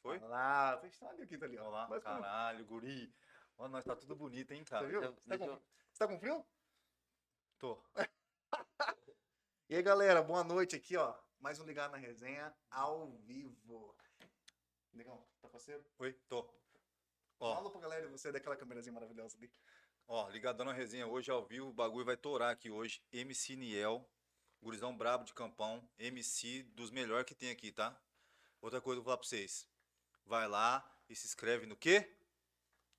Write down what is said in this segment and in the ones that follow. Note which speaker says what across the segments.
Speaker 1: Foi?
Speaker 2: Ah, vocês estão ali, o quinto ali, ó.
Speaker 1: Olha lá,
Speaker 2: Mas como-
Speaker 1: caralho, guri. Mano, nós tá tudo bonito, hein, cara?
Speaker 2: Você viu?
Speaker 1: Deixa-
Speaker 2: Você tá,
Speaker 1: deixa
Speaker 2: com...
Speaker 1: eu-
Speaker 2: você tá com frio?
Speaker 1: Tô.
Speaker 2: E aí, galera, boa noite aqui, ó. Mais um Ligado na Resenha ao vivo. Negão, tá parceiro?
Speaker 1: Oi, tô. Ó,
Speaker 2: Fala pra galera e você daquela câmerazinha maravilhosa ali.
Speaker 1: ó, ligadão na resenha hoje ao vivo, o bagulho vai torar aqui hoje. MC Niel, gurizão brabo de campão, MC dos melhores que tem aqui, tá? Outra coisa que eu vou falar pra vocês. Vai lá e se inscreve no quê?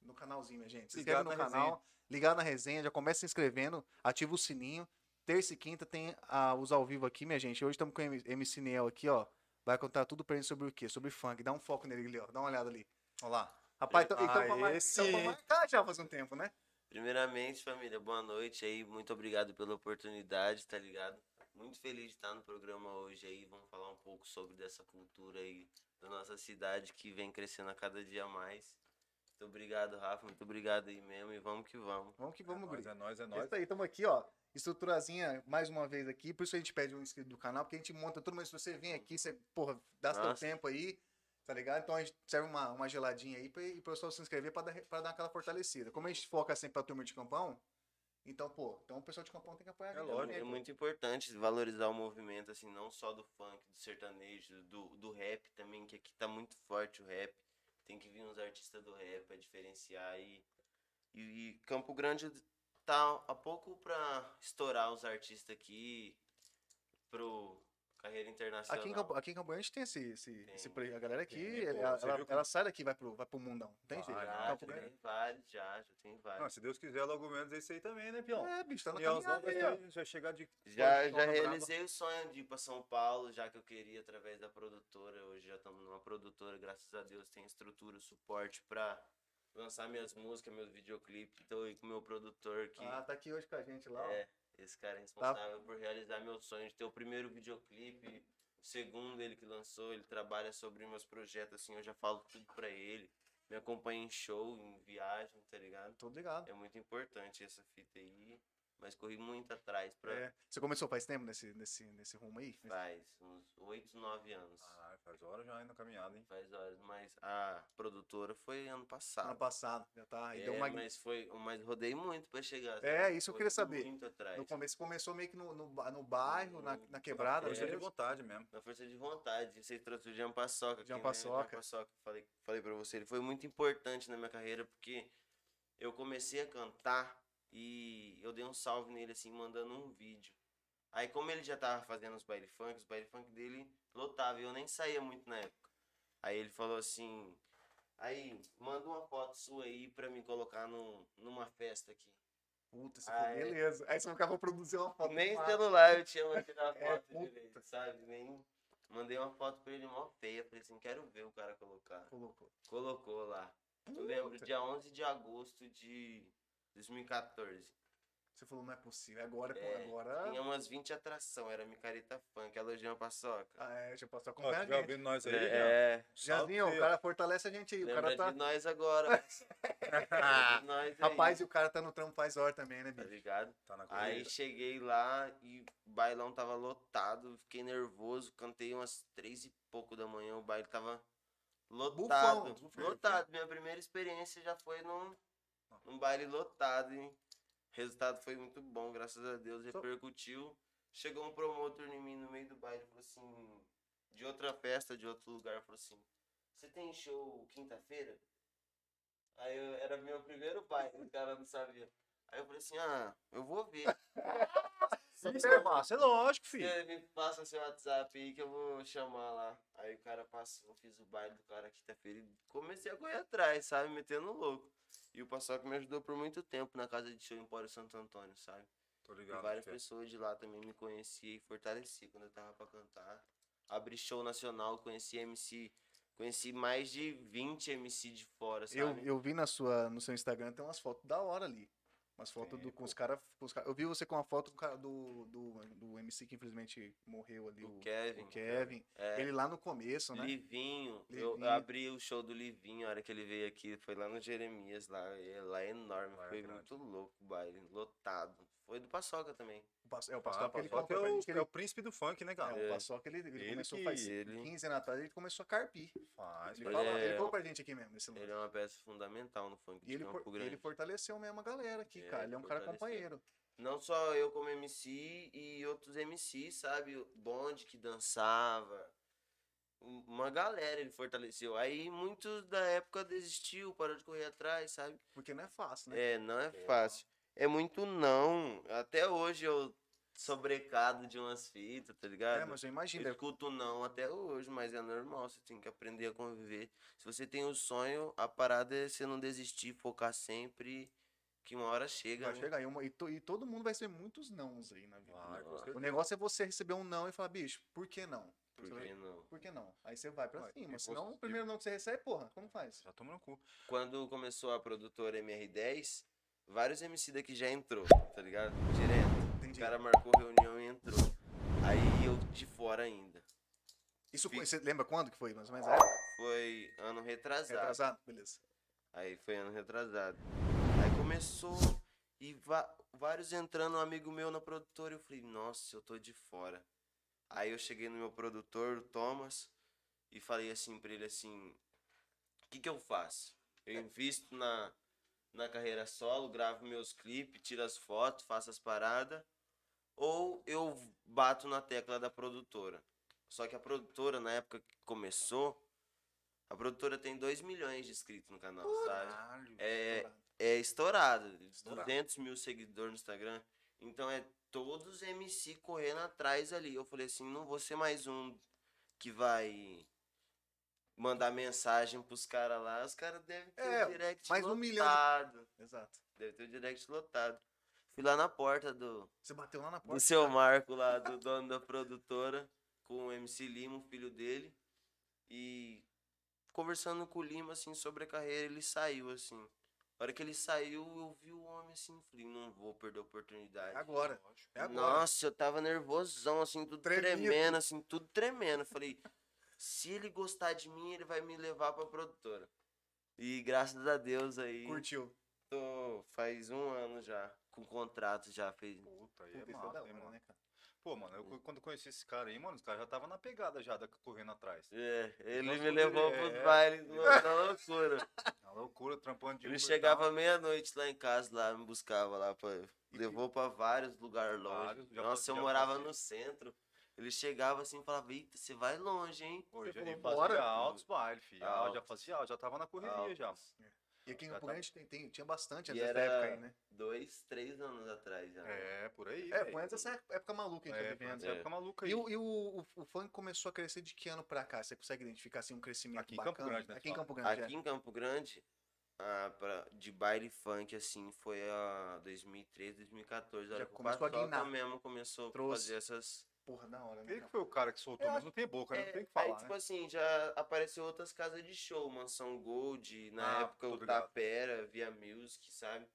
Speaker 2: No canalzinho, minha gente. Se
Speaker 1: Ligado
Speaker 2: inscreve no
Speaker 1: na
Speaker 2: canal, ligado na resenha, já começa se inscrevendo, ativa o sininho. Terça e quinta tem ah, os ao vivo aqui, minha gente. Hoje estamos com o M- MC Niel aqui, ó. Vai contar tudo pra ele sobre o quê? Sobre funk. Dá um foco nele ali, ó. Dá uma olhada ali.
Speaker 1: Olha lá.
Speaker 2: Rapaz, então,
Speaker 1: Ah,
Speaker 2: então, pra mar-
Speaker 1: esse-
Speaker 2: então pra marcar já faz um tempo, né?
Speaker 3: Primeiramente, família, boa noite aí. Muito obrigado pela oportunidade, tá ligado? Muito feliz de estar no programa hoje aí. Vamos falar um pouco sobre dessa cultura aí da nossa cidade que vem crescendo a cada dia mais. Muito obrigado, Rafa. Muito obrigado aí mesmo. E vamos que vamos.
Speaker 2: Vamos que vamos,
Speaker 1: é
Speaker 2: guri.
Speaker 1: nóis, é nóis, é
Speaker 2: É
Speaker 1: nóis.
Speaker 2: isso aí, estamos aqui, ó. Estruturazinha, mais uma vez aqui. Por isso a gente pede um inscrito do canal, porque a gente monta tudo, mas se você vem aqui, você, porra, dá seu
Speaker 3: Nossa.
Speaker 2: tempo aí, tá ligado? Então a gente serve uma, uma geladinha aí pra, e pro pessoal se inscrever pra dar, re- pra dar aquela fortalecida. Como a gente foca sempre pra turma de campão, então, pô, então o pessoal de campão tem que apoiar a
Speaker 1: É
Speaker 2: gente,
Speaker 1: lógico,
Speaker 2: né?
Speaker 3: É muito importante valorizar o movimento, assim, não só do funk, do sertanejo, do, do rap também, que aqui tá muito forte o rap. Tem que vir uns artistas do rap pra diferenciar e, e, e Campo Grande tá há pouco pra estourar os artistas aqui pro carreira internacional.
Speaker 2: Aqui em, Campo, aqui em Campo Grande a gente tem esse, esse,
Speaker 3: Tem.
Speaker 2: esse pre- A galera aqui, é,
Speaker 1: Tem, pô,
Speaker 2: ela,
Speaker 1: você
Speaker 2: ela,
Speaker 1: viu como-
Speaker 2: ela sai daqui e vai pro, vai pro mundão. Tem
Speaker 1: Vai,
Speaker 2: jeito.
Speaker 1: vai,
Speaker 3: Já, já
Speaker 2: Campo
Speaker 1: vai.
Speaker 2: Grande.
Speaker 3: tem vários, já, já tem
Speaker 1: Não,
Speaker 3: vários.
Speaker 1: se Deus quiser, logo menos é isso aí também, né, peão?
Speaker 2: É, bicho, tá na
Speaker 1: Nielzão
Speaker 2: caminhada
Speaker 1: vai,
Speaker 2: aí, ó.
Speaker 1: ter- vai chegar de.
Speaker 3: Já,
Speaker 1: Fortona
Speaker 3: já
Speaker 1: braba.
Speaker 3: realizei o sonho de ir pra São Paulo, já que eu queria através da produtora. Hoje já estamos numa produtora, graças a Deus tem estrutura, suporte pra lançar minhas músicas, meus videoclipes. Tô aí com meu produtor que
Speaker 2: Ah, tá aqui hoje com a gente lá, ó.
Speaker 3: é esse cara é responsável por realizar meu sonho de ter o primeiro videoclipe, o segundo ele que lançou, ele trabalha sobre meus projetos assim, eu já falo tudo pra ele. Me acompanha em show, em viagem, tá ligado?
Speaker 2: Tô ligado.
Speaker 3: É muito importante essa fita aí, mas corri muito atrás pra
Speaker 2: É. Você começou faz tempo nesse, nesse, nesse rumo aí?
Speaker 3: Faz uns 8, 9 anos.
Speaker 2: Ah.
Speaker 1: Caralho, faz hora já aí na caminhada, hein?
Speaker 3: Faz horas, mas a produtora foi ano passado.
Speaker 2: Ano passado, já tá. E
Speaker 3: é,
Speaker 2: deu uma...
Speaker 3: mas, foi, mas rodei muito pra chegar.
Speaker 2: É,
Speaker 3: sabe?
Speaker 2: isso eu
Speaker 3: Foi
Speaker 2: queria saber.
Speaker 3: Muito atrás.
Speaker 2: No começo começou meio que no, no, ba- no bairro,
Speaker 3: Uhum.
Speaker 2: na, na quebrada.
Speaker 3: É.
Speaker 1: Força é de
Speaker 2: né?
Speaker 1: vontade mesmo.
Speaker 3: Na força de vontade. Você trouxe o Jean Paçoca.
Speaker 2: Jean
Speaker 3: aqui, né?
Speaker 2: Paçoca.
Speaker 3: Jean Paçoca, falei, falei pra você. Ele foi muito importante na minha carreira, porque eu comecei a cantar e eu dei um salve nele, assim, mandando um vídeo. Aí, como ele já tava fazendo os baile funk, os baile funk dele lotava e eu nem saía muito na época. Aí ele falou assim: Aí, manda uma foto sua aí pra me colocar num, numa festa aqui.
Speaker 2: Puta, você
Speaker 3: Ah,
Speaker 2: falou,
Speaker 3: é.
Speaker 2: beleza. Aí você ficava produzindo uma foto.
Speaker 3: Nem
Speaker 2: do mar.
Speaker 3: celular eu tinha mandado a
Speaker 2: É,
Speaker 3: foto direito, sabe? Nem. Mandei uma foto pra ele mó feia, falei assim, quero ver o cara colocar.
Speaker 2: Colocou.
Speaker 3: Colocou lá. Eu lembro,
Speaker 2: Puta.
Speaker 3: dia 11 de agosto de 2014.
Speaker 2: Você falou, não é possível. Agora, pô,
Speaker 3: É, Tinha
Speaker 2: agora.
Speaker 3: umas 20 atração, era Micareta Funk, elogiando paçoca.
Speaker 2: Ah, é, já passou a
Speaker 1: Ó,
Speaker 2: acompanhar
Speaker 1: tiver
Speaker 2: a gente.
Speaker 1: ouvindo nós aí, é.
Speaker 3: É,
Speaker 2: Jazinho, o cara fortalece a gente aí. O
Speaker 3: lembra
Speaker 2: cara tá.
Speaker 3: de nós agora. parceiro. Lembra de nós aí,
Speaker 2: Rapaz, e o cara tá no trampo faz hora também, né,
Speaker 3: tá
Speaker 2: bicho?
Speaker 3: ligado?
Speaker 1: Tá na corrida.
Speaker 3: Aí cheguei lá e o bailão tava lotado, fiquei nervoso, cantei umas três e pouco da manhã, o baile tava lotado.
Speaker 2: Bufão, bufão.
Speaker 3: Lotado. Minha primeira experiência já foi num, num baile lotado, hein? O resultado foi muito bom, graças a Deus,
Speaker 2: Só-
Speaker 3: repercutiu. Chegou um promotor em mim no meio do baile, falou assim, de outra festa, de outro lugar, falou assim, você tem show quinta-feira? Aí eu, era meu primeiro baile, o cara não sabia. Aí eu falei assim, ah, eu vou ver.
Speaker 1: Isso é massa, é lógico, filho.
Speaker 3: Ele me passa seu WhatsApp aí que eu vou chamar lá. Aí o cara passou, fiz o baile do cara quinta-feira e comecei a correr atrás, sabe? Metendo louco. E o Paçoca me ajudou por muito tempo na casa de show em Empório Santo Antônio, sabe?
Speaker 1: Tô
Speaker 3: E
Speaker 1: ligado. né,
Speaker 3: várias
Speaker 1: chefe.
Speaker 3: pessoas de lá também me conheciam e fortaleci quando eu tava pra cantar. Abri show nacional, conheci MC, conheci mais de 20 MC de fora, sabe?
Speaker 2: Eu, eu vi na sua, no seu Instagram, tem umas fotos da hora ali. Umas
Speaker 3: É,
Speaker 2: fotos do, com os caras. Cara, eu vi você com uma foto do, cara- do, do, do MC que infelizmente morreu ali.
Speaker 3: Do
Speaker 2: o-
Speaker 3: Kevin.
Speaker 2: O Kevin.
Speaker 3: É.
Speaker 2: Ele lá no começo, né?
Speaker 3: Livinho, eu-
Speaker 2: Livinho.
Speaker 3: Eu abri o show do Livinho, a hora que ele veio aqui, foi lá no Jeremias, lá, é- lá é enorme,
Speaker 1: Lá é
Speaker 3: foi
Speaker 1: grande.
Speaker 3: muito louco o baile, lotado, Foi do Paçoca também.
Speaker 2: O Paço- É o
Speaker 1: Ah,
Speaker 2: Paçoca que ele
Speaker 1: Paçoca é,
Speaker 2: contou pra
Speaker 1: o,
Speaker 2: gente que
Speaker 1: é
Speaker 2: ele-
Speaker 1: o príncipe do funk, né, cara?
Speaker 2: É, o Paçoca, ele, ele
Speaker 1: Ele
Speaker 2: começou
Speaker 1: que-
Speaker 2: faz
Speaker 3: ele- é,
Speaker 2: 15 anos atrás, ele começou a carpir.
Speaker 1: Faz,
Speaker 2: Ele,
Speaker 3: Pois
Speaker 1: faz.
Speaker 2: fala-
Speaker 3: é,
Speaker 2: ele falou
Speaker 3: ó.
Speaker 2: pra gente aqui mesmo, esse
Speaker 3: Ele
Speaker 2: lance.
Speaker 3: é uma peça fundamental no funk
Speaker 2: E
Speaker 3: de
Speaker 2: ele,
Speaker 3: Campo
Speaker 2: for-
Speaker 3: Grande.
Speaker 2: ele fortaleceu mesmo a galera aqui,
Speaker 3: É,
Speaker 2: cara. Ele é um cara
Speaker 3: fortaleceu.
Speaker 2: companheiro.
Speaker 3: Não só eu como MC e outros MCs, sabe? O Bonde que dançava. Um- Uma galera ele fortaleceu. Aí muitos da época desistiu, parou de correr atrás, sabe?
Speaker 2: Porque não é fácil, né?
Speaker 3: É, não é fácil. É muito não. Até hoje eu sobrecado de umas fitas, tá ligado?
Speaker 2: É, mas eu imagino.
Speaker 3: Eu
Speaker 2: deve-
Speaker 3: escuto não até hoje, mas é normal, você tem que aprender a conviver. Se você tem um sonho, a parada é você não desistir, focar sempre, que uma hora chega.
Speaker 2: Vai
Speaker 3: né?
Speaker 2: chegar aí uma- e, to- e todo mundo vai ser muitos nãos aí na vida.
Speaker 1: Vai, com
Speaker 3: Não.
Speaker 1: certeza.
Speaker 2: O negócio é você receber um não e falar, bicho, por que não?
Speaker 3: Por
Speaker 2: Você
Speaker 3: que
Speaker 2: vai-
Speaker 3: não?
Speaker 2: Por que não? Aí você vai pra
Speaker 1: Vai, e
Speaker 2: cima.
Speaker 1: você-
Speaker 2: Senão, o primeiro não que você recebe, porra, como faz?
Speaker 1: Já toma no cu.
Speaker 3: Quando começou a produtora MR10, vários MC daqui já entrou, tá ligado? Direto. O
Speaker 2: Entendi.
Speaker 3: cara marcou reunião e entrou. Aí eu de fora ainda.
Speaker 2: Isso foi,
Speaker 3: fica-
Speaker 2: você lembra quando que foi, mais ou menos? a época?
Speaker 3: Foi ano retrasado.
Speaker 2: Retrasado? Beleza.
Speaker 3: Aí foi ano retrasado. Aí começou e va- vários entrando, um amigo meu na produtora. Eu falei, nossa, eu tô de fora. Aí eu cheguei no meu produtor, o Thomas, e falei assim pra ele assim, o que que eu faço? Eu invisto na, na carreira solo, gravo meus clipes, tiro as fotos, faço as paradas, ou eu bato na tecla da produtora. Só que a produtora, na época que começou, a produtora tem 2 milhões de inscritos no canal, sabe?
Speaker 2: Caralho,
Speaker 3: É-
Speaker 2: estourado.
Speaker 3: É estourado.
Speaker 2: Estourado.
Speaker 3: 200 mil seguidores no Instagram. Então é todos MC correndo atrás ali. Eu falei assim, não vou ser mais um que vai mandar mensagem pros caras lá. Os caras devem ter
Speaker 2: É,
Speaker 3: o direct
Speaker 2: mais um
Speaker 3: lotado.
Speaker 2: milhão de- Exato.
Speaker 3: Deve ter o direct lotado. Fui lá na porta do,
Speaker 2: Você bateu lá na
Speaker 3: do
Speaker 2: porta.
Speaker 3: seu Marco lá, do dono da produtora, com o MC Lima, o filho dele. E conversando com o Lima, assim, sobre a carreira, ele saiu, assim. A hora que ele saiu, eu vi o homem assim, falei, não vou perder a
Speaker 2: É
Speaker 3: oportunidade.
Speaker 2: agora. É agora.
Speaker 3: Nossa, eu tava nervosão, assim, tudo
Speaker 2: Tremido.
Speaker 3: tremendo, assim, tudo tremendo. Eu Falei, se ele gostar de mim, ele vai me levar pra produtora. E graças a Deus aí,
Speaker 2: Curtiu.
Speaker 3: tô faz um ano já, com contrato já, fez
Speaker 1: Puta, aí é
Speaker 2: Puta, isso é
Speaker 1: massa,
Speaker 2: da
Speaker 1: hein,
Speaker 2: hora,
Speaker 1: mano.
Speaker 2: né, cara?
Speaker 1: Pô, mano, eu cu- quando conheci esse cara aí, mano, os caras já tava na pegada já, da- correndo atrás.
Speaker 3: É, ele
Speaker 1: Nossa,
Speaker 3: me levou
Speaker 1: ele-
Speaker 3: pros
Speaker 1: é.
Speaker 3: bailes uma uma loucura.
Speaker 1: Na loucura, trampando de
Speaker 3: Ele
Speaker 1: Uber e
Speaker 3: chegava meia-noite lá em casa, lá, me buscava lá, pra... levou pra vários lugares longe.
Speaker 1: Vários, já
Speaker 3: Nossa,
Speaker 1: fazia-
Speaker 3: eu
Speaker 1: já
Speaker 3: morava
Speaker 1: fazia.
Speaker 3: no centro. Ele chegava assim e falava, eita, você vai longe, hein?
Speaker 1: tal. Hoje
Speaker 2: Você
Speaker 1: ele
Speaker 2: falou,
Speaker 1: fazia
Speaker 2: bora.
Speaker 1: altos baile, filho. Ah, Já
Speaker 3: Altos.
Speaker 1: fazia, já tava na correria já.
Speaker 3: Altos.
Speaker 2: E aqui em
Speaker 1: Já
Speaker 2: Campo
Speaker 1: tá-
Speaker 2: Grande tem, tem- tinha bastante
Speaker 3: E
Speaker 2: nessa
Speaker 3: era-
Speaker 2: época aí, né?
Speaker 3: Dois, três anos atrás já.
Speaker 1: É, por aí.
Speaker 2: É,
Speaker 1: velho.
Speaker 2: foi antes dessa época maluca que a gente
Speaker 1: É,
Speaker 2: tá
Speaker 1: foi antes
Speaker 2: vivendo.
Speaker 1: da época maluca aí.
Speaker 2: E, o, e o, o- o funk começou a crescer de que ano pra cá? Você consegue identificar assim, um crescimento
Speaker 1: Aqui em
Speaker 2: bacana?
Speaker 1: Campo Grande, né,
Speaker 2: Aqui em
Speaker 1: fala.
Speaker 2: Campo Grande, é.
Speaker 3: Aqui em Campo Grande, ah, pra- de baile funk, assim, foi a 2013, 2014. a hora
Speaker 2: Já
Speaker 3: que o
Speaker 2: começou a
Speaker 3: Paçoca
Speaker 2: guinar.
Speaker 3: mesmo começou a
Speaker 2: Trouxe.
Speaker 3: fazer essas...
Speaker 2: é. Porra, da hora, né?
Speaker 1: Ele que
Speaker 2: cara?
Speaker 1: foi o cara que soltou,
Speaker 3: Eu
Speaker 1: mas não tem boca, né?
Speaker 3: É,
Speaker 1: Não tem o que
Speaker 3: aí,
Speaker 1: falar,
Speaker 3: tipo
Speaker 1: né?
Speaker 3: assim, já apareceu outras casas de show, Mansão Gold,
Speaker 1: Ah,
Speaker 3: na época
Speaker 1: tô
Speaker 3: o
Speaker 1: ligado.
Speaker 3: Tapera, Via Music, sabe?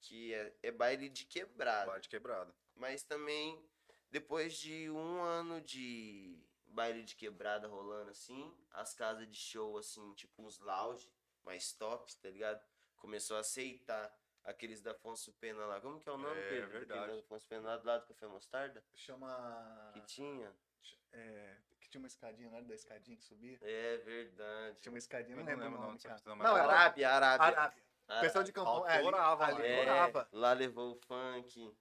Speaker 3: Que é, é baile de quebrada.
Speaker 1: Bate quebrada.
Speaker 3: Mas também, depois de um ano de baile de quebrada rolando assim, as casas de show, assim, tipo uns lounge, mais tops, tá ligado? Começou a aceitar aqueles da Afonso Pena lá. Como que é o nome,
Speaker 1: É,
Speaker 3: Pedro? Aquele
Speaker 1: verdade. Ah.
Speaker 3: da Afonso Pena lá do lado do Café Mostarda?
Speaker 2: Chama.
Speaker 3: Que tinha.
Speaker 2: é, que tinha uma escadinha, não era da escadinha que subia?
Speaker 3: É verdade.
Speaker 2: Tinha uma escadinha, não
Speaker 1: Eu não
Speaker 2: lembro o
Speaker 1: lembro o
Speaker 2: nome,
Speaker 1: nome dessa
Speaker 2: cara.
Speaker 1: pessoa, mas
Speaker 2: Não, era Arábia.
Speaker 3: Arábia, Arábia.
Speaker 2: Arábia. O
Speaker 3: Arábia.
Speaker 2: pessoal de Campão. É, ali-
Speaker 1: Autorava
Speaker 2: ali
Speaker 1: lá.
Speaker 3: Ah, É,
Speaker 2: morava.
Speaker 3: lá levou o funk.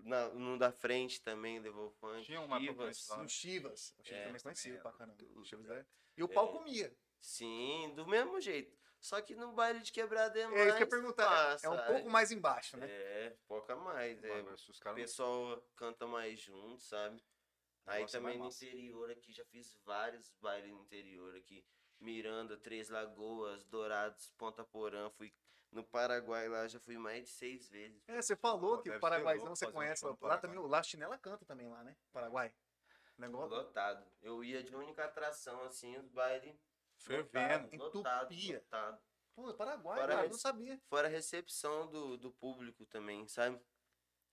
Speaker 3: Na, no da frente também levou o funk.
Speaker 1: Tinha uma pra
Speaker 3: Chivas.
Speaker 1: frente lá.
Speaker 2: No Chivas. O Chivas
Speaker 3: É,
Speaker 2: também conhecia
Speaker 1: também
Speaker 2: pra
Speaker 1: era
Speaker 2: caramba.
Speaker 1: tudo,
Speaker 2: O Chivas
Speaker 1: cara.
Speaker 2: era- E o pau
Speaker 3: É.
Speaker 2: comia.
Speaker 3: Sim, do mesmo jeito. Só que no baile de quebrada é mais.
Speaker 2: É isso que eu ia perguntar. é- É um
Speaker 3: fácil,
Speaker 2: pouco mais embaixo, né?
Speaker 3: É, foca mais. É.
Speaker 1: Mano, os
Speaker 3: O
Speaker 1: caras
Speaker 3: pessoal canta mais junto, sabe?
Speaker 1: O
Speaker 3: Aí
Speaker 1: negócio é mais
Speaker 3: também no
Speaker 1: massa.
Speaker 3: interior aqui, já fiz vários bailes no interior aqui. Miranda, Três Lagoas, Dourados, Ponta Porã. Fui no Paraguai lá, já fui mais de seis vezes.
Speaker 2: É, você falou
Speaker 1: Pô,
Speaker 2: que
Speaker 1: deve
Speaker 2: o
Speaker 1: ser
Speaker 2: Paraguaizão
Speaker 1: louco
Speaker 2: você
Speaker 1: fazer um
Speaker 2: conhece.
Speaker 1: show
Speaker 2: Lá,
Speaker 1: no
Speaker 2: lá
Speaker 1: Paraguai.
Speaker 2: também, o Lá Chinela canta também lá, né? Paraguai. Negócio.
Speaker 3: Lotado. Eu ia de única atração, assim, os bailes.
Speaker 1: fervendo.
Speaker 3: Lotado,
Speaker 2: Entupia.
Speaker 3: lotado.
Speaker 2: Pô, é Paraguai,
Speaker 3: Paraguai.
Speaker 2: cara, eu não sabia.
Speaker 3: Fora a recepção do, do público também, sabe?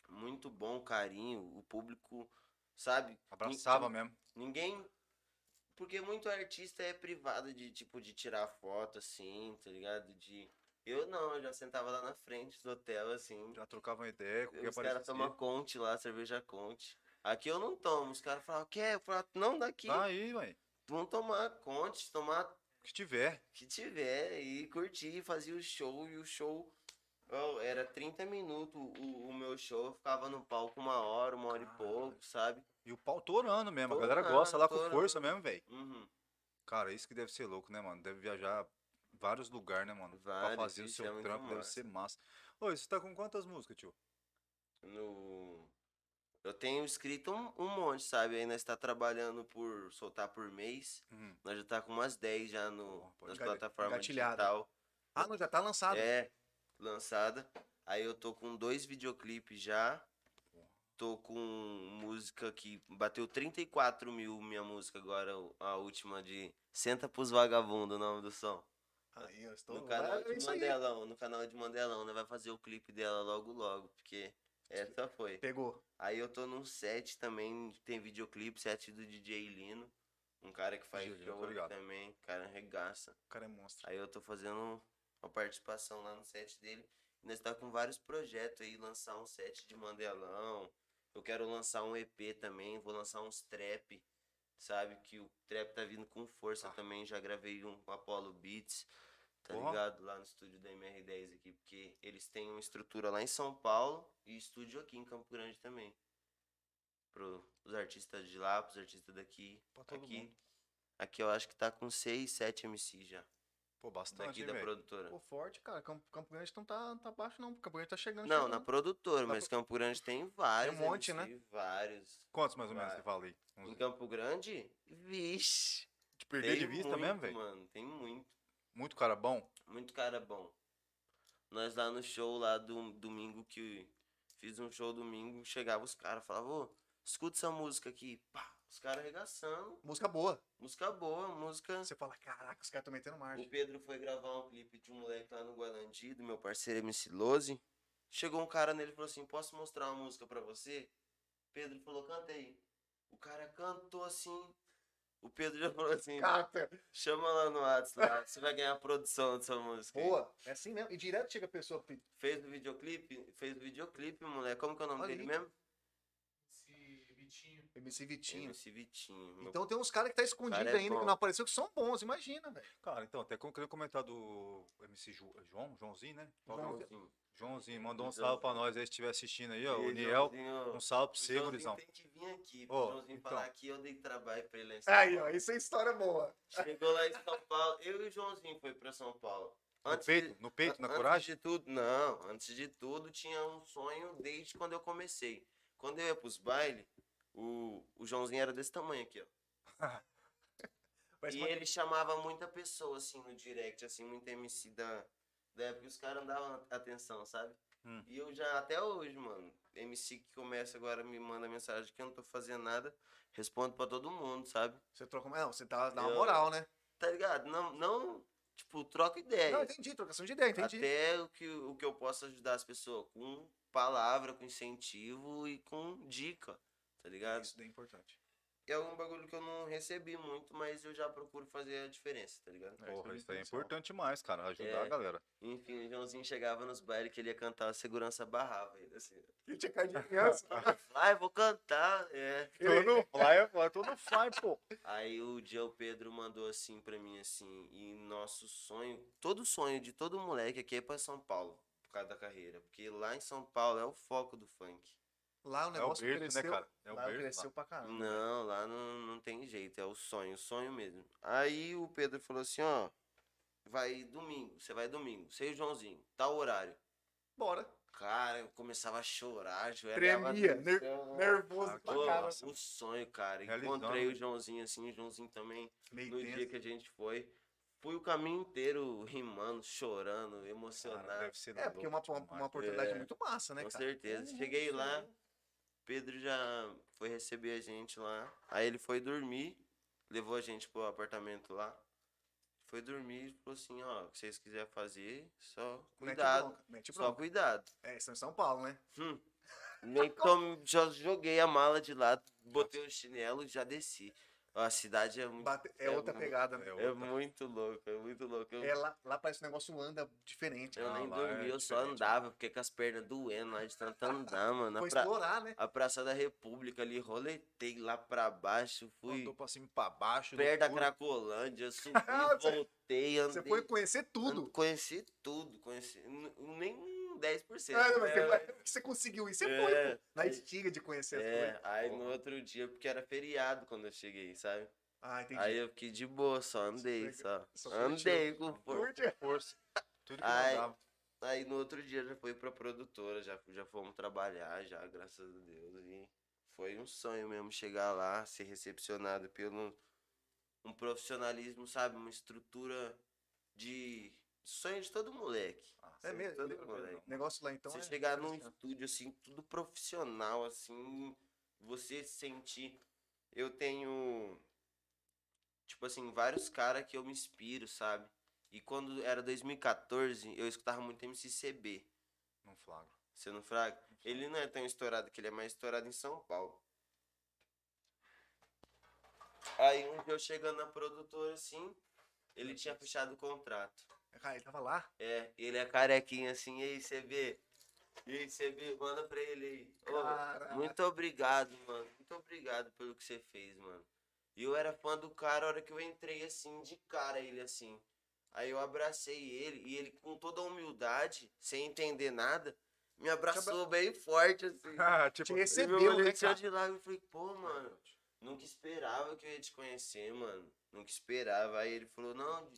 Speaker 3: Muito bom, carinho. O público, sabe?
Speaker 1: Abraçava
Speaker 3: Ninguém-
Speaker 1: mesmo.
Speaker 3: Ninguém. Porque muito artista é privado de, tipo, de tirar foto, assim, tá ligado? De Eu não, eu já sentava lá na frente do hotel, assim.
Speaker 1: Já trocava uma ideia, qualquer
Speaker 3: Os caras
Speaker 1: aparecia. Tá
Speaker 3: tomam Conte lá, cerveja Conte. Aqui eu não tomo. Os caras falam, quer? Eu falo, não, daqui.
Speaker 1: Tá aí, ué.
Speaker 3: Vamos tomar Conte, tomar
Speaker 1: O que tiver.
Speaker 3: que tiver e curtir, fazia o show e o show ó, era 30 minutos o, o meu show, eu ficava no palco uma hora, uma hora e
Speaker 1: Caralho.
Speaker 3: pouco, sabe?
Speaker 1: E o pau torando mesmo. A
Speaker 3: Torando,
Speaker 1: galera gosta lá com
Speaker 3: torando.
Speaker 1: força mesmo, velho.
Speaker 3: Uhum.
Speaker 1: Cara, isso que deve ser louco, né, mano? Deve viajar vários lugares, né, mano? pra
Speaker 3: Vários,
Speaker 1: fazer o
Speaker 3: isso
Speaker 1: seu
Speaker 3: é muito
Speaker 1: trampo, deve
Speaker 3: massa.
Speaker 1: ser massa. Ô, você tá com quantas músicas, tio?
Speaker 3: No... Eu tenho escrito um, um monte, sabe? Aí nós tá trabalhando por soltar por mês.
Speaker 1: Uhum.
Speaker 3: Nós já tá com umas 10 já no,
Speaker 1: Ó, pode
Speaker 3: nas
Speaker 1: engatilhar-
Speaker 3: plataformas
Speaker 2: engatilhada.
Speaker 3: digital.
Speaker 2: Ah, não, já tá lançado.
Speaker 3: É, lançada. Aí eu tô com dois videoclipes já. Tô com música que bateu 34 mil minha música agora, a última de Senta pros Vagabundo, o nome do som.
Speaker 2: Aí, eu estou...
Speaker 3: No canal
Speaker 2: é
Speaker 3: de
Speaker 2: isso aí.
Speaker 3: Mandelão, no canal de Mandelão, né? Vai fazer o clipe dela logo logo, porque essa foi.
Speaker 2: Pegou.
Speaker 3: Aí eu tô num set também, tem videoclipe, set do DJ Lino, um cara que faz
Speaker 1: DJ Lino, tô
Speaker 3: show
Speaker 1: ligado.
Speaker 3: também, cara regaça.
Speaker 2: O cara é monstro.
Speaker 3: Aí eu tô fazendo uma participação lá no set dele. E nós tá com vários projetos aí, lançar um set de Mandelão. Eu quero lançar um EP também, vou lançar uns trap, sabe? Que o trap tá vindo com força
Speaker 1: Tá.
Speaker 3: também. Já gravei um com Apollo Beats, tá
Speaker 1: Porra.
Speaker 3: ligado? Lá no estúdio da MR10 aqui, porque eles têm uma estrutura lá em São Paulo e estúdio aqui em Campo Grande também. Pro, os artistas de lá, pros artistas daqui.
Speaker 1: Pra todo
Speaker 3: Aqui,
Speaker 1: mundo.
Speaker 3: aqui eu acho que tá com 6, 7 MC já.
Speaker 1: Pô, bastante,
Speaker 3: Daqui
Speaker 1: hein,
Speaker 3: da
Speaker 1: velho?
Speaker 3: produtora.
Speaker 2: Pô, forte, cara. Campo, Campo Grande não tá, não tá baixo, não. Campo Grande tá chegando.
Speaker 3: Não,
Speaker 2: chegando.
Speaker 3: na produtora,
Speaker 2: Na
Speaker 3: mas Campo Grande tem vários.
Speaker 2: Tem um monte,
Speaker 3: MC, Vários.
Speaker 1: Quantos mais ou menos
Speaker 3: Vai.
Speaker 1: você fala aí? Uns-
Speaker 3: Em Campo Grande, vixe.
Speaker 1: Te perder de
Speaker 3: tem
Speaker 1: vista
Speaker 3: muito,
Speaker 1: mesmo, velho?
Speaker 3: Mano, tem muito.
Speaker 1: Muito cara bom.
Speaker 3: Muito cara bom. Nós lá no show lá do domingo que fiz um show domingo, chegava os caras, falavam, ô, escuta essa música aqui. Pá, os caras arregaçando.
Speaker 2: Música boa.
Speaker 3: Música boa, música.
Speaker 2: Você fala, caraca, os caras estão metendo
Speaker 3: O
Speaker 2: margem.
Speaker 3: Pedro foi gravar um clipe de um moleque lá no Guarandi, do meu parceiro MC Lose. Chegou um cara nele e falou assim: Posso mostrar uma música pra você? Pedro falou: Canta aí. O cara cantou assim. O Pedro já falou assim:
Speaker 2: Cata.
Speaker 3: Chama lá no WhatsApp, lá, você vai ganhar a produção dessa música. aí."
Speaker 2: Boa. É assim mesmo. E direto chega a pessoa. pe-
Speaker 3: Fez o videoclipe? Fez o videoclipe, moleque. Como que é o nome
Speaker 2: Olha
Speaker 3: dele
Speaker 2: aí,
Speaker 3: mesmo?
Speaker 2: MC Vitinho.
Speaker 3: MC Vitinho. meu
Speaker 2: Então tem uns caras que tá escondido
Speaker 3: Cara é
Speaker 2: ainda, que
Speaker 3: bom.
Speaker 2: não apareceu, que são bons, imagina, velho.
Speaker 1: Cara, então, até que eu queria comentar do MC Ju- João, Joãozinho, né?
Speaker 2: Joãozinho.
Speaker 3: irmãozinho.
Speaker 1: Joãozinho, mandou um
Speaker 3: Joãozinho.
Speaker 1: salve pra nós aí, se estiver assistindo aí, ó.
Speaker 3: E
Speaker 1: O
Speaker 3: aí,
Speaker 1: Niel,
Speaker 3: Joãozinho,
Speaker 1: um salve pra
Speaker 3: o
Speaker 1: você,
Speaker 3: Joãozinho
Speaker 1: gurizão.
Speaker 3: tem que vir aqui.
Speaker 1: Ô,
Speaker 3: o Joãozinho
Speaker 1: então.
Speaker 3: falar aqui, eu dei trabalho pra ele. lá em São
Speaker 2: Aí, ó,
Speaker 3: Paulo.
Speaker 2: isso é história boa.
Speaker 3: Chegou lá em São Paulo, eu e o Joãozinho foi pra São Paulo.
Speaker 1: No
Speaker 3: de-
Speaker 1: peito, no peito, na
Speaker 3: antes
Speaker 1: coragem?
Speaker 3: de tudo, não. Antes de tudo, tinha um sonho desde quando eu comecei. Quando eu ia pros bailes, o, o Joãozinho era desse tamanho aqui, ó.
Speaker 2: Parece
Speaker 3: e
Speaker 2: uma-
Speaker 3: ele chamava muita pessoa, assim, no direct, assim, muita MC da, da época, os caras não davam atenção, sabe?
Speaker 1: Hum.
Speaker 3: E eu já, até hoje, mano, MC que começa agora me manda mensagem que eu não tô fazendo nada, respondo pra todo mundo, sabe?
Speaker 2: Você troca uma. Não, você dá, dá uma
Speaker 3: Eu-
Speaker 2: moral, né?
Speaker 3: Tá ligado? Não, não tipo, troca ideia.
Speaker 2: Não, entendi, trocação de ideia, entendi.
Speaker 3: Até o que, o que eu posso ajudar as pessoas com palavra, com incentivo e com dica, tá ligado?
Speaker 2: Isso daí é importante.
Speaker 3: É um bagulho que eu não recebi muito, mas eu já procuro fazer a diferença, tá ligado?
Speaker 2: É,
Speaker 1: Porra,
Speaker 2: isso
Speaker 1: isso aí é
Speaker 2: intenção.
Speaker 1: importante demais, cara. Ajudar a
Speaker 3: É.
Speaker 1: galera.
Speaker 3: Enfim, o Joãozinho chegava nos bailes que ele ia cantar, a segurança barrava ele, assim.
Speaker 2: Eu tinha cara de criança.
Speaker 3: Vai, vou cantar, é.
Speaker 1: Tô no fly, pô. Tô no fly, pô.
Speaker 3: Aí o Diego Pedro mandou assim pra mim, assim, e nosso sonho, todo sonho de todo moleque aqui é ir pra São Paulo, por causa da carreira. Porque lá em São Paulo é o foco do funk.
Speaker 2: Lá o
Speaker 1: É o
Speaker 2: negócio
Speaker 1: berço, né,
Speaker 2: cresceu.
Speaker 1: cara? É o
Speaker 2: lá
Speaker 1: berço.
Speaker 2: cresceu
Speaker 1: lá.
Speaker 2: pra caramba.
Speaker 3: Não, lá não, não tem jeito, é o sonho, o sonho mesmo. Aí o Pedro falou assim, ó, vai domingo, você vai domingo, sei o Joãozinho, tal horário.
Speaker 2: Bora.
Speaker 3: Cara, eu começava a chorar, joelhava
Speaker 2: Tremia,
Speaker 3: no
Speaker 2: ner-
Speaker 3: chão.
Speaker 2: nervoso pra
Speaker 1: Ah, que
Speaker 3: Pô,
Speaker 2: caramba.
Speaker 1: massa.
Speaker 3: o sonho, cara.
Speaker 1: Realizando,
Speaker 3: Encontrei
Speaker 1: né?
Speaker 3: o Joãozinho assim, o Joãozinho também,
Speaker 2: Meio
Speaker 3: no
Speaker 2: tenso.
Speaker 3: dia que a gente foi. Fui o caminho inteiro rimando, chorando, emocionado.
Speaker 1: Cara, deve ser
Speaker 2: É, porque é uma, uma, uma oportunidade
Speaker 3: É.
Speaker 2: muito massa, né,
Speaker 3: com
Speaker 2: cara?
Speaker 3: certeza.
Speaker 2: Uhum,
Speaker 3: Cheguei
Speaker 2: isso
Speaker 3: lá,
Speaker 2: aí.
Speaker 3: Pedro já foi receber a gente lá. Aí ele foi dormir, levou a gente pro apartamento lá. Foi dormir e falou assim, ó, o que vocês quiserem fazer, só
Speaker 2: Mete
Speaker 3: cuidado.
Speaker 2: bronca, Mete
Speaker 3: Só
Speaker 2: bronca.
Speaker 3: cuidado.
Speaker 2: É, são em São Paulo, né?
Speaker 3: Hum. Nem tom- já joguei a mala de lado, botei o chinelo e já desci. A cidade é muito.
Speaker 2: Bate- é
Speaker 3: É
Speaker 2: outra
Speaker 3: um-
Speaker 2: pegada, né?
Speaker 1: É
Speaker 3: É
Speaker 1: outra.
Speaker 3: muito louco, é muito louco. Eu,
Speaker 2: É, lá, lá parece que o negócio anda diferente.
Speaker 3: eu
Speaker 1: Ah,
Speaker 3: nem
Speaker 1: lá
Speaker 3: dormi,
Speaker 1: é
Speaker 3: eu só
Speaker 1: diferente,
Speaker 3: andava, porque com as pernas doendo lá de tanto andar, mano.
Speaker 2: Foi
Speaker 3: A, pra-
Speaker 2: explorar, né?
Speaker 3: a Praça da República ali, roletei lá pra baixo, fui
Speaker 1: Andou pra cima e pra baixo.
Speaker 3: perto da
Speaker 1: loucura.
Speaker 3: Cracolândia, subi,
Speaker 2: Você-
Speaker 3: voltei, andei.
Speaker 2: Você foi conhecer tudo.
Speaker 3: an- Conheci tudo, conheci. n- Nem um 10%.
Speaker 2: Ah, não, mas
Speaker 3: né?
Speaker 2: você, vai- você conseguiu isso, você
Speaker 3: É,
Speaker 2: foi pô, na
Speaker 3: é.
Speaker 2: estiga de conhecer as
Speaker 3: É,
Speaker 2: coisas.
Speaker 3: aí no
Speaker 1: Porra.
Speaker 3: outro dia, porque era feriado quando eu cheguei, sabe?
Speaker 2: Ah, entendi.
Speaker 3: Aí eu fiquei de boa, só andei,
Speaker 2: Só-
Speaker 3: só.
Speaker 2: só
Speaker 3: Andei com força.
Speaker 2: Curte? é.
Speaker 1: Força. Tudo que
Speaker 3: Ai.
Speaker 1: mandava.
Speaker 3: Aí no outro dia já fui pra produtora, já, já fomos trabalhar, já, graças a Deus. E foi um sonho mesmo chegar lá, ser recepcionado pelo um profissionalismo, sabe? Uma estrutura de sonho de todo moleque.
Speaker 1: Ah,
Speaker 2: É mesmo?
Speaker 3: Todo
Speaker 1: Não,
Speaker 3: moleque.
Speaker 1: não.
Speaker 2: O negócio lá então.
Speaker 3: Você
Speaker 2: é
Speaker 3: chegar num
Speaker 2: interessante.
Speaker 3: estúdio assim, tudo profissional, assim, você se sentir. Eu tenho, tipo assim, vários caras que eu me inspiro, sabe? E quando era 2014, eu escutava muito MCCB,
Speaker 1: Não flagro.
Speaker 3: você não fraga? Ele não é tão estourado que ele é mais estourado em São Paulo. Aí um dia eu chegando na produtora, assim, ele tinha fechado o contrato.
Speaker 2: Ah, ele tava lá.
Speaker 3: É, ele é carequinho assim, e aí você vê. E aí você vê, manda pra ele aí. Ô,
Speaker 2: Caraca.
Speaker 3: muito obrigado, mano. Muito obrigado pelo que você fez, mano. E eu era fã do cara a hora que eu entrei assim, de cara ele assim. Aí eu abracei ele e ele com toda a humildade, sem entender nada, me abraçou bem forte assim.
Speaker 2: Te
Speaker 1: Tipo,
Speaker 3: Você
Speaker 2: recebeu,
Speaker 3: viu,
Speaker 2: né,
Speaker 3: ele saiu
Speaker 2: cara?
Speaker 3: de lá e eu falei, pô, mano, nunca esperava que eu ia te conhecer, mano. Nunca esperava. Aí ele falou, não,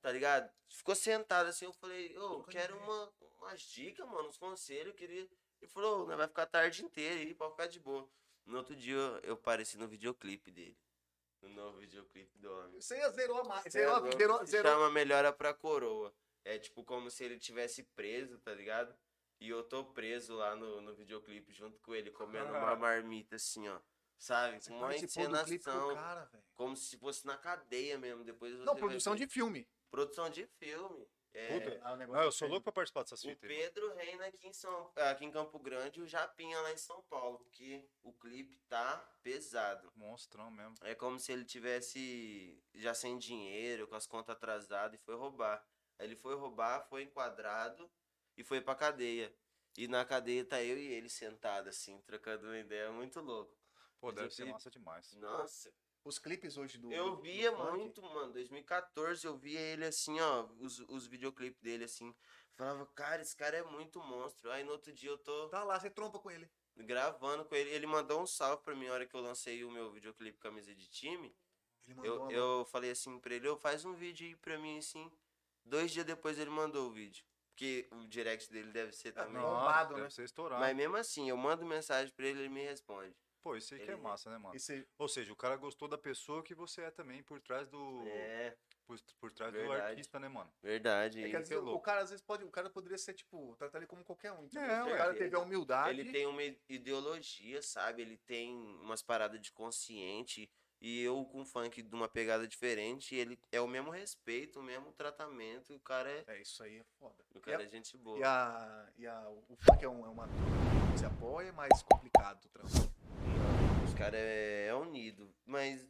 Speaker 3: tá ligado? Ficou sentado assim, eu falei, ô,
Speaker 2: Trocando
Speaker 3: quero
Speaker 2: ideia.
Speaker 3: uma, umas dicas, mano, uns conselhos, eu queria. Ele falou, não vai ficar a tarde inteira aí, pode ficar de boa. No outro dia eu, eu apareci no videoclipe dele. No novo videoclipe do homem.
Speaker 2: Você ia zerou a marca.
Speaker 3: Cê é
Speaker 2: Zerou,
Speaker 3: louco,
Speaker 2: zerou,
Speaker 3: se
Speaker 2: zerou.
Speaker 3: chama melhora pra coroa. É tipo como se ele tivesse preso, tá ligado? E eu tô preso lá no, no videoclipe junto com ele, comendo uma marmita assim, ó. Sabe?
Speaker 2: Você
Speaker 3: Com uma
Speaker 2: participou do clipe com o
Speaker 3: encenação.
Speaker 2: cara, velho.
Speaker 3: Como se fosse na cadeia mesmo. Depois você
Speaker 2: Não,
Speaker 3: vai
Speaker 2: produção
Speaker 3: ver.
Speaker 2: de filme.
Speaker 3: Produção de filme. É,
Speaker 1: Puta.
Speaker 2: Ah, o negócio
Speaker 1: Não, eu sou
Speaker 2: é-
Speaker 1: louco pra participar dessas
Speaker 3: o
Speaker 1: fitas. aí.
Speaker 3: Pedro reina aqui em, São, aqui em Campo Grande e o Japinha lá em São Paulo. Porque o clipe tá pesado.
Speaker 1: Monstrão mesmo.
Speaker 3: É como se ele tivesse já sem dinheiro, com as contas atrasadas e foi roubar. Aí Ele foi roubar, foi enquadrado e foi pra cadeia. E na cadeia tá eu e ele sentado assim, trocando uma ideia muito louco.
Speaker 1: Pô,
Speaker 3: Mas
Speaker 1: deve
Speaker 3: eu
Speaker 1: ser
Speaker 3: vi-
Speaker 1: massa demais.
Speaker 3: Nossa,
Speaker 2: Os clipes hoje do.
Speaker 3: eu
Speaker 2: do- do
Speaker 3: via
Speaker 2: funk.
Speaker 3: muito, mano. 2014 eu via ele assim, ó, os, os videoclipes dele assim. Falava, cara, esse cara é muito monstro. Aí no outro dia eu tô
Speaker 2: Tá lá, você trompa com ele.
Speaker 3: gravando com ele. Ele mandou um salve pra mim na hora que eu lancei o meu videoclipe Camisa de Time.
Speaker 2: Ele mandou
Speaker 3: Eu,
Speaker 2: uma-
Speaker 3: eu falei assim pra ele, "Ô, faz um vídeo aí pra mim, assim. Dois dias depois ele mandou o vídeo. Porque o direct dele deve ser também.
Speaker 2: não. bombado,
Speaker 1: deve
Speaker 2: né?
Speaker 1: ser estourado.
Speaker 3: Mas mesmo assim, eu mando mensagem pra ele ele me responde.
Speaker 1: Pô, isso aí que é
Speaker 3: Ele-
Speaker 1: massa, né, mano?
Speaker 2: Esse...
Speaker 1: Ou seja, o cara gostou da pessoa que você é também por trás do.
Speaker 3: É,
Speaker 1: Por, por trás do
Speaker 3: Verdade.
Speaker 1: artista, né, mano?
Speaker 3: verdade.
Speaker 2: É que
Speaker 3: Ele-
Speaker 2: às vezes, o
Speaker 1: louco.
Speaker 2: cara às vezes pode. O cara poderia ser, tipo, tratar ele como qualquer um. entendeu?
Speaker 1: É,
Speaker 2: o
Speaker 1: ué.
Speaker 2: cara teve a humildade.
Speaker 3: Ele tem uma i- ideologia, sabe? Ele tem umas paradas de consciente. E eu com funk de uma pegada diferente, ele é o mesmo respeito, o mesmo tratamento. O cara é,
Speaker 2: É, isso aí é foda. E
Speaker 3: o
Speaker 2: a-
Speaker 3: cara é gente boa.
Speaker 2: E, a, e a, o funk é, um, é uma turma que se apoia, é mais complicado o trânsito.
Speaker 3: Os caras é, é unido, mas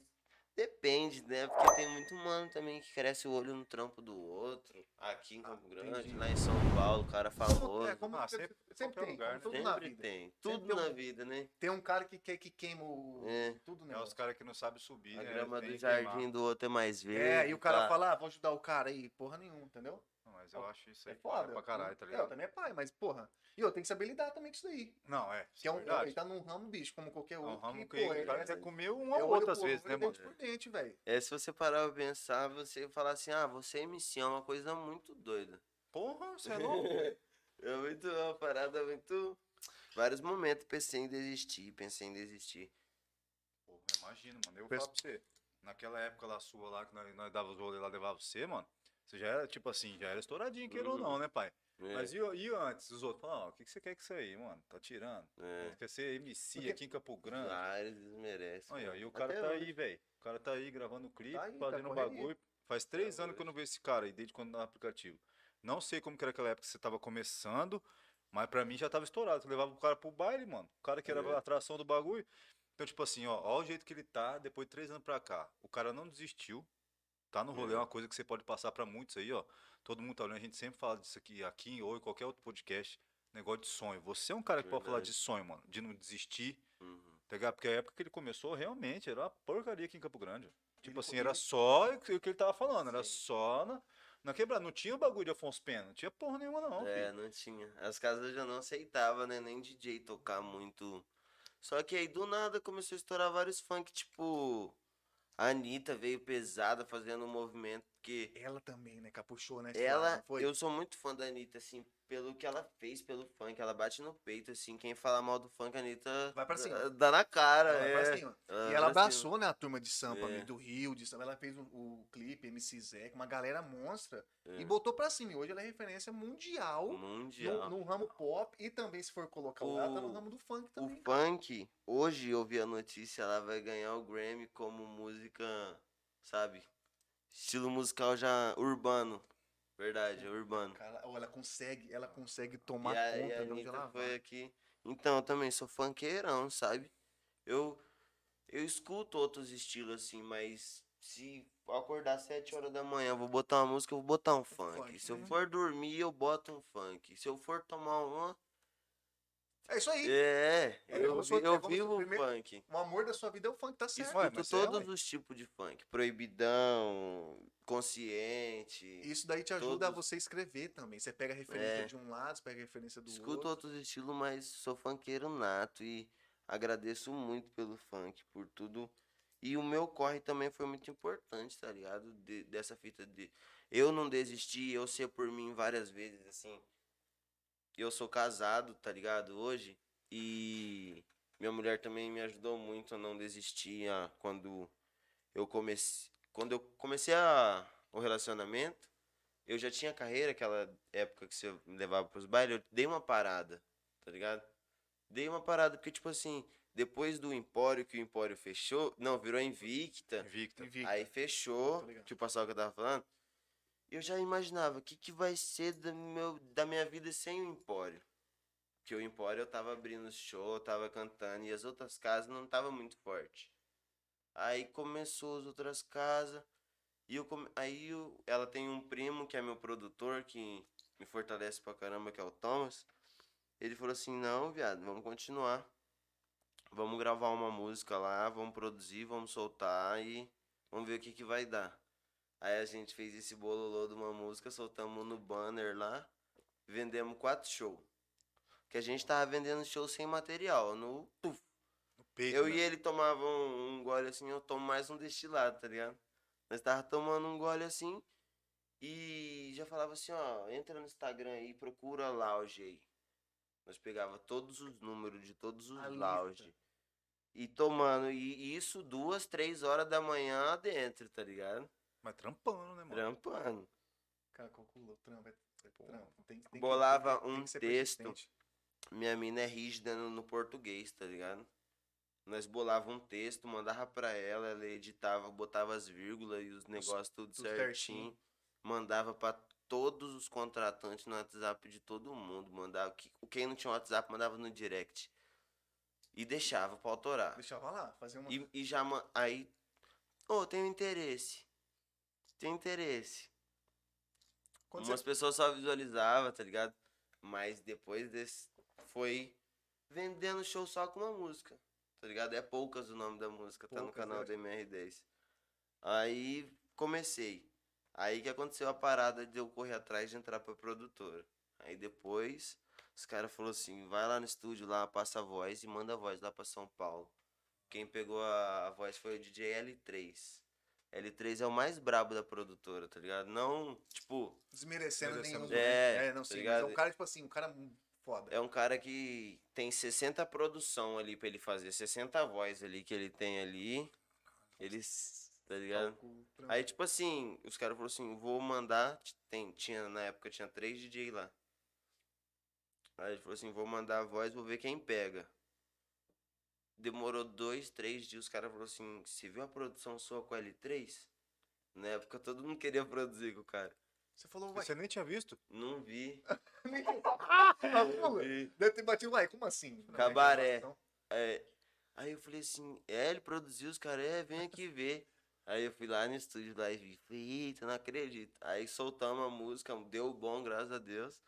Speaker 3: depende, né? Porque tem muito mano também que cresce o olho no trampo do outro. Aqui em
Speaker 2: Ah,
Speaker 3: Campo Grande,
Speaker 2: entendi.
Speaker 3: lá em São Paulo, o cara falou.
Speaker 2: é, como
Speaker 1: Ah,
Speaker 2: sempre,
Speaker 1: sempre-
Speaker 2: sempre
Speaker 1: qualquer
Speaker 2: tem,
Speaker 1: lugar,
Speaker 2: como
Speaker 1: né?
Speaker 2: tudo na
Speaker 3: Sempre
Speaker 2: vida.
Speaker 3: tem. Tudo
Speaker 2: tem um-
Speaker 3: na vida, né?
Speaker 2: Tem um cara que, quer que queima o.
Speaker 3: É.
Speaker 2: Tudo, né?
Speaker 1: É os caras que não sabem subir,
Speaker 3: A
Speaker 1: né?
Speaker 3: grama
Speaker 1: tem
Speaker 3: do
Speaker 1: que queimar.
Speaker 3: jardim do outro é mais
Speaker 2: É,
Speaker 3: verde.
Speaker 2: e o cara
Speaker 1: tá.
Speaker 3: pá.
Speaker 2: fala, ah, vou ajudar o cara aí, porra nenhuma, entendeu?
Speaker 1: Não, mas eu acho isso
Speaker 2: É
Speaker 1: aí foda
Speaker 2: foda.
Speaker 1: pra caralho, tá
Speaker 2: É,
Speaker 1: ligado?
Speaker 2: eu também é pai, mas porra. E eu tenho que saber lidar também com isso daí.
Speaker 1: Não, é.
Speaker 2: Que é um,
Speaker 1: verdade.
Speaker 2: ele tá num ramo, bicho, como qualquer
Speaker 1: É um
Speaker 2: outro.
Speaker 1: ramo que
Speaker 2: pô,
Speaker 1: o
Speaker 2: ele
Speaker 1: cara
Speaker 2: é-
Speaker 1: até comeu
Speaker 2: é
Speaker 1: uma ou
Speaker 2: olho
Speaker 1: outra
Speaker 2: por
Speaker 1: vez,
Speaker 2: olho,
Speaker 1: né, mano?
Speaker 2: dente por dente, velho.
Speaker 3: É, se você parar pra pensar, você falar assim, ah, você é MC é uma coisa muito doida.
Speaker 1: Porra, você é
Speaker 2: Tá
Speaker 1: louco?
Speaker 3: É muito é uma parada muito. Vários momentos pensei em desistir, pensei em desistir.
Speaker 1: Porra, imagina, mano. Eu
Speaker 2: Pes-
Speaker 1: falo pra você. Naquela época lá sua lá, que nós, nós dava os rolês lá, levava você, mano. Você já era, tipo assim, já era estouradinho, queira ou
Speaker 3: Uhum.
Speaker 1: não, né, pai?
Speaker 3: É,
Speaker 1: Mas e, o- e antes? Os outros falavam, ó, o que, que você quer que isso aí, mano? Tá tirando.
Speaker 3: é. Ah,
Speaker 1: Quer ser MC
Speaker 2: Porque-
Speaker 1: aqui em Campo Grande.
Speaker 3: Vários desmerecem.
Speaker 1: Aí, ó,
Speaker 3: mano.
Speaker 1: e o cara
Speaker 3: Até
Speaker 1: tá
Speaker 3: hoje.
Speaker 1: aí, velho. O cara tá aí gravando clipe,
Speaker 2: Tá aí, tá
Speaker 1: fazendo um
Speaker 2: correria. Tá
Speaker 1: bagulho. Faz três anos que eu
Speaker 3: hoje.
Speaker 1: não vejo esse cara aí, desde quando no aplicativo. Não sei como que era aquela época que você tava começando, mas pra mim já tava estourado. Você levava o cara pro baile, mano. O cara que era
Speaker 3: É.
Speaker 1: a atração do bagulho. Então, tipo assim, ó, ó o jeito que ele tá depois de três anos pra cá. O cara não desistiu. Tá no rolê, é
Speaker 3: Uhum.
Speaker 1: uma coisa que você pode passar pra muitos aí, ó. Todo mundo tá olhando, a gente sempre fala disso aqui, aqui ou em qualquer outro podcast. Negócio de sonho. Você é um cara que pode falar
Speaker 3: Verdade.
Speaker 1: de sonho, mano. De não desistir.
Speaker 3: Uhum.
Speaker 1: Tá ligado? Porque a época que ele começou, realmente, era uma porcaria aqui em Campo Grande. Tipo
Speaker 2: Ele-
Speaker 1: assim,
Speaker 2: ele-
Speaker 1: era só o que o que ele tava falando, era
Speaker 3: Sim.
Speaker 1: só na, na quebrada. Não tinha o bagulho de Afonso Pena, não tinha porra nenhuma, não.
Speaker 3: É,
Speaker 1: filho.
Speaker 3: não tinha. As casas já não aceitavam, né? Nem DJ tocar muito. Só que aí do nada começou a estourar vários funk, tipo. A Anitta veio pesada fazendo um movimento porque
Speaker 2: Ela também, né, cara, puxou, né? esse lado,
Speaker 3: ela,
Speaker 2: não foi?
Speaker 3: eu sou muito fã da Anitta assim, pelo que ela fez pelo funk, ela bate no peito assim, quem fala mal do funk a Anitta
Speaker 2: Vai pra cima.
Speaker 3: dá- dá na cara,
Speaker 2: Ela
Speaker 3: é.
Speaker 2: vai
Speaker 1: assim,
Speaker 2: pra cima.
Speaker 3: Ah,
Speaker 2: E ela
Speaker 3: pra
Speaker 2: abraçou, né, a turma de Sampa,
Speaker 3: É.
Speaker 2: ali, do Rio, de Sampa. Ela fez o, o clipe MC Zé, com uma galera monstra,
Speaker 3: cima.
Speaker 2: e
Speaker 3: É.
Speaker 2: botou pra cima. E hoje ela é referência mundial, no-
Speaker 3: Mundial.
Speaker 2: No, ramo pop, e também, se for colocar o lado, tá no
Speaker 3: O-
Speaker 2: ramo do funk
Speaker 3: O
Speaker 2: também.
Speaker 3: funk, hoje eu vi a notícia, ela vai ganhar o Grammy como música, sabe? Estilo musical já urbano. Verdade, é urbano.
Speaker 2: Cara, ou ela consegue, ela consegue
Speaker 3: E
Speaker 2: tomar
Speaker 3: a, e a
Speaker 2: conta de onde
Speaker 3: Anitta
Speaker 2: ela
Speaker 3: foi
Speaker 2: vai.
Speaker 3: aqui. Então, eu também sou funkeirão, sabe? Eu, eu escuto outros estilos assim, mas se eu acordar sete horas da manhã, eu vou botar uma música, eu vou botar um funk.
Speaker 2: funk,
Speaker 3: se eu
Speaker 2: né?
Speaker 3: for dormir, eu boto um funk. Se eu for tomar uma.
Speaker 2: É isso aí.
Speaker 3: É,
Speaker 2: É
Speaker 3: eu,
Speaker 2: como se fosse-
Speaker 3: vi- eu
Speaker 2: é como se
Speaker 3: vivo o
Speaker 2: primeiro-
Speaker 3: funk.
Speaker 2: O amor da sua vida é o funk, tá certo.
Speaker 1: Ué,
Speaker 3: Escuto
Speaker 1: mas é,
Speaker 3: todos
Speaker 1: ué.
Speaker 3: os tipos de funk. Proibidão, consciente.
Speaker 2: Isso daí te ajuda a
Speaker 3: Todos.
Speaker 2: você escrever também. Você pega a referência
Speaker 3: É.
Speaker 2: de um lado, você pega a referência do
Speaker 3: Escuto
Speaker 2: outro.
Speaker 3: outros estilos, mas sou funkeiro nato e agradeço muito pelo funk, por tudo. E o meu corre também foi muito importante, tá ligado? De- dessa fita de. Eu não desisti, eu sei por mim várias vezes, assim. Eu sou casado, tá ligado? Hoje. E minha mulher também me ajudou muito a não desistir a- quando eu comecei. Quando eu comecei a, o relacionamento, eu já tinha carreira, aquela época que você me levava pros bailes, eu dei uma parada, tá ligado? Dei uma parada, porque, tipo assim, depois do Empório, que o Empório fechou, não, virou Invicta,
Speaker 1: Invicta.
Speaker 2: Invicta.
Speaker 3: aí fechou,
Speaker 2: Tô ligado.
Speaker 3: tipo a Sal que eu tava falando, eu já imaginava, o que que vai ser do meu, da minha vida sem o Empório? Porque o Empório eu tava abrindo show, eu tava cantando, e as outras casas não tava muito forte. Aí começou as outras casas, e eu come... aí eu- ela tem um primo que é meu produtor, que me fortalece pra caramba, que é o Thomas. Ele falou assim, não, viado, vamos continuar. Vamos gravar uma música lá, vamos produzir, vamos soltar e vamos ver o que que vai dar. Aí a gente fez esse bololô de uma música, soltamos no banner lá, vendemos quatro shows. Que a gente tava vendendo show sem material, no tuf.
Speaker 1: No peito,
Speaker 3: Eu
Speaker 1: né?
Speaker 3: e ele tomavam um, um gole assim, eu tomo mais um destilado, tá ligado? Nós tava tomando um gole assim e já falava assim, ó, entra no Instagram aí, procura lounge aí. Nós pegava todos os números de todos os
Speaker 2: A lista.
Speaker 3: lounge. E tomando, e isso duas, três horas da manhã dentro, tá ligado?
Speaker 1: Mas trampando, né, mano?
Speaker 3: Trampando.
Speaker 2: Cara, calculou. Trampa, é
Speaker 1: Pô.
Speaker 2: trampa. Tem, tem
Speaker 3: Bolava
Speaker 2: que, tem,
Speaker 3: um
Speaker 2: que ser
Speaker 3: texto.
Speaker 2: persistente.
Speaker 3: minha mina é rígida no, no português, tá ligado? Nós bolava um texto, mandava pra ela, ela editava, botava as vírgulas e os negócios tudo
Speaker 2: tudo
Speaker 3: certinho.
Speaker 2: certinho.
Speaker 3: Mandava pra todos os contratantes no WhatsApp de todo mundo. Mandava. que- Quem não tinha WhatsApp, mandava no direct. E deixava pra autorar.
Speaker 2: Deixava lá, fazer uma.
Speaker 3: E, e já ma- aí. Ô, tenho interesse. Tenho interesse.
Speaker 2: Quando
Speaker 3: Umas
Speaker 2: você...
Speaker 3: pessoas só visualizavam, tá ligado? Mas depois desse. Foi vendendo show só com uma música. Tá ligado? É poucas o nome da música, tá no
Speaker 2: Poucas,
Speaker 3: canal
Speaker 2: né?
Speaker 3: do MR10. Aí comecei. Aí que aconteceu a parada de eu correr atrás de entrar pra produtora. Aí depois os caras falaram assim: vai lá no estúdio lá, passa a voz e manda a voz lá pra São Paulo. Quem pegou a, a voz foi o DJ L3. L3 é o mais brabo da produtora, tá ligado? Não, tipo,
Speaker 2: Desmerecendo nenhum.
Speaker 1: Desmerecendo
Speaker 3: é,
Speaker 2: né? não
Speaker 3: tá
Speaker 2: sei. Mas é
Speaker 3: ligado?
Speaker 2: um cara, tipo assim, um cara foda.
Speaker 3: é um cara que tem 60 produção ali pra ele fazer, 60 voz ali que ele tem ali. Eles, tá ligado?
Speaker 2: Calculo, trampa.
Speaker 3: Aí, tipo assim, os caras falaram assim, vou mandar. Tem, tinha, na época tinha três DJ lá. Aí ele falou assim, vou mandar a voz, vou ver quem pega. Demorou dois, três dias, os caras falaram assim, você viu a produção sua com a L3? Na época todo mundo queria produzir com o cara.
Speaker 2: Você falou, vai.
Speaker 1: Você nem tinha visto?
Speaker 3: Não vi.
Speaker 2: Calcula.
Speaker 3: vi.
Speaker 2: é Deve ter batido, ué, como assim?
Speaker 3: Cabaré.
Speaker 2: Não,
Speaker 3: É, Aí eu falei assim, é, ele produziu os caras, é, vem aqui ver. Aí eu fui lá no estúdio lá e vi, falei, eita, não acredito. Aí soltamos a música, deu bom, graças a Deus.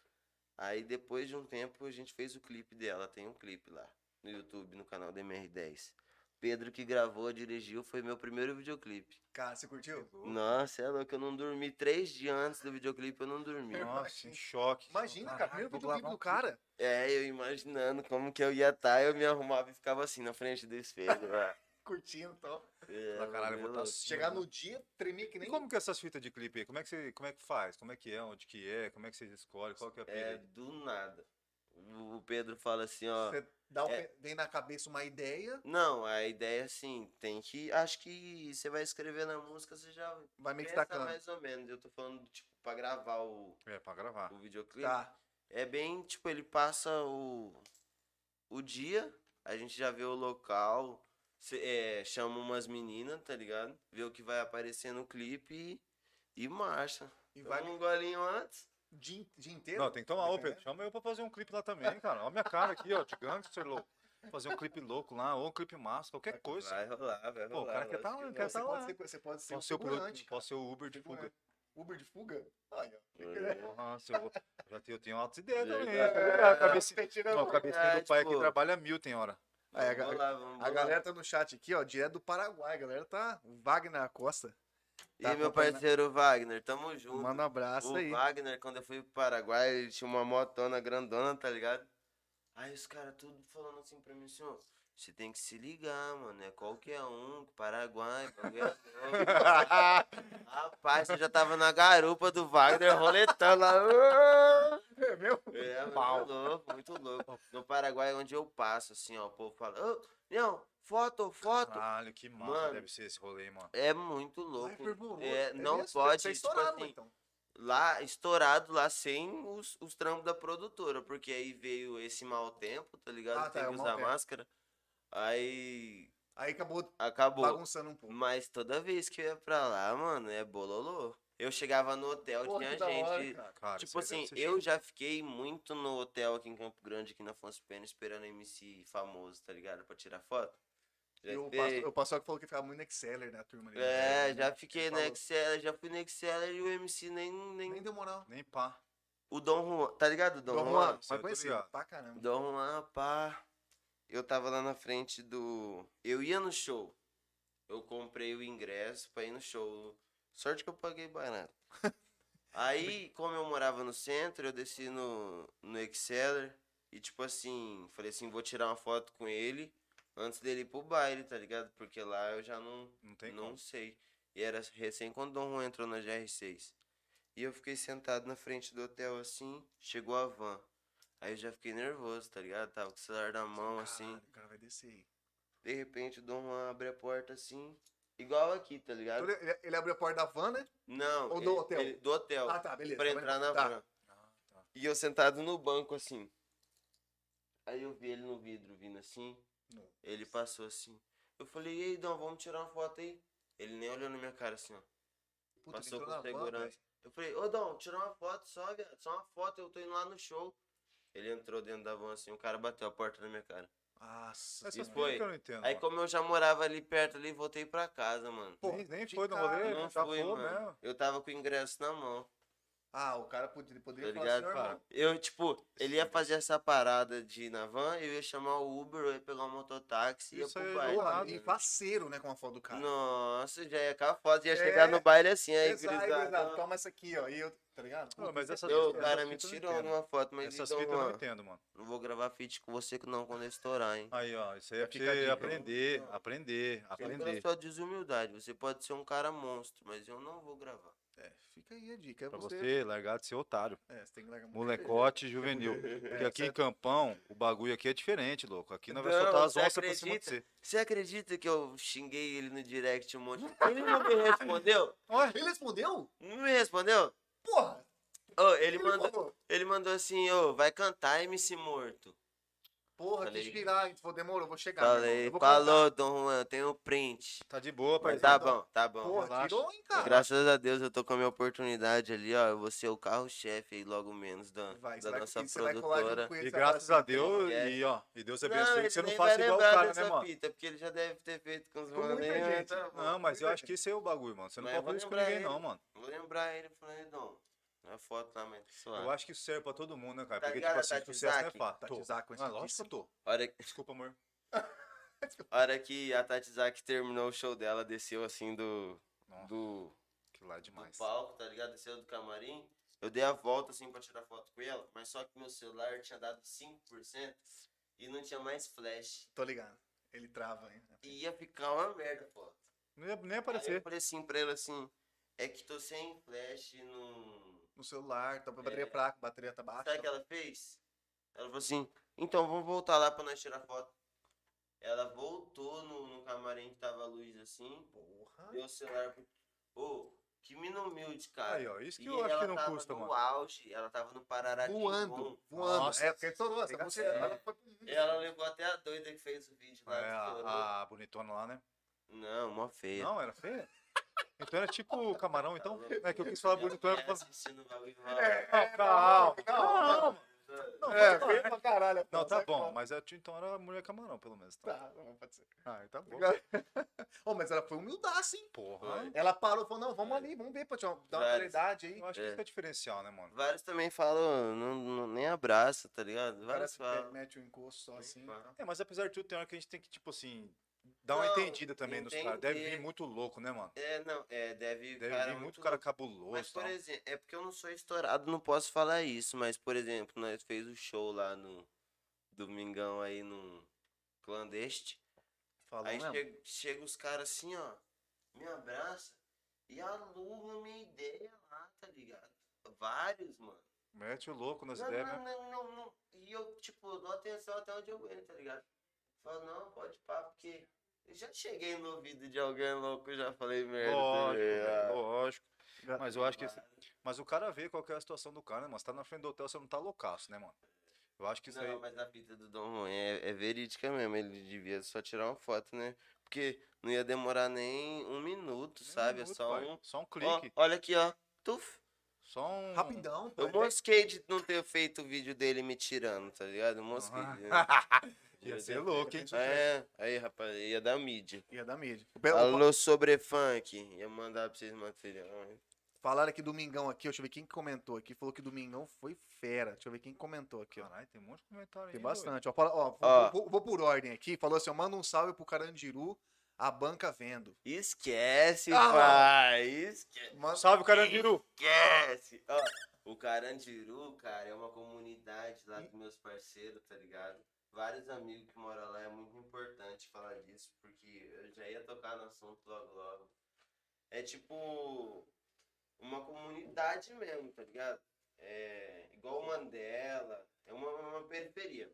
Speaker 3: Aí depois de um tempo a gente fez o clipe dela, tem um clipe lá no YouTube, no canal do MR10. Pedro que gravou, dirigiu, foi meu primeiro videoclipe.
Speaker 2: Cara, você curtiu?
Speaker 3: Nossa, é louco, eu não dormi três dias antes do videoclipe, eu não dormi.
Speaker 1: Nossa, em choque.
Speaker 2: Imagina, cara,
Speaker 1: Caraca,
Speaker 2: primeiro
Speaker 1: vou
Speaker 2: videoclipe
Speaker 1: gravar
Speaker 2: do
Speaker 1: um
Speaker 2: cara.
Speaker 3: É, eu imaginando como que eu ia estar, eu me arrumava e ficava assim na frente do espelho. lá.
Speaker 2: Curtindo e tal.
Speaker 3: É,
Speaker 1: Pra caralho, eu vou
Speaker 3: meu
Speaker 1: tá
Speaker 3: louco.
Speaker 1: assim,
Speaker 2: Chegar
Speaker 1: mano.
Speaker 2: no dia, tremer que
Speaker 1: E
Speaker 2: nem.
Speaker 1: como que é essas fitas de clipe aí? Como é que você, como é que faz? Como é que é? Onde que é? Como é que vocês escolhem? Qual que é a
Speaker 3: É,
Speaker 1: pira?
Speaker 3: do nada. O o Pedro fala assim, ó.
Speaker 2: Você dá o
Speaker 3: É.
Speaker 2: pe- vem na cabeça uma ideia,
Speaker 3: Não, a ideia é assim, tem que. Acho que você vai escrever na música, você já
Speaker 2: vai meio que
Speaker 3: pensa
Speaker 2: tacando.
Speaker 3: mais ou menos. Eu tô falando, tipo, pra gravar o,
Speaker 1: É, pra gravar.
Speaker 3: o videoclipe.
Speaker 2: Tá.
Speaker 3: É bem, tipo, ele passa o, o dia, a gente já vê o local, cê- é, chama umas meninas, tá ligado? Vê o que vai aparecer no clipe e, e marcha.
Speaker 2: E vai
Speaker 3: Vai um golinho antes.
Speaker 2: o dia, dia inteiro.
Speaker 1: Não, tem que tomar, ô
Speaker 2: Dependendo.
Speaker 1: Pedro, chama eu pra fazer um clipe lá também, cara. Olha a minha cara aqui, ó, de gangster louco. Fazer um clipe louco lá, ou um clipe massa, qualquer coisa.
Speaker 3: Vai rolar, vai rolar.
Speaker 1: Pô, o cara quer
Speaker 3: lógico
Speaker 1: tá-
Speaker 3: que
Speaker 1: quer
Speaker 3: vai.
Speaker 2: Você
Speaker 1: tá
Speaker 2: pode
Speaker 1: lá.
Speaker 2: ser, você pode ser um
Speaker 1: Posso ser, o
Speaker 2: figurante,
Speaker 1: piloto, posso ser o Uber de
Speaker 2: Figurante.
Speaker 1: fuga.
Speaker 2: Uber de fuga? Aí, ó.
Speaker 1: Nossa, eu, vou- já tenho, eu tenho altas ideias também. né? É,
Speaker 3: Verdade.
Speaker 1: A cabecinha,
Speaker 2: Você tira
Speaker 1: não, a
Speaker 2: um.
Speaker 1: cabecinha do pai aqui
Speaker 3: pô.
Speaker 1: trabalha mil, tem hora.
Speaker 2: Aí, a
Speaker 3: Vamos
Speaker 2: ga-
Speaker 3: lá, vamos
Speaker 2: A
Speaker 3: lá.
Speaker 2: galera tá no chat aqui, ó, direto do Paraguai. A galera tá. O Wagner Costa.
Speaker 3: E
Speaker 2: tá
Speaker 3: meu
Speaker 2: acompanhando.
Speaker 3: parceiro Wagner, tamo junto.
Speaker 2: Manda um abraço
Speaker 3: o
Speaker 2: aí.
Speaker 3: Wagner, quando eu fui pro Paraguai, ele tinha uma motona grandona, tá ligado? Aí os caras tudo falando assim pra mim, senhor, você tem que se ligar, mano, é qualquer um, Paraguai, bagulho é louco." Rapaz, eu já tava na garupa do Wagner roletando lá. Uh!
Speaker 2: É mesmo?
Speaker 3: É,
Speaker 1: Pau.
Speaker 3: muito louco, muito louco. No Paraguai, é onde eu passo, assim, ó, o povo fala, ô, não, foto,
Speaker 2: Ah.
Speaker 3: foto.
Speaker 1: Caralho, que massa
Speaker 3: Mano.
Speaker 1: deve ser esse rolê, mano.
Speaker 3: É muito louco.
Speaker 2: fervoroso.
Speaker 3: É, não
Speaker 2: mesmo?
Speaker 3: pode,
Speaker 2: Você é
Speaker 3: tipo
Speaker 2: estourado,
Speaker 3: assim,
Speaker 2: então.
Speaker 3: lá estourado lá sem os, os trampos da produtora, porque aí veio esse mau tempo, tá ligado?
Speaker 2: Ah, tá,
Speaker 3: Tem
Speaker 2: é o
Speaker 3: que
Speaker 2: mau
Speaker 3: usar
Speaker 2: tempo.
Speaker 3: máscara. Aí
Speaker 2: Aí acabou
Speaker 3: acabou.
Speaker 2: bagunçando um pouco.
Speaker 3: Mas toda vez que eu ia pra lá, mano, é bololô. Eu chegava no hotel,
Speaker 2: Pô,
Speaker 3: tinha
Speaker 2: que da hora,
Speaker 3: gente.
Speaker 2: cara.
Speaker 1: Cara, isso
Speaker 3: tipo
Speaker 1: aí
Speaker 3: assim,
Speaker 1: deve ser
Speaker 3: eu
Speaker 1: show.
Speaker 3: já fiquei muito no hotel aqui em Campo Grande, aqui na Afonso Pena, esperando MC famoso, tá ligado? Pra tirar foto. Já
Speaker 2: E o
Speaker 3: fiquei.
Speaker 2: passo- o pastor que falou que ficava muito na Exceler da turma. ali, né?
Speaker 3: É, já fiquei
Speaker 2: Ele
Speaker 3: na
Speaker 2: falou.
Speaker 3: Excel, já fui na Excel e o MC nem. nem...
Speaker 2: Nem deu moral.
Speaker 1: Nem pá.
Speaker 3: O Dom Juan, tá ligado? o Dom,
Speaker 2: Dom
Speaker 3: Juan?
Speaker 2: Juan,
Speaker 1: isso eu
Speaker 2: vai
Speaker 1: tô
Speaker 2: conhecer.
Speaker 1: ligado.
Speaker 2: Pra caramba.
Speaker 3: Dom Juan, pá. Eu tava lá na frente do. Eu ia no show. Eu comprei o ingresso pra ir no show. Sorte que eu paguei barato. Aí, como eu morava no centro, eu desci no, no Exceler e, tipo assim, falei assim: vou tirar uma foto com ele antes dele ir pro baile, tá ligado? Porque lá eu já não.
Speaker 1: Não tem
Speaker 3: Não
Speaker 1: como.
Speaker 3: sei. E era recém quando o Dom Juan entrou na GR6. E eu fiquei sentado na frente do hotel assim, chegou a van. Aí eu já fiquei nervoso, tá ligado? Tava com o celular na mão, assim.
Speaker 2: Caralho, O é um cara vai descer aí.
Speaker 3: De repente o Dom Juan abre a porta assim. Igual aqui, tá ligado?
Speaker 2: Então, ele, ele abriu a porta da van, né?
Speaker 3: Não.
Speaker 2: Ou do
Speaker 3: ele-
Speaker 2: hotel?
Speaker 3: ele- do hotel.
Speaker 2: Ah, tá, beleza.
Speaker 3: Então, pra entrar na
Speaker 2: tá.
Speaker 3: van.
Speaker 1: Ah, tá.
Speaker 3: E eu sentado no banco assim. Aí eu vi ele no vidro vindo assim.
Speaker 2: Nossa.
Speaker 3: Ele passou assim. Eu falei, ei, Dom, vamos tirar uma foto aí. Ele nem olhou na minha cara assim, ó.
Speaker 2: Puta, ele
Speaker 3: Passou
Speaker 2: entrou
Speaker 3: com
Speaker 2: na van,
Speaker 3: segurança.
Speaker 2: velho.
Speaker 3: Eu falei, ô Dom, tira uma foto só, viado. Só uma foto, eu tô indo lá no show. Ele entrou dentro da van assim, o cara bateu a porta na minha cara.
Speaker 2: Nossa.
Speaker 1: Essas
Speaker 2: senhora.
Speaker 3: Isso foi.
Speaker 1: coisas que eu não entendo.
Speaker 3: Aí
Speaker 1: mano.
Speaker 3: como eu já morava ali perto ali, voltei pra casa, mano.
Speaker 2: Pô,
Speaker 1: nem, nem
Speaker 2: de
Speaker 1: foi no
Speaker 2: cara,
Speaker 1: rolê,
Speaker 3: Não
Speaker 1: já foi,
Speaker 3: fui,
Speaker 1: né?
Speaker 3: mano. Eu tava com o ingresso na mão,
Speaker 2: Ah, o cara poderia,
Speaker 3: tá
Speaker 2: poderia falar
Speaker 3: ligado?
Speaker 2: assim, meu irmão.
Speaker 3: Eu, tipo, ele ia fazer essa parada de ir na van, eu ia chamar o Uber, eu ia pegar um mototáxi e ia
Speaker 1: Isso aí,
Speaker 3: pro
Speaker 1: do
Speaker 3: baile.
Speaker 1: lado.
Speaker 2: Porra, e faceiro, né, com a foto do cara.
Speaker 3: Nossa, já ia com a foto, ia
Speaker 2: É,
Speaker 3: chegar no baile assim, aí
Speaker 2: Exato, exato.
Speaker 3: grisado.
Speaker 2: Toma essa aqui, ó. E eu, tá ligado?
Speaker 1: Não, mas essas,
Speaker 3: O
Speaker 1: Então, essas
Speaker 3: cara me
Speaker 1: fitas eu não
Speaker 3: tirou
Speaker 1: entendo.
Speaker 3: numa foto, mas
Speaker 1: Essas
Speaker 3: então,
Speaker 1: fitas eu não
Speaker 3: mano,
Speaker 1: entendo, mano.
Speaker 3: Não vou gravar feat com você que não quando eu estourar, hein?
Speaker 1: Aí, ó, isso aí é pra
Speaker 2: Fica a
Speaker 1: você
Speaker 2: dica.
Speaker 1: aprender, aprender,
Speaker 3: Só pela
Speaker 1: aprender.
Speaker 3: sua desumildade. Você pode ser um cara monstro, mas eu não vou gravar.
Speaker 2: É, fica aí a dica. É
Speaker 1: Pra
Speaker 2: você...
Speaker 1: você largar de ser otário.
Speaker 2: É, você tem que largar a mão.
Speaker 1: Molecote juvenil. Porque aqui em Campão, o bagulho aqui é diferente, louco. Aqui não vai
Speaker 3: Não,
Speaker 1: soltar as
Speaker 3: você
Speaker 1: onças pra cima de
Speaker 3: acredita?
Speaker 1: você.
Speaker 3: Você acredita que eu xinguei ele no direct um monte? Ele não me respondeu?
Speaker 2: Ele respondeu?
Speaker 3: Não me respondeu?
Speaker 2: Porra!
Speaker 3: Ô, ele,
Speaker 2: ele
Speaker 3: mandou,
Speaker 2: falou.
Speaker 3: ele mandou assim, ô, vai cantar MC Morto.
Speaker 2: Porra,
Speaker 3: Falei.
Speaker 2: deixa eu virar, vou demorou, vou chegar. meu irmão.
Speaker 3: Falei,
Speaker 2: Tá, Eu vou
Speaker 3: falou, Dom Juan, eu tenho o print.
Speaker 1: Tá de boa, parceiro.
Speaker 3: Mas tá bom, tá bom.
Speaker 2: cantar. então. Porra,
Speaker 1: relaxa.
Speaker 2: tirou, hein, cara?
Speaker 3: Graças a Deus eu tô com a minha oportunidade ali, ó. Eu vou ser o carro-chefe aí logo menos da,
Speaker 2: Vai, você
Speaker 3: da
Speaker 2: vai,
Speaker 3: nossa
Speaker 2: você vai colar junto
Speaker 3: produtora.
Speaker 2: com ele,
Speaker 1: E
Speaker 2: você vai
Speaker 1: graças
Speaker 2: falar
Speaker 1: a
Speaker 2: assim,
Speaker 1: Deus,
Speaker 3: é.
Speaker 1: e ó, e Deus
Speaker 3: Não,
Speaker 1: abençoe
Speaker 3: ele
Speaker 1: que você não
Speaker 3: nem
Speaker 1: faça
Speaker 3: vai
Speaker 1: igual o
Speaker 3: lembrar
Speaker 1: cara, né,
Speaker 3: dessa
Speaker 1: mano?
Speaker 3: fita, porque ele já deve ter feito com os
Speaker 2: Com muita
Speaker 3: manos aí,
Speaker 2: gente. né,
Speaker 3: tá bom.
Speaker 1: né? Não, mas eu acho que esse é o bagulho, mano. Você não
Speaker 3: Mas
Speaker 1: pode
Speaker 3: vou
Speaker 1: fazer isso com
Speaker 3: lembrar
Speaker 1: ninguém,
Speaker 3: ele.
Speaker 1: não, mano.
Speaker 3: Vou lembrar ele falando, Dom, a foto lá, mas
Speaker 1: Eu
Speaker 3: suave.
Speaker 1: acho que isso serve pra todo mundo, né, cara?
Speaker 3: Tá
Speaker 1: Porque, tipo
Speaker 3: ligado,
Speaker 1: assim,
Speaker 3: Tati
Speaker 1: sucesso não é
Speaker 3: Zaki?
Speaker 1: fato.
Speaker 2: Tati
Speaker 1: Tô.
Speaker 2: Zaki,
Speaker 1: Mas lógico que eu tô.
Speaker 3: Hora, que-
Speaker 1: Desculpa, amor.
Speaker 3: hora que a Tati Zaki terminou o show dela, desceu assim do...
Speaker 1: Nossa.
Speaker 3: do
Speaker 1: Que lá é
Speaker 3: do
Speaker 1: demais.
Speaker 3: palco, tá ligado? Desceu do camarim. Eu dei a volta assim pra tirar foto com ela, mas só que meu celular tinha dado 5% e não tinha mais flash.
Speaker 2: Tô ligado. Ele trava, hein?
Speaker 3: E ia ficar uma merda, pô.
Speaker 1: Não ia nem
Speaker 3: Aí eu
Speaker 1: aparecer.
Speaker 3: falei assim pra ela assim, é que tô sem flash não.
Speaker 2: No celular, tá, bateria
Speaker 3: É.
Speaker 2: fraca, bateria tá baixa.
Speaker 3: Sabe o que ela fez? Ela falou assim, então vamos voltar lá pra nós tirar foto. Ela voltou no, no camarim que tava a luz assim,
Speaker 2: Porra.
Speaker 3: deu o celular pro. Ô, que mina humilde, cara.
Speaker 1: Aí, ó, isso que
Speaker 3: E
Speaker 1: eu acho que
Speaker 3: ela
Speaker 1: não
Speaker 3: tava
Speaker 1: custa,
Speaker 3: no
Speaker 1: mano.
Speaker 3: auge, ela tava no Pararatinga.
Speaker 2: Voando, voando.
Speaker 1: Nossa. É.
Speaker 2: É, porque estourou essa
Speaker 1: Fica
Speaker 2: música.
Speaker 3: sério.
Speaker 2: Ela foi pro mundo.
Speaker 3: Ela levou até a doida que fez o vídeo
Speaker 1: É,
Speaker 3: lá. que estourou.
Speaker 1: a, a bonitona lá, né?
Speaker 3: Não, mó feia.
Speaker 1: Não, era feia. Então era tipo o camarão, então.
Speaker 3: Tá louco.
Speaker 1: É que eu quis falar
Speaker 3: Ela
Speaker 1: bonitona.
Speaker 3: vinha
Speaker 1: pra-
Speaker 3: assistindo o bagulho e
Speaker 2: É,
Speaker 3: falava,
Speaker 1: Não, calma,
Speaker 2: não,
Speaker 1: calma. Não,
Speaker 2: É,
Speaker 1: pode falar.
Speaker 2: veio pra caralho.
Speaker 1: Não,
Speaker 2: pô,
Speaker 1: tá
Speaker 2: sai
Speaker 1: bom,
Speaker 2: fora.
Speaker 1: mas eu tinha- então era a mulher camarão, pelo menos. Então.
Speaker 2: Tá, não pode ser.
Speaker 1: Ah, tá bom.
Speaker 2: Ô, mas ela foi humildaça, hein?
Speaker 1: Porra.
Speaker 2: Ela parou e falou, não, vamos ali, vamos ver, pô, tchau, dá uma
Speaker 3: Vários.
Speaker 2: prioridade aí.
Speaker 1: Eu acho que
Speaker 3: É.
Speaker 1: isso é diferencial, né, mano?
Speaker 3: Vários também falam, não, não- nem abraça, tá ligado?
Speaker 2: Parece
Speaker 3: Vários
Speaker 2: que
Speaker 1: né?
Speaker 3: falam.
Speaker 2: mete o encosto só assim.
Speaker 3: fala.
Speaker 2: tá?
Speaker 1: É, mas apesar de tudo, tem hora que a gente tem que, tipo assim, dar uma
Speaker 3: Não,
Speaker 1: entendida também nos caras. Deve vir
Speaker 3: entender.
Speaker 1: muito louco, né, mano?
Speaker 3: É, não, é, deve.
Speaker 1: Deve
Speaker 3: cara,
Speaker 1: vir muito
Speaker 3: louco.
Speaker 1: cara cabuloso.
Speaker 3: Mas, por
Speaker 1: tal.
Speaker 3: exemplo, é porque eu não sou estourado, não posso falar isso, mas, por exemplo, nós fez o show lá no Domingão aí no Clandeste.
Speaker 2: Falou
Speaker 3: Aí
Speaker 2: mesmo.
Speaker 3: chega, chega os caras assim, ó, me abraça e aluga minha ideia lá, tá ligado? Vários, mano.
Speaker 1: Mete o louco nas
Speaker 3: Não,
Speaker 1: ideias,
Speaker 3: não,
Speaker 1: né?
Speaker 3: não, não, não. E eu, tipo, eu dou atenção até onde eu aguento, tá ligado? Falo, não, pode pá, porque eu já cheguei no ouvido de alguém louco, eu já falei merda. tá
Speaker 1: Lógico,
Speaker 3: também,
Speaker 1: velho,
Speaker 3: ah.
Speaker 1: lógico.
Speaker 2: Já-
Speaker 1: Mas eu acho que.
Speaker 3: Mas-
Speaker 1: Mas o cara vê qual que é a situação do cara, né, mano? Você tá na frente do hotel, você não tá loucaço, né, mano? Eu acho que isso
Speaker 3: não,
Speaker 1: aí.
Speaker 3: mas a fita do Dom Juan é, é verídica mesmo. Ele devia só tirar uma foto, né? Porque não ia demorar nem um minuto,
Speaker 1: Nem um
Speaker 3: sabe?
Speaker 1: minuto,
Speaker 3: é só
Speaker 1: pai.
Speaker 3: um.
Speaker 1: Só um
Speaker 3: Ó,
Speaker 1: clique.
Speaker 3: olha aqui, ó. Tuf.
Speaker 1: Só um.
Speaker 2: Rapidão, pô.
Speaker 3: hum, Eu mosquei de não ter feito o vídeo dele me tirando, tá ligado? Eu mosquei.
Speaker 1: Ah.
Speaker 3: né?
Speaker 1: Ia ser louco, hein?
Speaker 3: É, aí, rapaz, ia dar mídia.
Speaker 2: Ia dar é mídia. O
Speaker 1: É,
Speaker 2: Bel-
Speaker 3: Alô, sobre funk. Ia mandar pra vocês material.
Speaker 2: Falaram aqui Domingão aqui, deixa eu ver quem que comentou aqui. Falou que Domingão foi fera. Deixa eu ver quem comentou aqui, ó.
Speaker 1: Caralho, tem um monte de comentário aí.
Speaker 2: Tem
Speaker 1: hein,
Speaker 2: bastante. Ó, fala- ó, vou-
Speaker 3: Ó.
Speaker 2: Vou, vou por ordem aqui. Falou assim: ó, manda um salve pro Carandiru, a banca vendo.
Speaker 3: Esquece,
Speaker 2: Ah.
Speaker 3: pai. Esquece.
Speaker 1: doido?
Speaker 2: Manda-
Speaker 1: Salve, Carandiru!
Speaker 3: Esquece! Ó, o Carandiru, cara, é uma comunidade lá dos meus parceiros, tá ligado? Vários amigos que moram lá, é muito importante falar disso, porque eu já ia tocar no assunto logo logo. É tipo uma comunidade mesmo, tá ligado? É igual Mandela, é uma, uma periferia.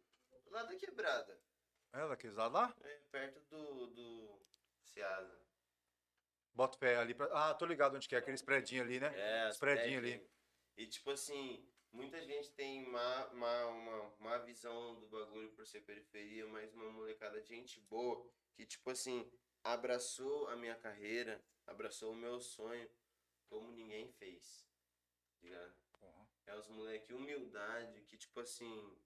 Speaker 3: Lá da quebrada,
Speaker 1: É, daqueles lá, lá?
Speaker 3: é perto do, do Ceasa.
Speaker 1: Bota o pé ali pra. Ah, tô ligado onde que é, aqueles predinhos ali, né?
Speaker 3: É,
Speaker 1: Os predinhos
Speaker 3: tech.
Speaker 1: ali.
Speaker 3: E tipo assim, muita gente tem má, má, uma, má visão do bagulho por ser periferia, mas uma molecada de gente boa que, tipo assim, abraçou a minha carreira, abraçou o meu sonho como ninguém fez. tá Ligado?
Speaker 1: Porra.
Speaker 3: É os moleque humildade que, tipo assim,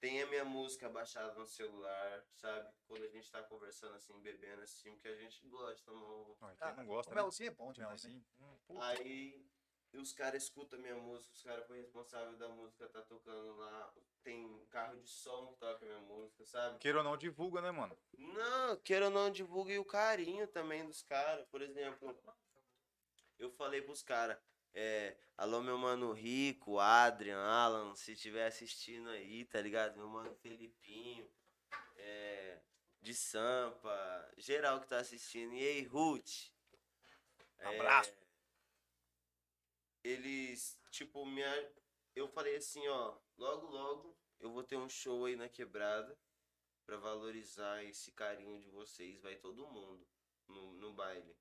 Speaker 3: tem a minha música baixada no celular, sabe? Quando a gente tá conversando assim, bebendo assim, que a gente gosta de tomar um
Speaker 1: Ah, quem não gosta,
Speaker 2: o
Speaker 1: né?
Speaker 2: melzinho é bom demais. Melzinho.
Speaker 1: Melzinho. Hum, puta.
Speaker 3: Aí os caras escutam minha música, os caras foi responsável da música, tá tocando lá. Tem carro de som que toca minha música, sabe?
Speaker 1: Queira ou não, divulga, né, mano?
Speaker 3: Não, queira ou não, divulgue o carinho também dos caras. Por exemplo, eu falei pros caras, é, alô meu mano Rico, Adrian, Alan, se estiver assistindo aí, tá ligado? Meu mano Felipinho, é, de Sampa, geral que tá assistindo. E aí, Ruth? É,
Speaker 2: Abraço.
Speaker 3: eles, tipo, me, a- eu falei assim, ó, logo, logo eu vou ter um show aí na quebrada pra valorizar esse carinho de vocês, vai todo mundo no, no baile,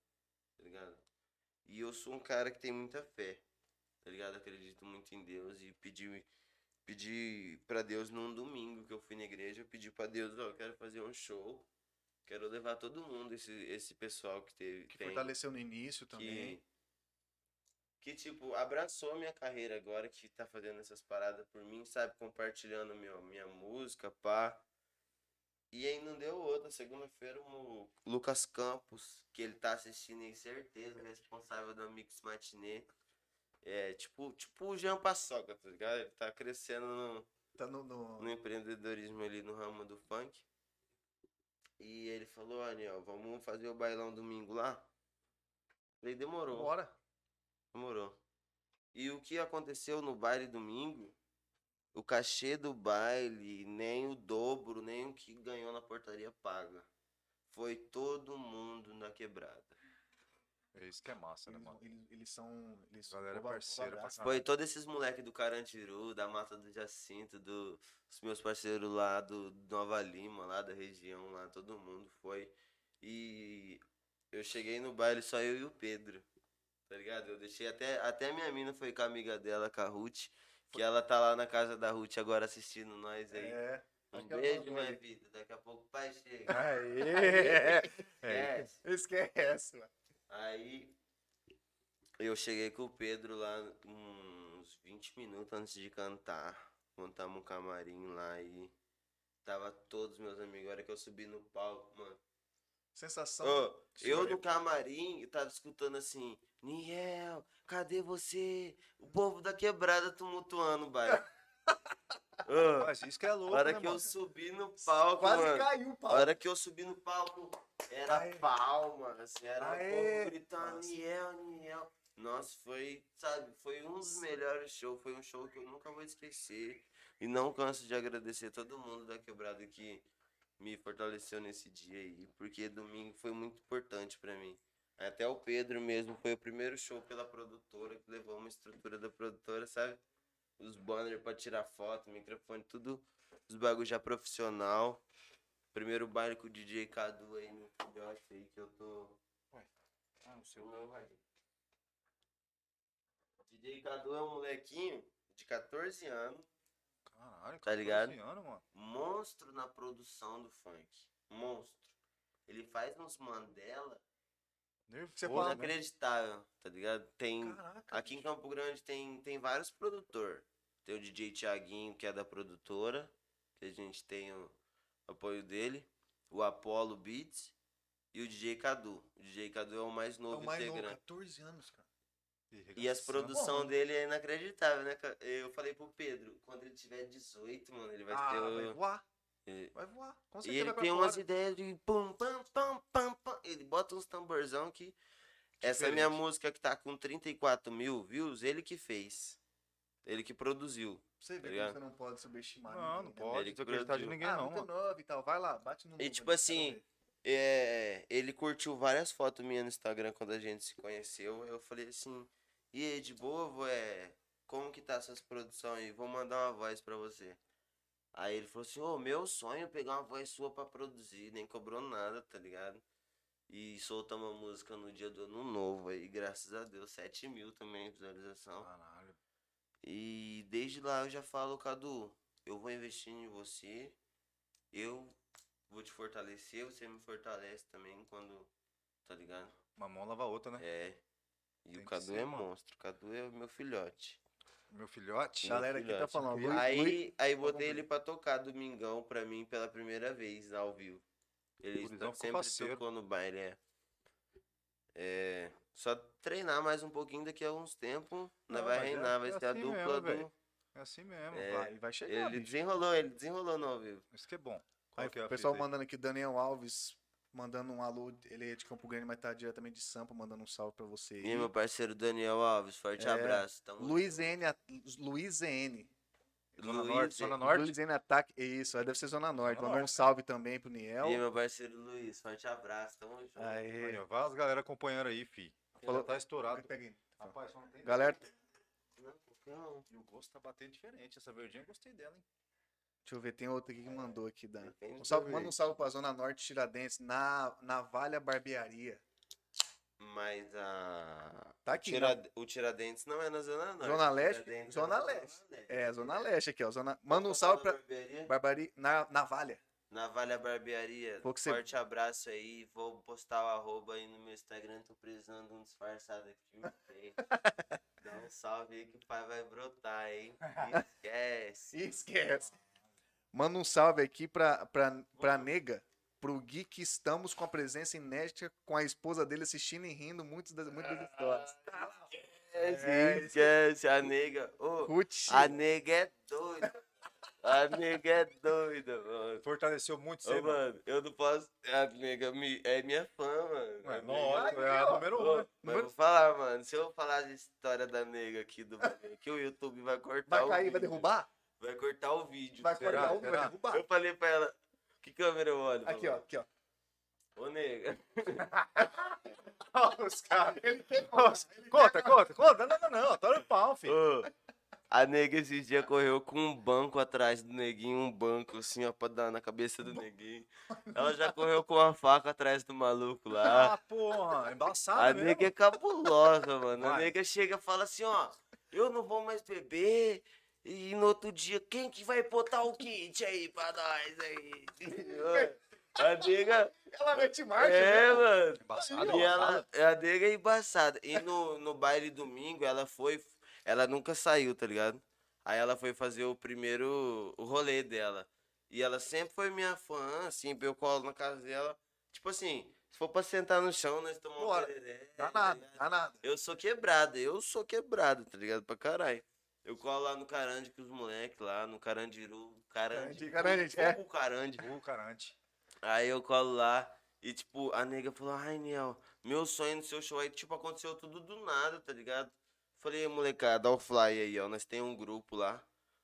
Speaker 3: tá ligado? E eu sou um cara que tem muita fé, tá ligado? Acredito muito em Deus e pedi, Pedi pra Deus num domingo que eu fui na igreja, eu pedi pra Deus, ó, eu quero fazer um show. Quero levar todo mundo, esse, esse pessoal que teve.
Speaker 2: Que
Speaker 3: tem,
Speaker 2: fortaleceu no início também.
Speaker 3: que, que, tipo, abraçou minha carreira agora, que tá fazendo essas paradas por mim, sabe? Compartilhando meu, minha música, pá. E aí não deu outra. Segunda-feira o Lucas Campos, que ele tá assistindo aí, certeza, responsável da Mix Matinê. É, tipo, tipo o Jean Paçoca, tá ligado? Ele tá crescendo no,
Speaker 2: Tá no, no-
Speaker 3: no empreendedorismo ali no ramo do funk. E ele falou, olha, ó, vamos fazer o bailão domingo lá? Falei, demorou.
Speaker 2: Bora.
Speaker 3: Demorou. E o que aconteceu no baile domingo? O cachê do baile, nem o dobro, nem o que ganhou na portaria paga. Foi todo mundo na quebrada.
Speaker 1: É isso que é
Speaker 3: tá
Speaker 1: massa, né,
Speaker 2: Eles,
Speaker 1: mano?
Speaker 2: eles, eles são. Eles
Speaker 1: Galera é
Speaker 2: cobra-
Speaker 1: parceira pra
Speaker 2: cobraço.
Speaker 1: caralho.
Speaker 3: Foi todos esses moleques do Carandiru, da Mata do Jacinto, do- dos meus parceiros lá do do Nova Lima, lá da região, lá, todo mundo foi. E eu cheguei no baile só eu e o Pedro. Tá ligado? Eu deixei até. Até minha mina foi com a amiga dela, com a Ruth. Que ela tá lá na casa da Ruth agora assistindo nós aí.
Speaker 2: É.
Speaker 3: um
Speaker 2: acho que ela
Speaker 3: beijo,
Speaker 2: mandou
Speaker 3: minha
Speaker 2: aí.
Speaker 3: vida. Daqui a pouco o pai chega.
Speaker 2: Aê!
Speaker 1: É,
Speaker 3: Esquece.
Speaker 2: Esquece, mano.
Speaker 3: Aí eu cheguei com o Pedro lá uns 20 minutos antes de cantar. Montamos um camarim lá e tava todos meus amigos. A hora que eu subi no palco, mano.
Speaker 2: Sensação.
Speaker 3: Ô, eu
Speaker 2: Senhor.
Speaker 3: no camarim tava escutando assim: Niel, cadê você? O povo da quebrada tumultuando o bairro.
Speaker 1: mas isso que é louco,
Speaker 3: a hora
Speaker 1: né,
Speaker 3: que
Speaker 1: mano?
Speaker 3: eu subi no palco,
Speaker 2: Quase
Speaker 3: mano.
Speaker 2: caiu o
Speaker 3: A
Speaker 2: pau.
Speaker 3: hora que eu subi no palco, era
Speaker 2: Aê.
Speaker 3: palmas, assim, era o
Speaker 2: Aê.
Speaker 3: povo gritando,
Speaker 2: Nossa.
Speaker 3: Niel, Niel. Nossa, foi, sabe, foi um dos melhores shows, foi um show que eu nunca vou esquecer. E não canso de agradecer todo mundo da Quebrada que me fortaleceu nesse dia aí, porque domingo foi muito importante pra mim. Até o Pedro mesmo, foi o primeiro show pela produtora, que levou uma estrutura da produtora, sabe? Os banners pra tirar foto, microfone, tudo, os bagulho já profissional. Primeiro baile com o DJ Cadu aí no filhote aí que eu tô.
Speaker 1: Ah, o seu-
Speaker 3: Eu não, vai. DJ Cadu é um molequinho de 14 anos,
Speaker 1: Caralho,
Speaker 3: Tá ligado?
Speaker 1: 14 anos, mano.
Speaker 3: monstro na produção do funk. Monstro. Ele faz uns Mandela
Speaker 1: Nervoso,
Speaker 2: Você fala,
Speaker 1: né?
Speaker 3: inacreditável, tá ligado? Tem.
Speaker 1: Caraca.
Speaker 3: Aqui em Campo Grande tem, tem vários produtores. Tem o DJ Tiaguinho, que é da produtora, que a gente tem o apoio dele. O Apollo Beats e o DJ Cadu. O DJ Cadu é o mais
Speaker 2: É
Speaker 3: novo
Speaker 2: o mais novo,
Speaker 3: integrante.
Speaker 2: 14 anos, cara.
Speaker 3: E as
Speaker 1: Arregaçando.
Speaker 3: produções
Speaker 2: mano.
Speaker 3: dele é inacreditável, né? ca- Eu falei pro Pedro, quando ele tiver 18, mano, ele vai ter.
Speaker 2: Ah,
Speaker 3: o-
Speaker 2: vai voar.
Speaker 3: É.
Speaker 2: Vai voar. Com
Speaker 3: E
Speaker 2: certeza
Speaker 3: ele
Speaker 2: vai pra
Speaker 3: tem
Speaker 2: fora.
Speaker 3: umas ideias de pum, pam, pam, pam, pam. Ele bota uns tamborzão que. Essa minha
Speaker 1: Diferente.
Speaker 3: música que tá com 34 mil views, ele que fez. Ele que produziu.
Speaker 2: Você vê
Speaker 3: ligado?
Speaker 2: como você não pode subestimar
Speaker 1: Não, não
Speaker 2: ninguém, né?
Speaker 1: pode
Speaker 3: Ele
Speaker 1: desacreditar de
Speaker 3: produziu.
Speaker 1: ninguém,
Speaker 2: ah,
Speaker 1: não,
Speaker 2: muito
Speaker 1: mano.
Speaker 2: novo e tal. Vai lá, bate no.
Speaker 3: E
Speaker 2: número,
Speaker 3: tipo
Speaker 2: quero
Speaker 3: assim,
Speaker 2: ver.
Speaker 3: É, ele curtiu várias fotos minhas no Instagram quando a gente se conheceu. Eu falei assim, e aí, de boa, é, como que tá essas produções aí? Vou mandar uma voz pra você. Aí ele falou assim, ô, meu sonho é pegar uma voz sua pra produzir, nem cobrou nada, tá ligado? E soltamos uma música no dia do ano novo aí, graças a Deus, 7 mil também visualização.
Speaker 1: Caralho.
Speaker 3: E desde lá eu já falo, Cadu, eu vou investir em você, eu vou te fortalecer, você me fortalece também quando, tá ligado?
Speaker 1: Uma mão lava a outra, né?
Speaker 3: É. E
Speaker 1: Tem
Speaker 3: o
Speaker 1: que
Speaker 3: Cadu
Speaker 1: ser,
Speaker 3: é
Speaker 1: mano.
Speaker 3: monstro, o Cadu é o meu filhote.
Speaker 1: Meu filhote.
Speaker 3: Sim.
Speaker 2: Galera aqui tá
Speaker 3: filhote.
Speaker 2: falando. Luiz, Luiz-
Speaker 3: Aí,
Speaker 1: Tá
Speaker 3: aí
Speaker 2: vamos
Speaker 3: botei
Speaker 2: ver.
Speaker 3: ele pra tocar domingão pra mim pela primeira vez ao vivo. Ele
Speaker 1: Gurizão ficou
Speaker 3: to- sempre
Speaker 1: parceiro.
Speaker 3: tocou no baile, é. É, Só treinar mais um pouquinho daqui a uns tempos, nós
Speaker 1: Não,
Speaker 3: vai
Speaker 1: mas é-
Speaker 3: reinar, vai
Speaker 1: é
Speaker 3: ser a
Speaker 1: assim mesmo,
Speaker 3: dupla do...
Speaker 1: velho. É assim mesmo.
Speaker 3: É.
Speaker 1: vai.
Speaker 2: Vai, vai chegar.
Speaker 3: Ele
Speaker 2: bicho.
Speaker 3: desenrolou, ele desenrolou no ao vivo.
Speaker 1: Isso que é bom. Qual
Speaker 2: Aí,
Speaker 1: que é a
Speaker 2: o pessoal
Speaker 1: fita aí?
Speaker 2: mandando aqui, Daniel Alves, mandando um alô. Ele é de Campo Grande, mas tá diretamente de Sampa, mandando um salve pra você.
Speaker 3: E
Speaker 2: aí.
Speaker 3: meu parceiro Daniel Alves, forte
Speaker 2: É.
Speaker 3: abraço. Tamo
Speaker 2: Luiz N. a- Luiz N.
Speaker 1: Zona
Speaker 3: Luiz,
Speaker 1: Norte,
Speaker 3: é.
Speaker 1: Zona Norte.
Speaker 2: Luiz N. Ataque. é Isso, aí deve ser Zona Norte. Mandar
Speaker 1: Zona
Speaker 2: um
Speaker 1: Norte. né?
Speaker 2: salve também pro
Speaker 3: E
Speaker 2: Niel.
Speaker 3: aí, meu parceiro Luiz, forte abraço. Tamo junto.
Speaker 1: Aí,
Speaker 2: Aê.
Speaker 1: ó, vai as galera acompanhando aí, fi.
Speaker 2: Falou-
Speaker 1: Já tá estourado.
Speaker 2: Pega aí.
Speaker 1: Rapaz, só não tem...
Speaker 2: Galera,
Speaker 3: Não, não.
Speaker 1: E o gosto tá batendo diferente. Essa verdinha eu gostei dela, hein?
Speaker 2: Deixa eu ver, tem outro aqui que mandou aqui, Dan.
Speaker 3: Depende
Speaker 2: É, Um salve,
Speaker 3: do
Speaker 2: manda
Speaker 3: jeito.
Speaker 2: um salve pra Zona Norte Tiradentes, na Navalha Barbearia.
Speaker 3: Mas a.
Speaker 2: Tá
Speaker 3: o
Speaker 2: aqui,
Speaker 3: Tirad- O Tiradentes não é na Zona Norte.
Speaker 2: Zona
Speaker 3: o
Speaker 2: Leste?
Speaker 3: Tiradentes é
Speaker 2: Zona
Speaker 3: na
Speaker 2: Leste. É, Zona Leste aqui, ó. Zona... Manda um
Speaker 3: Vamos
Speaker 2: salve
Speaker 3: falar
Speaker 2: pra
Speaker 3: da barbearia?
Speaker 2: Barbari... Na... Navalha.
Speaker 3: Navalha Barbearia.
Speaker 2: Vou que você-
Speaker 3: Forte abraço aí. Vou postar o arroba aí no meu Instagram. Tô precisando de um disfarçado aqui. me vê. Dá um salve aí que o pai vai brotar, hein? Esquece.
Speaker 2: Esquece. Manda um salve aqui pra, pra, pra nega, pro Gui, que estamos com a presença inédita com a esposa dele assistindo e rindo muitas das, muitas das histórias. É,
Speaker 3: Esquece, esquece. A nega. Ô,
Speaker 2: Ruth.
Speaker 3: a nega é doida. A nega é doida, mano.
Speaker 1: Fortaleceu muito
Speaker 3: Ô,
Speaker 1: você, mano.
Speaker 3: mano, eu não posso. A nega me- é minha fã, mano. A
Speaker 1: Ué,
Speaker 3: nega-
Speaker 1: Nossa,
Speaker 2: Aqui,
Speaker 1: é a
Speaker 2: ó.
Speaker 1: número
Speaker 3: Ô,
Speaker 1: um.
Speaker 3: mas eu vou falar, mano. Se eu falar a história da nega aqui do bagulho, que o YouTube vai cortar
Speaker 2: Vai
Speaker 3: o
Speaker 2: cair,
Speaker 3: vídeo.
Speaker 2: vai derrubar?
Speaker 3: Vai cortar o vídeo.
Speaker 2: Vai
Speaker 1: Será?
Speaker 2: cortar um, vai
Speaker 1: Será?
Speaker 2: derrubar.
Speaker 3: Eu falei pra ela, que câmera eu olho?
Speaker 2: Aqui, ó,
Speaker 3: Falou,
Speaker 2: aqui, ó.
Speaker 3: Ô, nega.
Speaker 2: Olha os caras. Ele quer
Speaker 1: Conta, conta, conta. Não, não, não. Tá
Speaker 2: um
Speaker 1: no pau, filho.
Speaker 3: Ô, a nega esses dias correu com um banco atrás do neguinho, um banco assim, ó, pra dar na cabeça do neguinho. Ela já correu com uma faca atrás do maluco lá.
Speaker 1: Ah, porra.
Speaker 3: A
Speaker 1: Embaçado Ah, mesmo.
Speaker 3: nega é cabulosa, mano. A
Speaker 1: Vai.
Speaker 3: nega chega e fala assim, ó, eu não vou mais beber. E no outro dia, quem que vai botar o kit aí pra nós aí? A nega.
Speaker 2: Ela mete marcha,
Speaker 3: É,
Speaker 2: né?
Speaker 3: mano.
Speaker 1: Embaçado,
Speaker 3: E
Speaker 1: embaçado.
Speaker 3: ela, a nega é embaçada. E no, no baile domingo, ela foi. Ela nunca saiu, tá ligado? Aí ela foi fazer o primeiro o rolê dela. E ela sempre foi minha fã, assim, eu colo na casa dela. Tipo assim, se for pra sentar no chão, nós tomamos
Speaker 2: Bora.
Speaker 3: tereré,
Speaker 2: Dá
Speaker 3: tá
Speaker 2: nada,
Speaker 3: ligado?
Speaker 2: dá nada.
Speaker 3: Eu sou quebrado, eu sou quebrado, tá ligado? Pra caralho. Eu colo lá no Carande com os moleques lá, no Carandiru. Carande.
Speaker 2: Carande,
Speaker 3: fogo
Speaker 2: é.
Speaker 3: Carande.
Speaker 1: O carante.
Speaker 3: Aí eu colo lá e, tipo, a nega falou, ai, Niel, meu sonho no seu show aí, tipo, aconteceu tudo do nada, tá ligado? Falei, molecada, dá o fly aí, ó. Nós tem um grupo lá.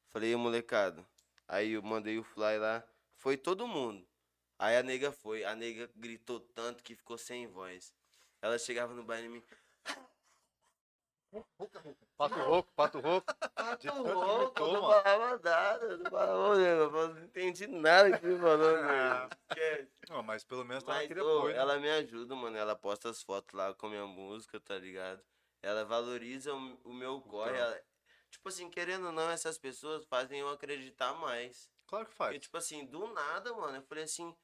Speaker 3: Falei, molecada. Aí eu mandei o fly lá. Foi todo mundo. Aí a nega foi. A nega gritou tanto que ficou sem voz. Ela chegava no baile e me.
Speaker 1: Pato rouco, pato rouco.
Speaker 3: Pato
Speaker 1: tanto que
Speaker 3: louco,
Speaker 1: gritou,
Speaker 3: eu não
Speaker 1: Tá mano.
Speaker 3: falava nada, eu não falava nada, eu não entendi nada que me falou,
Speaker 1: Ah.
Speaker 3: meu. Esquece.
Speaker 1: Não, mas pelo menos tá
Speaker 3: Mas,
Speaker 1: aqui
Speaker 3: ô,
Speaker 1: depois. né?
Speaker 3: ela me ajuda, mano. Ela posta as fotos lá com a minha música, tá ligado? Ela valoriza o, o meu
Speaker 1: Então.
Speaker 3: corre. ela- Tipo assim, querendo ou não, essas pessoas fazem eu acreditar mais.
Speaker 1: Claro que
Speaker 3: Porque,
Speaker 1: faz.
Speaker 3: tipo assim, do nada, mano, eu falei assim.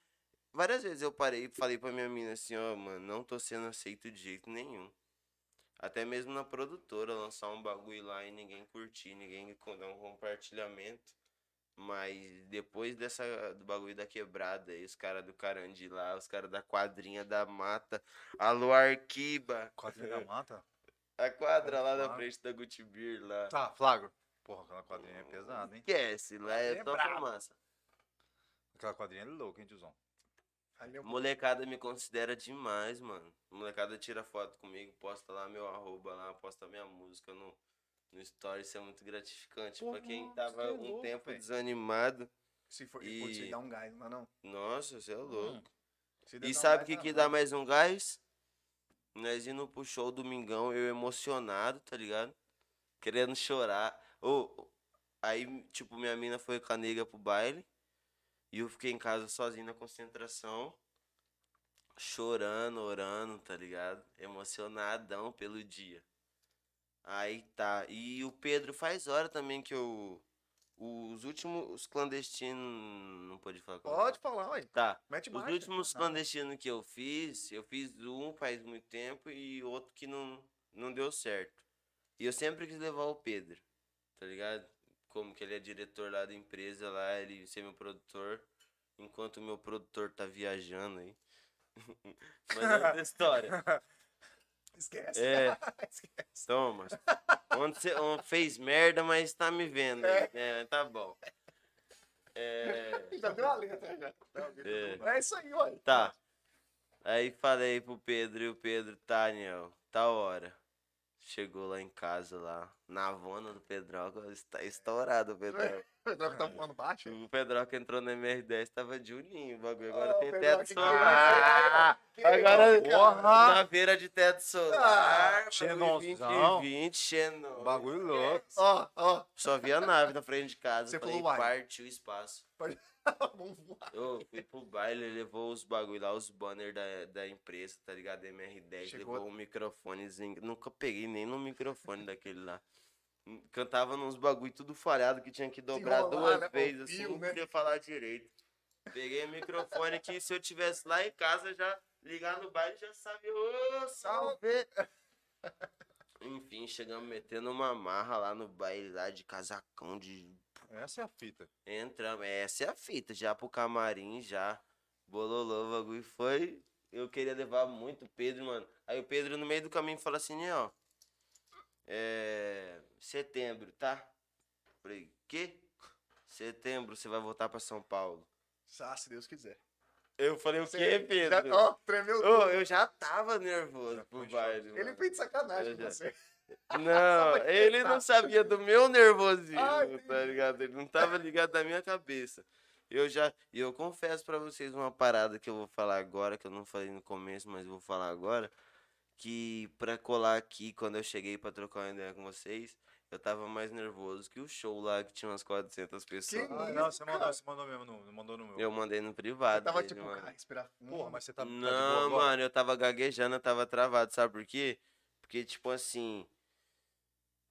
Speaker 3: Várias vezes eu parei e falei pra minha mina assim, ó, mano, não tô sendo aceito de jeito nenhum. Até mesmo na produtora, lançar um bagulho lá e ninguém curtir, ninguém co- dar um compartilhamento. Mas depois dessa do bagulho da quebrada aí, os caras do Carandi lá, os caras da quadrinha da mata, alô Arquiba,
Speaker 1: Quadrinha da mata?
Speaker 3: a quadra lá na
Speaker 1: Claro.
Speaker 3: frente da Gutibir lá.
Speaker 1: Tá, flagro. Porra, aquela quadrinha é pesada, hein?
Speaker 3: Esquece, lá
Speaker 1: Quadrinha
Speaker 3: é
Speaker 1: é
Speaker 3: só
Speaker 1: braba.
Speaker 3: fumaça.
Speaker 1: Aquela quadrinha é louca, hein, tiozão?
Speaker 2: Ali é um-
Speaker 3: Molecada me considera demais, mano. Molecada tira foto comigo, posta lá meu arroba lá, posta minha música no, no story, isso é muito gratificante.
Speaker 1: Pô,
Speaker 3: pra quem
Speaker 1: nossa,
Speaker 3: tava
Speaker 1: é
Speaker 3: um
Speaker 1: louco,
Speaker 3: tempo
Speaker 1: velho.
Speaker 3: desanimado,
Speaker 2: Se for,
Speaker 3: E-
Speaker 2: e... se dá um gás, mas não.
Speaker 3: nossa, você é louco.
Speaker 1: Hum.
Speaker 2: Se der
Speaker 3: E
Speaker 2: dar um
Speaker 3: sabe o
Speaker 2: gás,
Speaker 3: que,
Speaker 2: dá
Speaker 3: que
Speaker 2: um
Speaker 3: dá
Speaker 2: gás.
Speaker 3: mais um gás? Nós indo pro show domingão, eu emocionado, tá ligado? Querendo chorar. Ô, aí, tipo, minha mina foi com a nega pro baile. E eu fiquei em casa sozinho na concentração. Chorando, orando, tá ligado? Emocionadão pelo dia. Aí tá. E o Pedro faz hora também que eu. Os últimos. Os clandestinos. Não pode falar
Speaker 2: Pode
Speaker 3: clandestino.
Speaker 2: falar, ué.
Speaker 3: Tá.
Speaker 2: Mete
Speaker 3: Os
Speaker 2: marcha. né?
Speaker 3: últimos
Speaker 2: Não.
Speaker 3: clandestinos que eu fiz, eu fiz um faz muito tempo e outro que não, não deu certo. E eu sempre quis levar o Pedro, tá ligado? Como que ele é diretor lá da empresa, lá ele ser meu produtor, enquanto o meu produtor tá viajando aí. Mas é outra história.
Speaker 2: Esquece.
Speaker 3: É,
Speaker 2: Esquece.
Speaker 3: toma. Onde você onde fez merda, mas tá me vendo aí. É, tá bom. É.
Speaker 2: Já deu a letra, já. É isso aí, olha.
Speaker 3: Tá. Aí falei pro Pedro e o Pedro, tá, Daniel, tá hora. Chegou lá em casa, lá, na Havana do Pedroca, está estourado o Pedroca.
Speaker 2: O Pedroca tá voando baixo.
Speaker 3: O Pedroca entrou no MR10, tava de uninho o bagulho,
Speaker 2: Ô,
Speaker 3: agora tem
Speaker 2: Pedroca,
Speaker 3: teto
Speaker 2: que
Speaker 1: Ah,
Speaker 3: solar.
Speaker 2: que
Speaker 3: agora,
Speaker 2: legal, cara.
Speaker 3: porra, na feira de teto
Speaker 2: Ah,
Speaker 3: solar,
Speaker 1: Xenonzão.
Speaker 3: 20, Xenon.
Speaker 1: Um Bagulho louco.
Speaker 2: Ó, ó.
Speaker 3: Só via nave na frente de casa,
Speaker 2: Você
Speaker 3: falei,
Speaker 2: falou, uai.
Speaker 3: partiu o espaço.
Speaker 2: Pode- Vamos voar.
Speaker 3: Eu fui pro baile, ele levou os bagulho lá, os banners da, da empresa, tá ligado? MR10,
Speaker 2: Chegou-
Speaker 3: levou um microfonezinho. Nunca peguei nem no microfone daquele lá. Cantava nos bagulho tudo falhado que tinha que dobrar
Speaker 2: enrolar,
Speaker 3: duas
Speaker 2: né, pô,
Speaker 3: vezes, assim,
Speaker 2: fio,
Speaker 3: não
Speaker 2: né?
Speaker 3: podia falar direito. Peguei o microfone que se eu tivesse lá em casa, já ligar no baile, já sabia. Ô, salve! Enfim, chegamos metendo uma marra lá no baile, lá de casacão, de
Speaker 1: Essa é a fita.
Speaker 3: Entramos, essa é a fita, já pro camarim, já. Bololô, o bagulho foi. Eu queria levar muito o Pedro, mano. Aí o Pedro, no meio do caminho, fala assim, ó. É. Setembro, tá? Falei, quê? Setembro você vai voltar pra São Paulo.
Speaker 2: Ah, se Deus quiser.
Speaker 3: Eu falei, o quê, Pedro?
Speaker 2: Ó, tremeu
Speaker 3: Ô,
Speaker 2: tudo.
Speaker 3: eu já tava nervoso
Speaker 1: Já
Speaker 3: pro
Speaker 1: foi
Speaker 3: baile.
Speaker 2: Ele
Speaker 3: mano.
Speaker 2: fez tá de sacanagem
Speaker 3: Eu
Speaker 2: com
Speaker 3: já-
Speaker 2: você.
Speaker 3: Não,
Speaker 2: Tava
Speaker 3: ele não
Speaker 2: quietado.
Speaker 3: sabia do meu nervosismo,
Speaker 2: tá. Ai, entendi.
Speaker 3: tá ligado? Ele não tava ligado da minha cabeça. Eu já, e eu confesso pra vocês uma parada que eu vou falar agora, que eu não falei no começo, mas vou falar agora, que pra colar aqui, quando eu cheguei pra trocar uma ideia com vocês, eu tava mais nervoso que o show lá que tinha umas 400 pessoas.
Speaker 2: Ah,
Speaker 1: não,
Speaker 2: isso,
Speaker 1: você mandou,
Speaker 2: cara.
Speaker 1: você mandou mesmo, no- não mandou no meu.
Speaker 3: Eu mandei no
Speaker 2: Eu
Speaker 3: privado.
Speaker 2: tava
Speaker 3: dele,
Speaker 2: tipo,
Speaker 3: mano.
Speaker 2: cara, respirar fundo.
Speaker 1: Porra, mas você tá, tá de boa
Speaker 3: Não,
Speaker 1: agora?
Speaker 3: mano, eu tava gaguejando, eu tava travado, sabe por quê? Porque, tipo assim.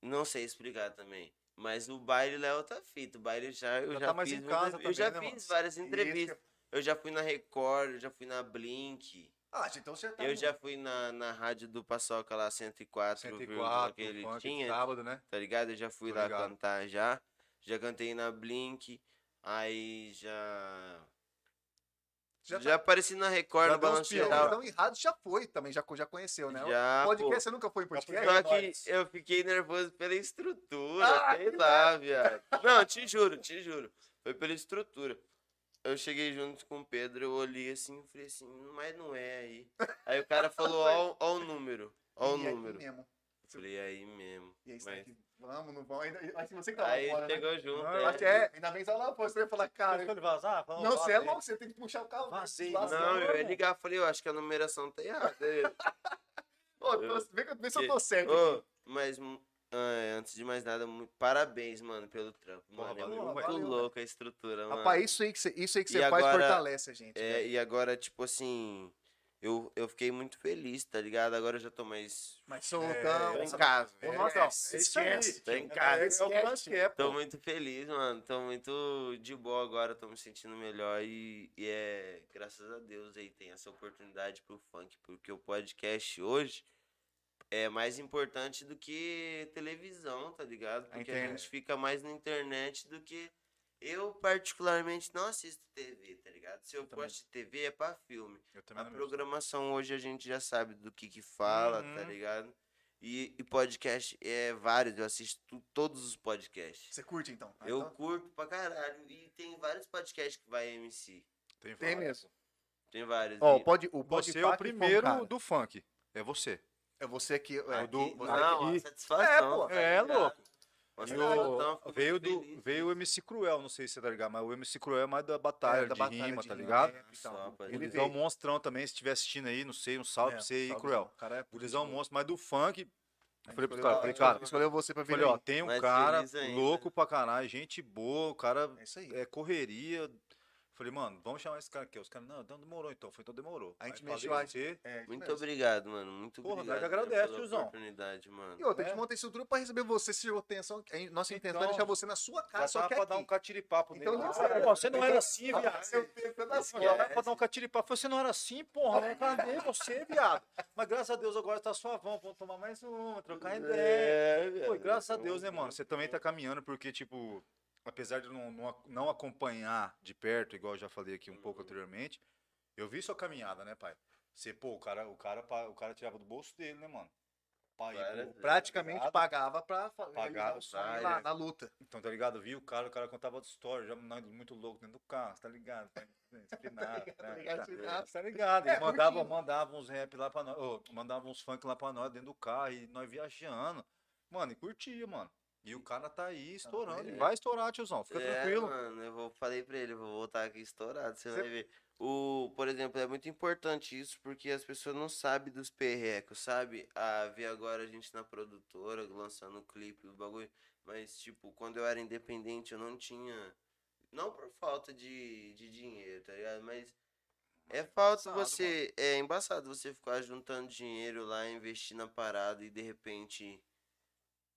Speaker 3: Não sei explicar também. Mas o baile lá é outra fita. O baile já, eu
Speaker 1: Já
Speaker 3: já,
Speaker 1: tá mais
Speaker 3: fiz.
Speaker 1: em casa
Speaker 3: muitas- eu já
Speaker 1: também, né,
Speaker 3: fiz
Speaker 1: mano?
Speaker 3: várias
Speaker 2: Isso que-
Speaker 3: entrevistas. Eu já fui na Record, eu já fui na Blink.
Speaker 2: Ah, então você tá.
Speaker 3: Eu
Speaker 2: no-
Speaker 3: já fui na, na rádio do Paçoca lá, 104,
Speaker 1: 104,
Speaker 3: que ele
Speaker 1: funk,
Speaker 3: Então, tinha
Speaker 1: sábado, né?
Speaker 3: tá ligado? Eu já fui
Speaker 1: Tô
Speaker 3: lá
Speaker 1: ligado.
Speaker 3: cantar já. Já cantei na Blink. Aí já.
Speaker 2: Já
Speaker 3: Já,
Speaker 2: tá-
Speaker 3: apareci na Record,
Speaker 1: Já
Speaker 3: no
Speaker 1: deu uns
Speaker 3: Balanço
Speaker 1: pião,
Speaker 3: Geral.
Speaker 2: Então, em rádio já foi também, já, co- já conheceu, né?
Speaker 3: Já,
Speaker 2: podcast,
Speaker 3: pô.
Speaker 2: você nunca foi em podcast?
Speaker 3: Só
Speaker 1: É,
Speaker 3: que
Speaker 1: nós.
Speaker 3: eu fiquei nervoso pela estrutura,
Speaker 2: Ah,
Speaker 3: sei lá, viado. Não, te juro, te juro. Foi pela estrutura. Eu cheguei junto com o Pedro, eu olhei assim e falei assim, mas não é aí. Aí o cara falou, ó, ó o número, ó o
Speaker 2: E aí
Speaker 3: número.
Speaker 2: mesmo.
Speaker 3: Eu falei, "É aí mesmo.
Speaker 2: E aí, você
Speaker 3: Mas-
Speaker 2: tá aqui, vamos, não vamos. Ainda, acho que você que tá lá
Speaker 3: Aí
Speaker 2: fora, né?
Speaker 3: chegou junto.
Speaker 1: Não,
Speaker 3: é.
Speaker 2: Acho que é, ainda bem que você tá lá fora, você vai falar, cara,
Speaker 1: Ele Ah, vazar, fala,
Speaker 2: não,
Speaker 1: vaza
Speaker 2: você é
Speaker 1: aí.
Speaker 2: louco, você tem que puxar o carro.
Speaker 1: Vazei,
Speaker 2: vazou,
Speaker 3: Não, eu ia
Speaker 2: mano.
Speaker 3: ligar, falei, eu acho que a numeração tá errada. Aí ele,
Speaker 2: Ô, tô- vê, que- vê se eu tô certo. aqui.
Speaker 3: Ô, mas mu- ah, antes de mais nada, mu- parabéns, mano, pelo trampo.
Speaker 1: Porra,
Speaker 3: Mano, é
Speaker 1: valeu,
Speaker 3: muito
Speaker 2: velho.
Speaker 3: louco a estrutura, mano.
Speaker 2: Rapaz, isso aí que você, isso aí que
Speaker 3: E
Speaker 2: você faz
Speaker 3: agora-
Speaker 2: fortalece a gente.
Speaker 3: É,
Speaker 2: velho.
Speaker 3: e agora, tipo assim, eu, eu fiquei muito feliz, tá ligado? Agora eu já tô mais.
Speaker 2: Mas soltão.
Speaker 3: Tô
Speaker 1: é,
Speaker 3: em
Speaker 2: essa-
Speaker 3: casa,
Speaker 2: Ô,
Speaker 3: velho.
Speaker 2: nossa, ó,
Speaker 1: Esquece,
Speaker 2: esquece.
Speaker 1: esquece.
Speaker 3: Tô em
Speaker 2: É,
Speaker 3: casa.
Speaker 2: esquece.
Speaker 1: É o plano que é, pô.
Speaker 3: Tô muito feliz, mano. Tô muito de boa agora, tô me sentindo melhor. E, e é, graças a Deus aí, tem essa oportunidade pro funk, porque o podcast hoje é mais importante do que televisão, tá ligado? Porque a
Speaker 2: internet.
Speaker 3: gente fica mais na internet do que. Eu, particularmente, não assisto TV, tá ligado? Se eu
Speaker 1: também
Speaker 3: gosto de TV, é pra filme.
Speaker 1: Eu também
Speaker 3: A
Speaker 1: não me
Speaker 3: programação hoje a gente já sabe do que que fala, tá
Speaker 1: Uhum.
Speaker 3: ligado? E, e podcast é vários, eu assisto tu- todos os podcasts.
Speaker 2: Você curte então? Ah,
Speaker 3: eu
Speaker 2: então,
Speaker 3: curto pra caralho e tem vários podcasts que vai MC.
Speaker 1: Tem,
Speaker 2: Tem
Speaker 1: vários.
Speaker 2: mesmo.
Speaker 3: Tem vários.
Speaker 2: Ó,
Speaker 3: e-
Speaker 2: pode, o pode
Speaker 1: Você é o primeiro
Speaker 2: do...
Speaker 1: do funk. É você.
Speaker 2: É você aqui. É,
Speaker 3: aqui-
Speaker 1: do-
Speaker 3: não,
Speaker 1: aqui-
Speaker 3: a satisfação.
Speaker 2: É, pô,
Speaker 3: tá
Speaker 1: é
Speaker 3: ligado?
Speaker 1: louco.
Speaker 3: Uma
Speaker 1: E
Speaker 3: satisfação,
Speaker 1: o,
Speaker 3: fico
Speaker 1: veio,
Speaker 3: tá, então, muito
Speaker 1: do,
Speaker 3: feliz.
Speaker 1: veio o MC Cruel, não sei se você tá ligado, mas o MC Cruel é mais da batalha, da de rima, tá ligado?
Speaker 2: É,
Speaker 3: Só,
Speaker 2: então,
Speaker 3: pode
Speaker 2: ele
Speaker 3: crer.
Speaker 1: Gurizão
Speaker 2: veio.
Speaker 1: monstrão também, se estiver assistindo aí, não sei, um salve
Speaker 2: É,
Speaker 1: pra você aí,
Speaker 2: salve,
Speaker 1: Cruel.
Speaker 2: salve. Cara, é
Speaker 1: Gurizão monstro, mas do funk. Eu falei pro
Speaker 2: Escolheu-
Speaker 1: cara, falei, cara,
Speaker 2: Escolheu você pra vir.
Speaker 1: falei, ó,
Speaker 2: aí.
Speaker 1: tem um
Speaker 3: Mas
Speaker 1: cara
Speaker 3: feliz ainda.
Speaker 1: louco pra caralho, gente boa, o cara
Speaker 2: É isso aí.
Speaker 1: é correria. Falei, mano, vamos chamar esse cara aqui. Os caras, não, então demorou então. Foi, então demorou.
Speaker 2: A gente
Speaker 1: Aí
Speaker 2: mexeu
Speaker 1: falei,
Speaker 2: a-
Speaker 1: você,
Speaker 2: É, isso
Speaker 3: Muito
Speaker 2: mesmo.
Speaker 3: obrigado, mano. Muito
Speaker 1: Porra, nós
Speaker 3: obrigado.
Speaker 1: que
Speaker 3: né,
Speaker 1: agradece,
Speaker 3: pela
Speaker 1: tiozão.
Speaker 3: oportunidade, mano.
Speaker 2: E outra, a gente
Speaker 1: É.
Speaker 2: monta esse estrutura pra receber você, se chegou atenção. A gente- Nossa intenção é
Speaker 1: Então,
Speaker 2: deixar você na sua
Speaker 1: já
Speaker 2: casa, só
Speaker 1: tava
Speaker 2: que
Speaker 1: pra dar um
Speaker 2: aqui.
Speaker 1: catiripapo
Speaker 2: Então
Speaker 1: nele.
Speaker 2: não
Speaker 1: Ah,
Speaker 2: serve.
Speaker 1: pô, você não era assim,
Speaker 2: Ah,
Speaker 1: viado.
Speaker 2: seu tempo é na sua.
Speaker 1: Ela pra dar um catiripapo. Você não era assim, porra. Mas cadê você, viado? Mas graças a Deus agora tá suavão. Vamos tomar mais uma,
Speaker 3: É,
Speaker 2: É.
Speaker 1: trocar ideia. Pô, e graças
Speaker 3: um
Speaker 1: a Deus, né, mano? Você também tá caminhando, porque, tipo, apesar de eu não, não, ac- não acompanhar de perto, igual eu já falei aqui um pouco
Speaker 3: Uhum.
Speaker 1: anteriormente, eu vi sua caminhada, né, pai? Você, pô, o cara, o cara, pa- o cara tirava do bolso dele, né, mano? Pai,
Speaker 3: Várias
Speaker 2: né?
Speaker 3: vezes.
Speaker 2: Praticamente
Speaker 1: ligado?
Speaker 2: pagava pra fa- realizar o
Speaker 1: Pagava,
Speaker 2: sonho lá,
Speaker 3: várias.
Speaker 2: na luta.
Speaker 1: Então, tá ligado? Vi o cara, o cara contava outra história, já nós muito louco dentro do carro, tá ligado? Tá Espinado, né?
Speaker 2: Tá ligado?
Speaker 1: Tá-
Speaker 2: Espinado.
Speaker 1: Tá ligado?
Speaker 2: É,
Speaker 1: E mandava,
Speaker 2: curtindo.
Speaker 1: mandava uns rap lá pra nós, ô, mandava uns funk lá pra nós dentro do carro e nós viajando. Mano, e curtia, mano. E o cara tá aí estourando.
Speaker 3: é.
Speaker 1: e vai estourar, tiozão. Fica
Speaker 3: É,
Speaker 1: tranquilo.
Speaker 3: Mano, eu vou, falei pra ele, eu vou voltar aqui estourado, você
Speaker 2: Cê-
Speaker 3: vai ver. O, por exemplo, é muito importante isso porque as pessoas não sabem dos perrecos, sabe? Ah, vi agora a gente na produtora lançando o clipe, o bagulho. Mas, tipo, quando eu era independente, eu não tinha Não por falta de, de dinheiro, tá ligado? Mas é falta
Speaker 1: embaçado,
Speaker 3: você. É embaçado você ficar juntando dinheiro lá, investir na parada e de repente.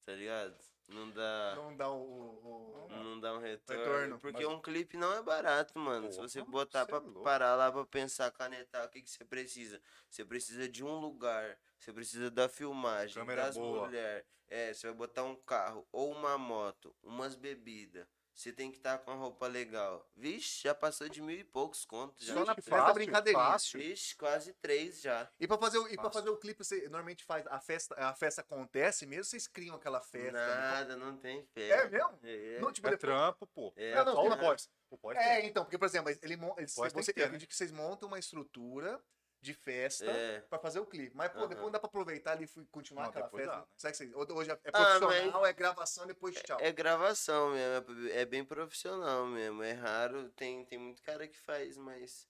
Speaker 3: Tá ligado? Não dá.
Speaker 2: Não dá o. o- o-
Speaker 3: Não, dá um retorno.
Speaker 2: Retorno,
Speaker 3: porque
Speaker 1: mas-
Speaker 3: um clipe não é barato, mano. Se
Speaker 1: Porra,
Speaker 3: você
Speaker 1: mano,
Speaker 3: botar
Speaker 1: cê
Speaker 3: pra
Speaker 1: é louco.
Speaker 3: parar lá pra pensar, canetar, o que, que você precisa? Você precisa de um lugar. Você precisa da filmagem,
Speaker 1: Câmera
Speaker 3: das
Speaker 1: boa.
Speaker 3: mulheres. É, você vai botar um carro ou uma moto, umas bebidas. Você tem que estar com a roupa legal. Vixe, já passou de mil e poucos contos. Já
Speaker 2: Só na
Speaker 3: Vixe,
Speaker 2: festa brincadeirinha.
Speaker 1: fácil.
Speaker 3: Vixe, quase três já.
Speaker 2: E pra fazer, o- e pra
Speaker 1: Fácil.
Speaker 2: fazer o clipe, você normalmente faz. A festa, a festa acontece mesmo? Vocês criam aquela festa? né?
Speaker 3: Nada, não tem
Speaker 2: É
Speaker 3: festa.
Speaker 2: mesmo?
Speaker 3: É,
Speaker 2: Não, tipo,
Speaker 1: É
Speaker 2: depois-
Speaker 1: trampo, pô.
Speaker 3: É,
Speaker 1: não,
Speaker 2: não,
Speaker 1: não,
Speaker 2: tem-
Speaker 1: o pós. O pós tem.
Speaker 2: É, então, porque, por exemplo, ele, mon- ele,
Speaker 1: Pode ter
Speaker 2: você,
Speaker 1: que ter,
Speaker 2: eu
Speaker 1: né?
Speaker 2: acredito que vocês montam uma estrutura de festa
Speaker 3: é.
Speaker 2: pra fazer o clipe. Mas, pô,
Speaker 3: Aham.
Speaker 2: depois não dá pra aproveitar ali e fui- continuar
Speaker 1: Não,
Speaker 2: aquela
Speaker 1: depois
Speaker 2: festa.
Speaker 1: dá,
Speaker 2: né?
Speaker 1: né?
Speaker 2: Será que vocês, hoje é é profissional, é gravação, depois tchau.
Speaker 3: Ah, É gravação mesmo, é é bem profissional mesmo. É raro, tem, tem muito cara que faz, mas.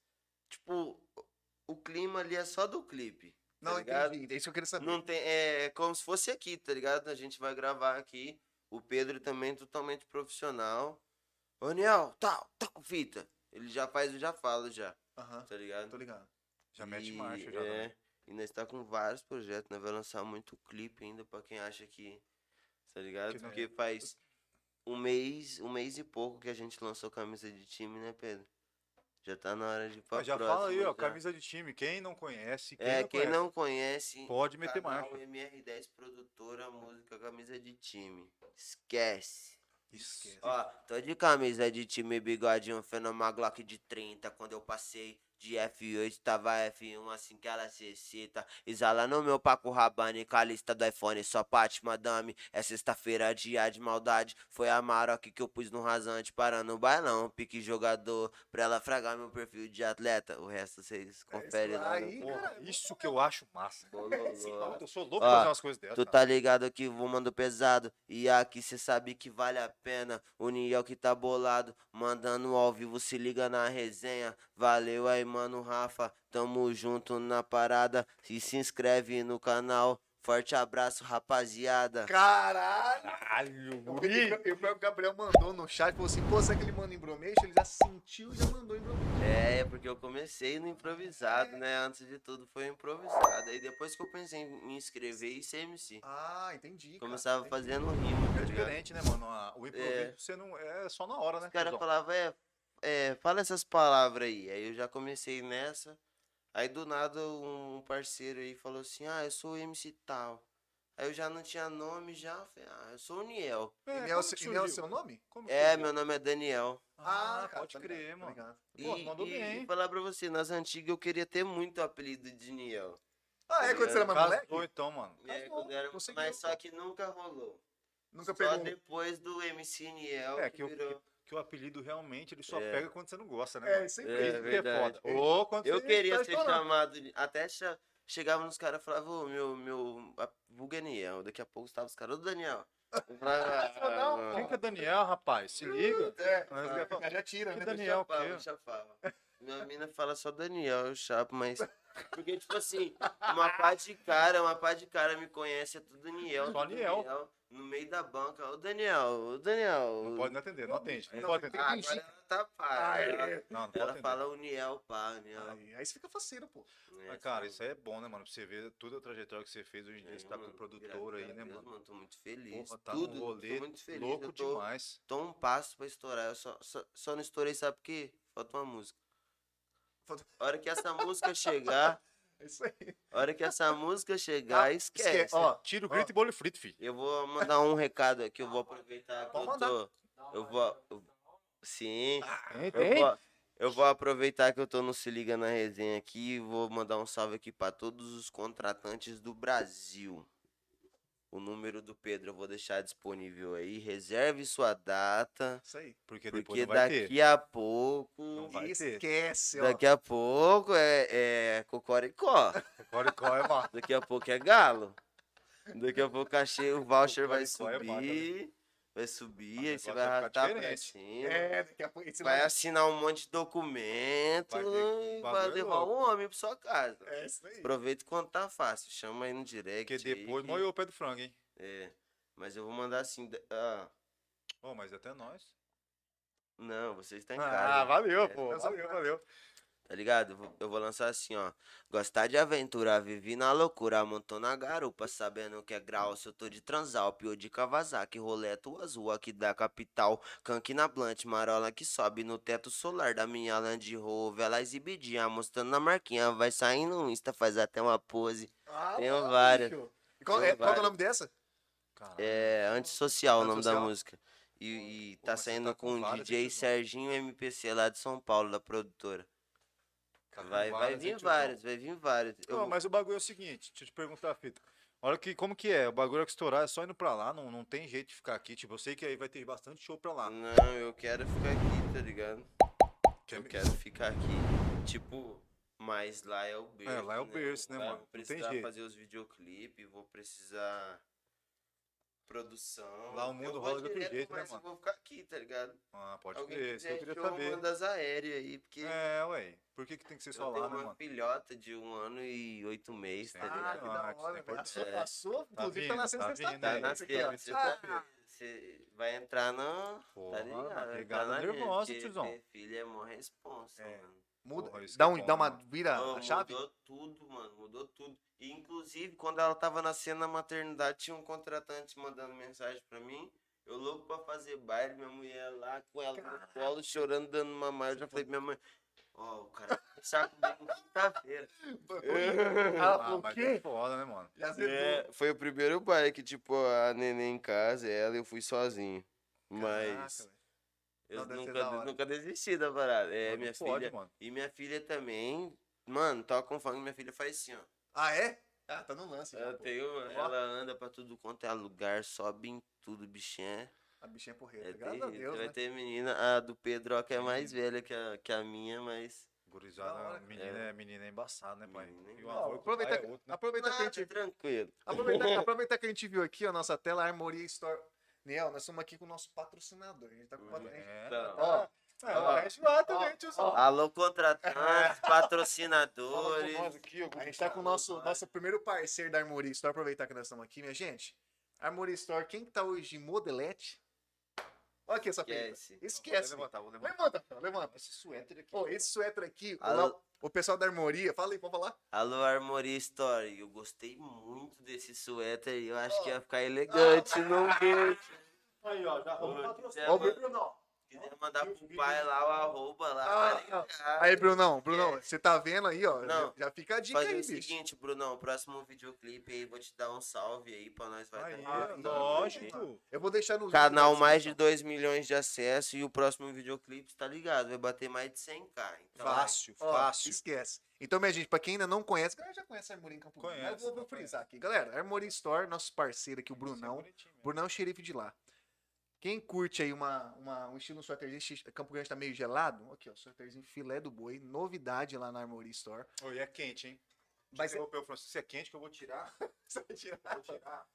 Speaker 3: Tipo, o clima ali é só do clipe. tá
Speaker 2: não,
Speaker 3: ligado?
Speaker 2: entendi. É isso que eu queria saber.
Speaker 3: Não tem, é como se fosse aqui, tá ligado? A gente vai gravar aqui. O Pedro também é totalmente profissional. Ô, Niel, tal, tal, fita. Ele já faz, eu já falo já,
Speaker 2: Aham,
Speaker 3: tá ligado?
Speaker 2: tô ligado.
Speaker 1: Já mete
Speaker 3: E,
Speaker 1: marcha, já.
Speaker 3: é,
Speaker 1: né?
Speaker 3: E nós tá com vários projetos, nós vai lançar muito clipe ainda pra quem acha que. Tá ligado?
Speaker 1: Que não- é.
Speaker 3: Porque faz um mês, um mês e pouco que a gente lançou camisa de time, né, Pedro? Já tá na hora de ir pra
Speaker 1: Mas já
Speaker 3: próxima,
Speaker 1: fala aí, ó,
Speaker 3: já.
Speaker 1: camisa de time. Quem não conhece, quem
Speaker 3: é,
Speaker 1: não
Speaker 3: quem
Speaker 1: conhece,
Speaker 3: não conhece, tá
Speaker 1: pode meter
Speaker 3: canal
Speaker 1: marcha.
Speaker 3: MR10 produtora, música, camisa de time. Esquece.
Speaker 1: Esquece.
Speaker 3: Ó, tô de camisa de time, bigodinho, fenoma Glock de 30. Quando eu passei de F8, tava F1, assim que ela se excita. Exala no meu Paco Rabanne, com a lista do iPhone, só Pati Madame. É sexta-feira, dia de maldade. Foi a Maroc que eu pus no rasante, parando o bailão. Pique jogador, pra ela fragar meu perfil de atleta. O resto vocês conferem lá. no-
Speaker 2: aí,
Speaker 1: Porra,
Speaker 2: cara,
Speaker 1: isso que eu acho massa.
Speaker 3: Bololô.
Speaker 1: Eu sou louco pra
Speaker 3: Ó,
Speaker 1: fazer umas coisas dessas.
Speaker 3: Tu tá ligado que vou mando pesado. E aqui cê sabe que vale a pena. O Niel que tá bolado. Mandando ao vivo, se liga na resenha. Valeu aí, mano, Rafa. Tamo junto na parada. E se inscreve no canal. Forte abraço, rapaziada.
Speaker 2: Caralho!
Speaker 1: Caralho,
Speaker 2: E o- e o próprio Gabriel mandou no chat, falou assim, pô, será que ele manda em bromecho? Ele já sentiu e já mandou em bromecho.
Speaker 3: É, porque eu comecei no improvisado, né? Antes de tudo foi improvisado. Aí depois que eu pensei em me inscrever e ser MC.
Speaker 2: Ah, entendi, cara.
Speaker 3: Começava
Speaker 2: Entendi.
Speaker 3: fazendo rima, tá
Speaker 1: É
Speaker 3: ligado?
Speaker 1: diferente, né, mano? A- O improviso
Speaker 3: É.
Speaker 1: você não. É só na hora, né?
Speaker 3: Os caras
Speaker 1: cuzão?
Speaker 3: falavam, é, é, fala essas palavras aí. Aí eu já comecei nessa. Aí do nada um parceiro aí falou assim, ah, eu sou o MC tal. Aí eu já não tinha nome, já falei, ah, eu sou o Niel.
Speaker 1: É,
Speaker 2: E não é
Speaker 1: como
Speaker 2: o
Speaker 1: que
Speaker 2: seu- e não é o
Speaker 1: surgiu?
Speaker 2: seu nome?
Speaker 1: Como que
Speaker 3: É,
Speaker 1: surgiu?
Speaker 3: meu nome é Daniel.
Speaker 1: Ah,
Speaker 2: cara,
Speaker 1: pode
Speaker 2: tá
Speaker 1: crer,
Speaker 2: ligado, tá
Speaker 1: mano.
Speaker 2: ligado.
Speaker 1: Pô,
Speaker 3: e,
Speaker 1: mandou
Speaker 3: e
Speaker 1: bem, hein?
Speaker 3: falar pra você, nas antigas eu queria ter muito o apelido de Niel.
Speaker 2: Ah, é quando você era mais
Speaker 1: Casou,
Speaker 2: moleque?
Speaker 1: então, mano.
Speaker 3: É,
Speaker 2: Tá bom,
Speaker 3: quando era-
Speaker 2: conseguiu,
Speaker 3: mas
Speaker 2: pô.
Speaker 3: só que nunca rolou.
Speaker 2: Nunca
Speaker 3: só
Speaker 2: pegou um-
Speaker 3: depois do MC Niel
Speaker 1: É,
Speaker 3: que
Speaker 1: que eu-
Speaker 3: virou.
Speaker 1: Que o apelido realmente ele só
Speaker 3: É.
Speaker 1: pega quando você não gosta, né?
Speaker 2: É,
Speaker 1: mano?
Speaker 2: isso aí.
Speaker 3: É,
Speaker 1: Isso que
Speaker 3: verdade.
Speaker 1: é foda. Ou quando
Speaker 3: Eu
Speaker 1: você
Speaker 3: queria
Speaker 1: tá
Speaker 3: ser
Speaker 1: estourando.
Speaker 3: chamado, de- até cha- chegava nos caras e falava, ô, meu, meu, a- o Daniel, daqui a pouco estava os caras, ô Daniel. Eu falava,
Speaker 2: Não, não,
Speaker 3: "Ah,
Speaker 1: Quem que é Daniel, rapaz? Se liga.
Speaker 2: É,
Speaker 1: Mas eu ia falar,
Speaker 2: já- já tira,
Speaker 1: que
Speaker 2: né?
Speaker 1: Daniel?
Speaker 3: eu chapava,
Speaker 1: o quê?
Speaker 3: eu chapava. Minha mina fala só Daniel, eu chapo, mas... Porque, tipo assim, uma pá de cara, uma pá de cara me conhece, é tudo Daniel.
Speaker 1: Só
Speaker 3: tudo
Speaker 1: Daniel.
Speaker 3: No meio da banca, ô Daniel, ô Daniel.
Speaker 1: Não pode não atender, não atende. Não
Speaker 2: Não,
Speaker 1: pode
Speaker 2: tem-
Speaker 1: atender.
Speaker 3: Ah,
Speaker 2: fingir.
Speaker 3: agora ela tá pá.
Speaker 2: Ah,
Speaker 3: ela
Speaker 2: é.
Speaker 1: Não, não pode
Speaker 3: ela
Speaker 1: atender.
Speaker 3: fala o Niel, pá, o Niel.
Speaker 2: Aí, aí você fica faceiro, pô.
Speaker 1: Mas, cara, isso aí é bom, né, mano? Pra você ver toda a trajetória que você fez hoje em
Speaker 3: É,
Speaker 1: dia. Você tá com o produtor aí, né, mano?
Speaker 3: Tô muito feliz.
Speaker 1: Porra, tá
Speaker 3: Tudo,
Speaker 1: num rolê
Speaker 3: tô muito feliz.
Speaker 1: louco
Speaker 3: eu tô,
Speaker 1: demais.
Speaker 3: tô um passo pra estourar. Eu só, só, só não estourei, sabe por quê? Falta uma música.
Speaker 2: Falta-
Speaker 3: A hora que essa música chegar,
Speaker 2: É isso aí.
Speaker 3: a hora que essa música chegar,
Speaker 2: Ah,
Speaker 3: esquece.
Speaker 2: esquece, ó.
Speaker 1: Tira o
Speaker 2: Ó.
Speaker 1: grito e bolo frito, filho.
Speaker 3: Eu vou mandar um recado aqui, eu vou aproveitar que
Speaker 2: Pode
Speaker 3: eu tô. Eu vou. eu- sim.
Speaker 1: Tem,
Speaker 3: Eu
Speaker 1: tem.
Speaker 3: vou, eu vou aproveitar que eu tô no Se Liga na resenha aqui e vou mandar um salve aqui pra todos os contratantes do Brasil. O número do Pedro eu vou deixar disponível aí. Reserve sua data,
Speaker 2: Isso aí.
Speaker 1: Porque depois
Speaker 3: porque
Speaker 1: não vai
Speaker 3: daqui
Speaker 1: ter. Então, assim,
Speaker 3: a pouco.
Speaker 1: Não vai ter.
Speaker 2: Esquece, ó.
Speaker 3: Daqui a pouco é, é Cocoricó.
Speaker 1: Agora qual é, mano?
Speaker 3: Daqui a pouco é Galo. Daqui a pouco achei, o voucher vai
Speaker 1: Cocoricó é bala, né? Ah,
Speaker 3: subir. Vai subir, aí
Speaker 1: Mas
Speaker 3: você
Speaker 1: agora
Speaker 3: vai
Speaker 1: vai ficar
Speaker 3: arrastar pra
Speaker 1: diferente.
Speaker 3: cima.
Speaker 2: É, daqui a pouco. esse
Speaker 3: Vai
Speaker 2: nome-
Speaker 3: assinar um monte de documento
Speaker 1: Vai ter-
Speaker 3: e
Speaker 1: o
Speaker 3: vai
Speaker 1: bagulho é
Speaker 3: levar
Speaker 1: louco.
Speaker 3: um homem pra sua casa.
Speaker 2: É isso aí.
Speaker 3: Aproveita quando tá fácil, chama aí no direct.
Speaker 1: Porque
Speaker 3: aí
Speaker 1: depois
Speaker 3: que-
Speaker 1: moiou o pé do frango, hein?
Speaker 3: É, mas eu vou mandar assim. da- ah,
Speaker 1: Ô, mas até nós.
Speaker 3: Não, você está em casa.
Speaker 4: Ah, valeu,
Speaker 3: É,
Speaker 4: pô.
Speaker 2: eu só-
Speaker 4: Valeu, valeu.
Speaker 3: Tá ligado? Eu vou- Eu vou lançar assim, ó. Gostar de aventura, vivi na loucura, montou na garupa, sabendo que é grau. Se eu tô de Transalp ou de Kawasaki, roleto azul aqui da capital. Canque na plant, marola que sobe no teto solar da minha Land Rover. Ela exibidinha, mostrando na marquinha, vai saindo no Insta, faz até uma pose.
Speaker 2: Ah,
Speaker 3: Tenho
Speaker 2: ó,
Speaker 3: várias.
Speaker 2: bicho. E Qual,
Speaker 3: Tenho
Speaker 2: é, qual que é o
Speaker 3: várias.
Speaker 2: nome dessa?
Speaker 3: É, antissocial o nome da
Speaker 2: Antissocial.
Speaker 3: música. E, e
Speaker 1: Pô,
Speaker 3: tá
Speaker 1: mas você
Speaker 3: saindo
Speaker 1: tá com
Speaker 3: com o
Speaker 1: várias,
Speaker 3: DJ
Speaker 1: deixa eu
Speaker 3: Serginho MPC lá de São Paulo, da produtora.
Speaker 1: Cara,
Speaker 3: Vai, vai
Speaker 1: Tá várias, então. hein,
Speaker 3: vir
Speaker 1: tiozão?
Speaker 3: vários, vai vir vários. Eu-
Speaker 1: Não, mas o bagulho é o seguinte, deixa eu te perguntar, Fita. Olha que, como que é? O bagulho é que estourar, é só indo pra lá, não, não tem jeito de ficar aqui. Tipo, eu sei que aí vai ter bastante show pra lá.
Speaker 3: Não, eu quero ficar aqui, tá ligado?
Speaker 1: Quer
Speaker 3: eu
Speaker 1: me-
Speaker 3: quero ficar aqui. Tipo, mas lá é o berço.
Speaker 1: lá é o berço, né,
Speaker 3: Lá eu
Speaker 1: mano?
Speaker 3: Vou
Speaker 1: Não tem
Speaker 3: precisar
Speaker 1: jeito.
Speaker 3: fazer os videoclipes, vou precisar produção.
Speaker 1: Lá o mundo
Speaker 3: eu vou
Speaker 1: rola de outro
Speaker 3: direto,
Speaker 1: jeito, né,
Speaker 3: mas
Speaker 1: mano?
Speaker 3: eu vou ficar aqui, tá ligado?
Speaker 1: Ah, pode
Speaker 3: Alguém
Speaker 1: crer, isso que
Speaker 3: quiser
Speaker 1: eu queria
Speaker 3: show,
Speaker 1: saber.
Speaker 3: manda as aéreas aí, porque
Speaker 1: É, ué. Por que, que tem que ser
Speaker 3: eu
Speaker 1: só
Speaker 3: tenho
Speaker 1: lá, né,
Speaker 3: uma
Speaker 1: mano?
Speaker 3: filhota de um ano e oito meses, tá
Speaker 1: Ah,
Speaker 3: ligado?
Speaker 1: que da hora, velho.
Speaker 2: Passou,
Speaker 3: É.
Speaker 2: passou, inclusive tá
Speaker 1: vindo,
Speaker 2: nascendo
Speaker 1: tá
Speaker 2: sexta-feira.
Speaker 1: vindo,
Speaker 3: Tá
Speaker 1: é,
Speaker 3: na
Speaker 1: porque-
Speaker 3: feira, você tá-
Speaker 2: Ah.
Speaker 3: você vai entrar na.
Speaker 1: Porra,
Speaker 3: Tá ligado?
Speaker 1: mano,
Speaker 3: vai
Speaker 1: pegada
Speaker 3: entrar na linha,
Speaker 1: nervosa,
Speaker 3: porque
Speaker 1: tiozão.
Speaker 3: ter Filho é mó responsa,
Speaker 1: É.
Speaker 3: mano.
Speaker 2: Muda,
Speaker 1: Porra, isso
Speaker 2: dá,
Speaker 1: que é
Speaker 2: um,
Speaker 1: bom,
Speaker 2: dá uma
Speaker 1: né,
Speaker 2: vira
Speaker 3: Ô,
Speaker 2: a chave.
Speaker 3: Mudou tudo, mano. Mudou tudo. E, inclusive, quando ela tava nascendo na maternidade, tinha um contratante mandando mensagem pra mim. Eu louco pra fazer baile, minha mulher lá com ela no colo, chorando, dando mamar. Eu já falei pra minha mãe, ó, o cara tá vai conversar comigo quinta-feira.
Speaker 2: Ela
Speaker 1: Ah,
Speaker 2: falou, o
Speaker 1: mas
Speaker 2: quê?
Speaker 1: é foda, né, mano?
Speaker 2: Já azedou.
Speaker 3: É, foi o primeiro baile que, tipo, a neném em casa, ela, eu fui sozinho. Mas
Speaker 2: Caraca, velho.
Speaker 3: eu
Speaker 2: não, deve ser da
Speaker 3: nunca,
Speaker 2: hora.
Speaker 3: nunca desisti da parada. É,
Speaker 1: Não
Speaker 3: minha
Speaker 1: pode,
Speaker 3: filha.
Speaker 1: mano.
Speaker 3: E minha filha também, mano, toca um funk, minha filha faz assim, ó.
Speaker 2: Ah, é? Ah, tá no lance. já,
Speaker 3: Ela,
Speaker 2: pô.
Speaker 3: tem uma- ela anda pra tudo quanto é lugar, sobe em tudo, bichinha.
Speaker 2: A bichinha é
Speaker 3: É
Speaker 2: porreta, graças a
Speaker 3: terrível.
Speaker 2: Deus,
Speaker 3: vai
Speaker 2: né?
Speaker 3: ter menina, a do Pedro, ó, que é mais velha que a, que a minha, mas.
Speaker 1: Gurizada,
Speaker 2: Da hora,
Speaker 1: menina, é. menina é embaçada, né, pai?
Speaker 3: Menina é
Speaker 1: E o
Speaker 3: embaçada.
Speaker 1: amor que o pai
Speaker 2: Aproveitar,
Speaker 1: é outro, né?
Speaker 2: aproveitar que a
Speaker 3: Nada,
Speaker 2: gente
Speaker 3: tranquilo.
Speaker 2: Aproveitar, aproveitar que a gente viu aqui, ó, nossa tela, a Armoria Store. Neo, nós estamos aqui com o nosso patrocinador. A gente tá com o patro- a gente-
Speaker 1: É,
Speaker 3: Tá.
Speaker 2: Ó,
Speaker 1: é, ó,
Speaker 2: gente lá também, tiozão.
Speaker 3: Alô, contratantes,
Speaker 2: Fala com
Speaker 3: patrocinadores.
Speaker 2: nós aqui, ó. A gente tá com o nosso, nosso primeiro parceiro da Armoria Store. Aproveitar que nós estamos aqui, minha gente. Armoria Store, quem que tá hoje de modelete? Olha aqui essa pergunta.
Speaker 3: Esquece.
Speaker 1: Vou
Speaker 2: Esquece.
Speaker 1: levantar, vou levantar.
Speaker 2: Levanta, Fel, levanta.
Speaker 1: Esse suéter aqui.
Speaker 2: Pô, esse suéter aqui, é
Speaker 3: Alô.
Speaker 2: o, o pessoal da Armoria, fala aí, pode falar?
Speaker 3: Alô, Armoria Story. Eu gostei muito desse suéter e eu acho que ia ficar elegante num verde.
Speaker 1: Aí, ó, já
Speaker 3: arrumou o patrocínio.
Speaker 2: Ó, o
Speaker 3: É, mano.
Speaker 2: Brunão.
Speaker 3: Quiser mandar pro pai lá o arroba lá.
Speaker 2: Ah,
Speaker 3: tá ligado?
Speaker 2: Aí, Brunão, Brunão, você tá vendo aí, ó?
Speaker 3: Não.
Speaker 2: Já fica a dica
Speaker 3: Fazer
Speaker 2: aí,
Speaker 3: o
Speaker 2: bicho.
Speaker 3: seguinte, Brunão, próximo videoclipe aí, vou te dar um salve aí pra nós. Vai
Speaker 1: Aí,
Speaker 3: tá
Speaker 2: Ah,
Speaker 1: ó,
Speaker 3: no-
Speaker 1: lógico.
Speaker 2: Eu vou deixar no
Speaker 3: Canal mais de 2 milhões de acesso e o próximo videoclipe, tá ligado? Vai bater mais de 100k.
Speaker 1: Tá.
Speaker 3: Então,
Speaker 1: Fácil,
Speaker 2: Ó,
Speaker 1: fácil.
Speaker 2: Esquece. Então, minha gente, pra quem ainda não conhece, galera já conhece a Armoria em Campo Grande. mas
Speaker 1: Conhece,
Speaker 2: Eu vou, vou
Speaker 1: não conhece.
Speaker 2: frisar aqui. Galera, Armoria Store, nosso parceiro aqui, o
Speaker 1: Isso é
Speaker 2: Brunão.
Speaker 1: bonitinho mesmo.
Speaker 2: Brunão é o xerife de lá. Quem curte aí uma, uma- um estilo suéterzinho, esti- Campo Grande tá meio gelado, aqui ó, suéterzinho filé do boi, novidade lá na Armoria Store.
Speaker 1: Ô, e é quente, hein?
Speaker 2: Mas
Speaker 1: Mas eu o Francisco, se é quente que eu vou tirar.
Speaker 2: Você vai tirar?
Speaker 1: Vou tirar.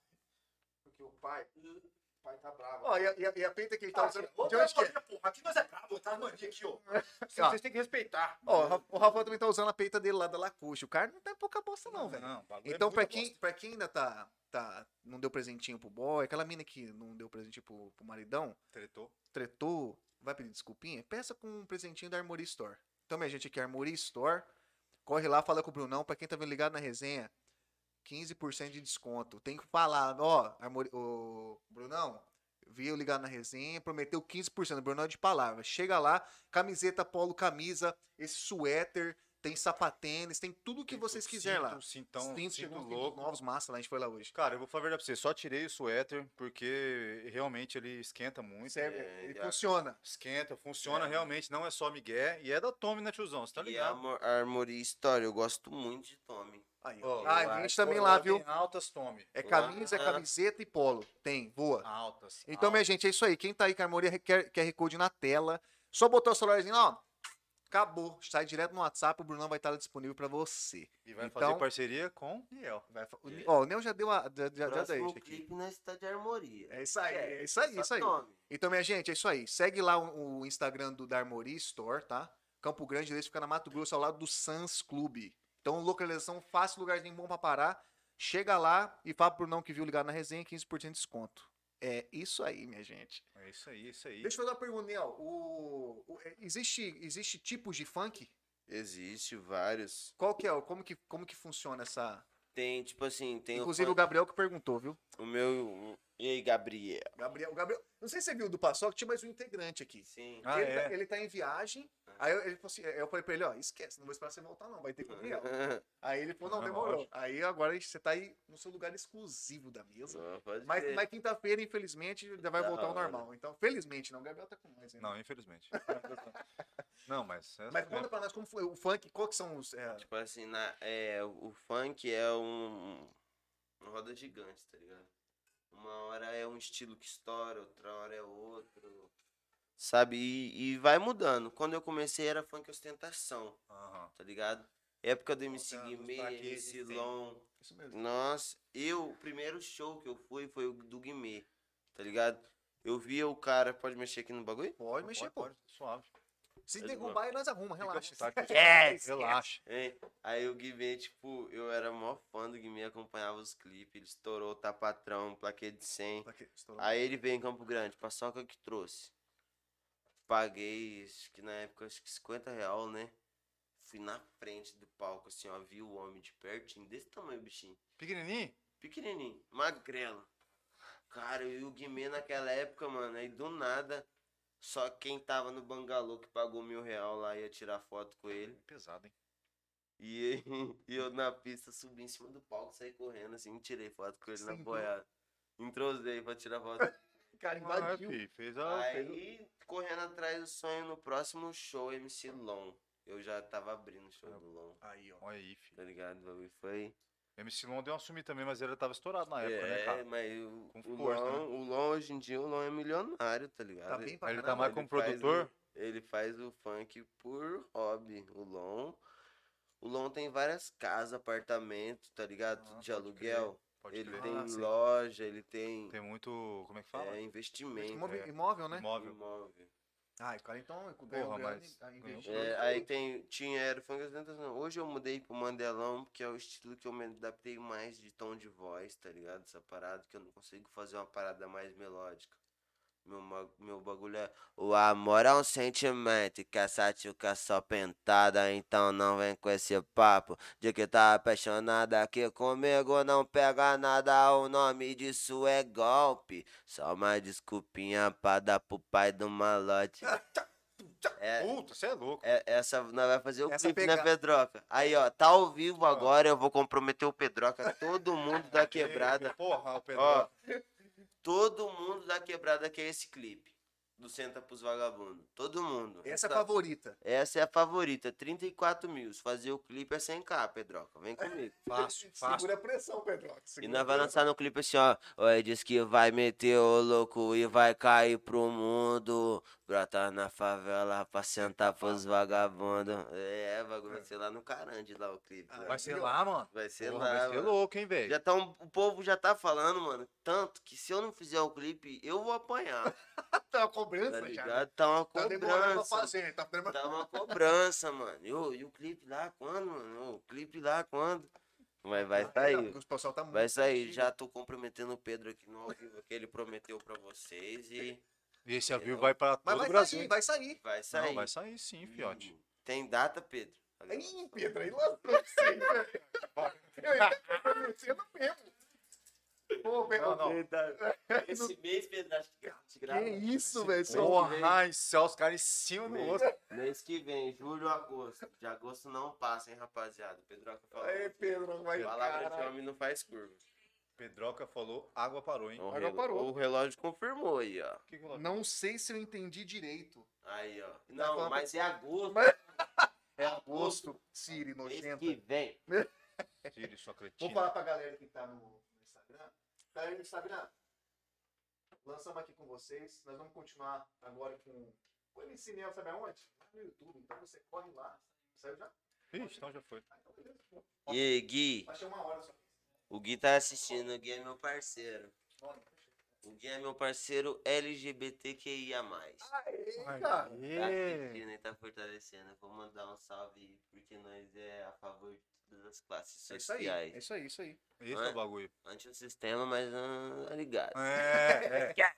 Speaker 2: Porque o pai,
Speaker 1: O pai tá bravo. Ah,
Speaker 2: ó, e a, e a- e a peita que ele tá usando,
Speaker 1: Ô,
Speaker 2: de onde que é?
Speaker 1: Brasília, porra, aqui nós é bravo, tá mania aqui, ó.
Speaker 2: Ó.
Speaker 1: Vocês têm que respeitar.
Speaker 2: Ó, o Ra- o Rafael também tá usando a peita dele lá da Lacuxa, o cara não tá pouca bosta não, velho.
Speaker 1: Não, o bagulho é
Speaker 2: Então, pra
Speaker 1: muito
Speaker 2: quem, pra quem ainda tá, tá. Não deu presentinho pro boy, aquela mina que não deu presentinho pro, pro maridão,
Speaker 1: bom. Tretou.
Speaker 2: tretou, vai pedir desculpinha, peça com um presentinho da Armory Store. Então, minha gente, aqui, Armory Store. Corre lá, fala com o Brunão. Pra quem tá vendo ligado na resenha, 15% de desconto. Tem que falar, ó, Armori, ô, Brunão, viu ligado na resenha, prometeu 15%. O Brunão é de palavra. Chega lá, camiseta, polo, camisa, esse suéter, tem sapatênis, tem tudo que
Speaker 1: Cinto-
Speaker 2: vocês quiserem lá.
Speaker 1: cinto, Cintão,
Speaker 2: Cinto,
Speaker 1: cinto
Speaker 2: chegou uns cintos
Speaker 1: louco.
Speaker 2: novos, massa lá, a gente foi lá hoje.
Speaker 1: Cara, eu vou falar a verdade pra você, só tirei o suéter porque realmente ele esquenta muito.
Speaker 2: Serve,
Speaker 3: é,
Speaker 2: ele
Speaker 3: já-
Speaker 2: funciona.
Speaker 1: Esquenta, funciona
Speaker 3: É.
Speaker 1: realmente, não é só migué. E é da Tommy, né, tiozão? Você tá
Speaker 3: e a
Speaker 1: ligado?
Speaker 3: Amor- a Armoria Story, eu gosto muito de Tommy.
Speaker 2: Aí,
Speaker 1: Ó,
Speaker 2: ó. Ah, a
Speaker 1: lá,
Speaker 2: gente também
Speaker 1: pô,
Speaker 2: lá, viu?
Speaker 1: Tem altas, Tommy.
Speaker 2: É camisa, é
Speaker 3: Aham.
Speaker 2: camiseta e polo. Tem, voa.
Speaker 1: Ah. Altas.
Speaker 2: Então, minha gente, é isso aí. Quem tá aí com a Armoria, QR, QR Code na tela. Só botar o celularzinho, ó. Acabou. Sai direto no WhatsApp, o Brunão vai estar disponível pra você.
Speaker 1: E vai
Speaker 2: então-
Speaker 1: fazer parceria com Niel.
Speaker 2: Vai fa- o Ni- Ó, o Neo já deu a. Já, já, já deu
Speaker 3: Próximo
Speaker 2: isso aqui.
Speaker 3: clipe nós tá de Armoria.
Speaker 2: É isso aí, é isso aí, é
Speaker 3: Só
Speaker 2: isso aí.
Speaker 3: Tommy.
Speaker 2: Então, minha gente, é isso aí. Segue lá o, o Instagram do, da Armoria Store, tá? Campo Grande, eles fica na Mato Grosso, ao lado do Sans Clube. Então, localização fácil, lugarzinho bom pra parar. Chega lá e fala pro não que viu ligado na resenha, 15% de desconto. É isso aí, minha gente.
Speaker 1: É isso aí, isso aí.
Speaker 2: Deixa eu fazer uma pergunta, Niel. O, o- é, existe, existe tipos de funk?
Speaker 3: Existe vários.
Speaker 2: Qual que é? o- Como que, como que funciona essa.
Speaker 3: Tem, tipo assim, tem
Speaker 2: Inclusive o
Speaker 3: funk-
Speaker 2: Gabriel que perguntou, viu?
Speaker 3: o meu. E aí, Gabriel?
Speaker 2: Gabriel, o Gabriel. Não sei se você viu do Paçoca, tinha mais um integrante aqui.
Speaker 3: Sim.
Speaker 1: Ah,
Speaker 2: ele,
Speaker 1: é.
Speaker 2: tá, ele tá em viagem. Aí eu, ele falou assim, eu falei pra ele, ó, esquece, não vou esperar você voltar, não. Vai ter com o Gabriel. Aí ele falou, não,
Speaker 1: Ah,
Speaker 2: demorou.
Speaker 1: lógico.
Speaker 2: Aí agora você tá aí no seu lugar exclusivo da mesa.
Speaker 3: Não, pode
Speaker 2: Mas,
Speaker 3: crer. Tá
Speaker 2: mas quinta-feira, infelizmente, já vai
Speaker 3: Da
Speaker 2: voltar ao
Speaker 3: hora.
Speaker 2: normal. Então, felizmente, não. O Gabriel tá com nós ainda.
Speaker 1: Não, infelizmente. Não, mas. é-
Speaker 2: Mas conta pra nós como foi o funk, qual que são os. é,
Speaker 3: Tipo assim, na, é, o o funk é um, uma roda gigante, tá ligado? Uma hora é um estilo que estoura, outra hora é outro. Sabe? E, e vai mudando. Quando eu comecei era funk ostentação,
Speaker 1: Aham.
Speaker 3: tá ligado? Época do MC
Speaker 1: Voltando,
Speaker 3: Guimê,
Speaker 1: tá aqui,
Speaker 3: MC
Speaker 1: tem.
Speaker 3: Long.
Speaker 2: Isso mesmo.
Speaker 3: Nossa, eu, o primeiro show que eu fui foi o do Guimê, tá ligado? Eu via o cara, pode mexer aqui no bagulho?
Speaker 2: Pode mexer, pô.
Speaker 1: Pode, suave.
Speaker 2: Se
Speaker 3: Ele
Speaker 2: derrubar, aí nós arruma,
Speaker 1: Fica à
Speaker 2: relaxa. É,
Speaker 1: vontade.
Speaker 3: Yes!
Speaker 1: Relaxa.
Speaker 3: Hein? É, Aí o Guimê, tipo, eu era mó fã do Guimê, acompanhava os clipes, ele estourou o Tapatrão, plaquete de 100.
Speaker 2: Tá aqui, estourou.
Speaker 3: Aí ele veio em Campo Grande, paçoca que trouxe. Paguei, acho que na época, acho que 50 real, né? Fui na frente do palco, assim, ó, vi o homem de pertinho, desse tamanho, bichinho.
Speaker 1: Pequenininho?
Speaker 3: Pequenininho, magrelo. Cara, e o Guimê naquela época, mano, aí do nada, só quem tava no bangalô que pagou mil real lá ia tirar foto com ele.
Speaker 1: Pesado, hein?
Speaker 3: E, e eu na pista subi em cima do palco, saí correndo assim, tirei foto com ele na
Speaker 2: Sentou.
Speaker 3: boiada. Entrosei pra tirar foto.
Speaker 2: Cara,
Speaker 1: Ah,
Speaker 2: invadiu.
Speaker 1: fi, fez a. fez o-
Speaker 3: Aí, correndo atrás do sonho, no próximo show, MC Long. Eu já tava abrindo o
Speaker 1: Ah.
Speaker 3: show do Long,
Speaker 2: Aí, ó.
Speaker 1: Olha aí, filho.
Speaker 3: tá ligado? O bagulho foi.
Speaker 1: MC Lon deu uma sumir também, mas ele tava estourado na época,
Speaker 3: é,
Speaker 1: né, cara?
Speaker 3: mas o,
Speaker 1: Com
Speaker 3: o
Speaker 1: força, né?
Speaker 3: Long, o Long, hoje em dia, o Long é milionário, tá ligado?
Speaker 2: Tá bem pra
Speaker 1: Aí ele tá
Speaker 2: caramba.
Speaker 1: mais como
Speaker 3: faz o-
Speaker 1: produtor?
Speaker 3: ele faz o funk por hobby. O Long. O Long tem várias casas, apartamentos, tá ligado?
Speaker 1: Ah,
Speaker 3: Tudo
Speaker 1: pode
Speaker 3: de aluguel.
Speaker 1: Pode
Speaker 3: Ele
Speaker 1: crer.
Speaker 3: tem
Speaker 2: Ah, sim.
Speaker 3: loja, ele tem,
Speaker 1: Tem muito. Como é que
Speaker 3: é,
Speaker 1: fala?
Speaker 3: investimento.
Speaker 2: Imóvel,
Speaker 1: é.
Speaker 2: imóvel, né?
Speaker 1: Imóvel.
Speaker 3: imóvel.
Speaker 2: Ah, o cara então ganhou um grande
Speaker 1: mas
Speaker 2: a
Speaker 1: ganhou.
Speaker 2: investir.
Speaker 3: É, aí tem, tinha era funk ostentação. Hoje eu mudei pro Mandelão, porque é o estilo que eu me adaptei mais de tom de voz, tá ligado? Essa parada, que eu não consigo fazer uma parada mais melódica. Meu, ma- meu bagulho é. O amor é um sentimento, que essa tchuca só pentada, então não vem com esse papo. De que tá apaixonada aqui comigo, não pega nada, o nome disso é golpe. Só uma desculpinha pra dar pro pai do malote. É,
Speaker 1: Puta, você é louco.
Speaker 3: é- essa nós vai fazer o
Speaker 2: Essa
Speaker 3: clipe,
Speaker 2: pega-
Speaker 3: né, Pedroca? Aí, ó, tá ao vivo agora, eu vou comprometer o Pedroca, todo mundo da É, quebrada.
Speaker 1: Porra, o Pedro.
Speaker 3: Ó, todo mundo da quebrada que é esse clipe. Do Senta pros Vagabundos. Todo mundo.
Speaker 2: Essa é a favorita.
Speaker 3: Essa é a favorita, 34 mil. Se fazer o clipe é 100k, Pedroca. Vem comigo.
Speaker 1: Fácil, fácil.
Speaker 2: Segura a pressão, Pedro.
Speaker 3: E
Speaker 2: segura a
Speaker 3: nós vai
Speaker 2: pressão.
Speaker 3: lançar no clipe assim, ó. Oi, diz que vai meter o louco e vai cair pro mundo. Brota na favela pra sentar pros vagabundos. É, o bagulho vai ser lá no Carande, lá o clipe.
Speaker 2: Ah,
Speaker 3: né?
Speaker 1: Vai ser lá, mano.
Speaker 3: Vai ser
Speaker 1: Porra,
Speaker 3: lá.
Speaker 1: vai ser
Speaker 3: mano.
Speaker 1: louco, hein, velho?
Speaker 3: Já tá um- o povo já tá falando, mano. Tanto que se eu não fizer o clipe, eu vou apanhar.
Speaker 2: Tá uma
Speaker 3: Tá
Speaker 2: cobrança já. né?
Speaker 3: ligado? Tá uma
Speaker 2: Tá demorando pra
Speaker 3: cobrança.
Speaker 2: fazer, tá demorando
Speaker 3: Tá uma cobrança, mano. E o- e o clipe lá quando, mano? O clipe lá quando? Mas vai
Speaker 2: Não,
Speaker 3: sair.
Speaker 2: porque o pessoal tá muito
Speaker 3: Vai sair,
Speaker 2: antigo.
Speaker 3: já tô comprometendo o Pedro aqui no ao vivo que ele prometeu pra vocês e
Speaker 1: E esse avião
Speaker 3: Eu-
Speaker 1: vai para todo
Speaker 2: Mas
Speaker 1: o
Speaker 2: vai
Speaker 1: Brasil.
Speaker 2: sair, vai sair.
Speaker 3: vai
Speaker 1: Não,
Speaker 3: sair.
Speaker 1: vai sair sim, fiote.
Speaker 3: Hum, Tem data, Pedro?
Speaker 2: Ih, Pedro, aí lançou isso aí, velho. né? Eu ainda tô prometendo mesmo. Pô, Pedro,
Speaker 1: não.
Speaker 3: Tem data.
Speaker 2: não-
Speaker 3: Esse mês, Pedro, acho que te grava.
Speaker 2: Que né? isso, velho?
Speaker 3: né? Esse
Speaker 2: Só-
Speaker 3: mês.
Speaker 1: Porra, ai, céu, os caras em cima do
Speaker 3: Mês,
Speaker 1: outro.
Speaker 3: mês que vem, julho, agosto. De agosto não passa, hein, rapaziada. Pedro falou.
Speaker 2: Aí, Pedro, vai,
Speaker 3: Palavra de
Speaker 2: caralho.
Speaker 3: homem não faz curva.
Speaker 1: Pedroca falou, água parou, hein?
Speaker 3: O,
Speaker 2: Agora parou.
Speaker 3: o relógio confirmou aí, ó.
Speaker 1: O que que rolou?
Speaker 2: Não sei se eu entendi direito.
Speaker 3: Aí, ó. Não,
Speaker 2: Tá falando-
Speaker 3: mas é agosto.
Speaker 2: Mas-
Speaker 3: É agosto.
Speaker 2: Gosto, Siri,
Speaker 3: Mês
Speaker 2: nojenta.
Speaker 3: que vem.
Speaker 1: Tire sua cretina.
Speaker 2: Vou falar pra galera que tá no no Instagram. Galera do Instagram, lançamos aqui com vocês. Nós vamos continuar agora com o MC Neo, sabe aonde? Lá no YouTube. Então você corre lá. Saiu já?
Speaker 1: Ixi, então já foi.
Speaker 2: Ah, então beleza. pô.
Speaker 3: E aí, Gui?
Speaker 2: Achei uma hora só.
Speaker 3: O Gui tá assistindo, o Gui é meu parceiro.
Speaker 2: Nome.
Speaker 3: O Gui é meu parceiro LGBTQIA.
Speaker 2: Aê,
Speaker 1: Ai,
Speaker 2: cara.
Speaker 3: Tá
Speaker 1: é.
Speaker 3: assistindo e tá fortalecendo. Eu vou mandar um salve aí, porque nós é a favor de todas as classes
Speaker 2: É isso aí.
Speaker 3: sociais.
Speaker 2: É isso aí, isso aí.
Speaker 1: Esse
Speaker 3: Não
Speaker 1: é
Speaker 3: é?
Speaker 1: o bagulho.
Speaker 3: Anti-sistema, mas ah, ligado.
Speaker 1: É, é.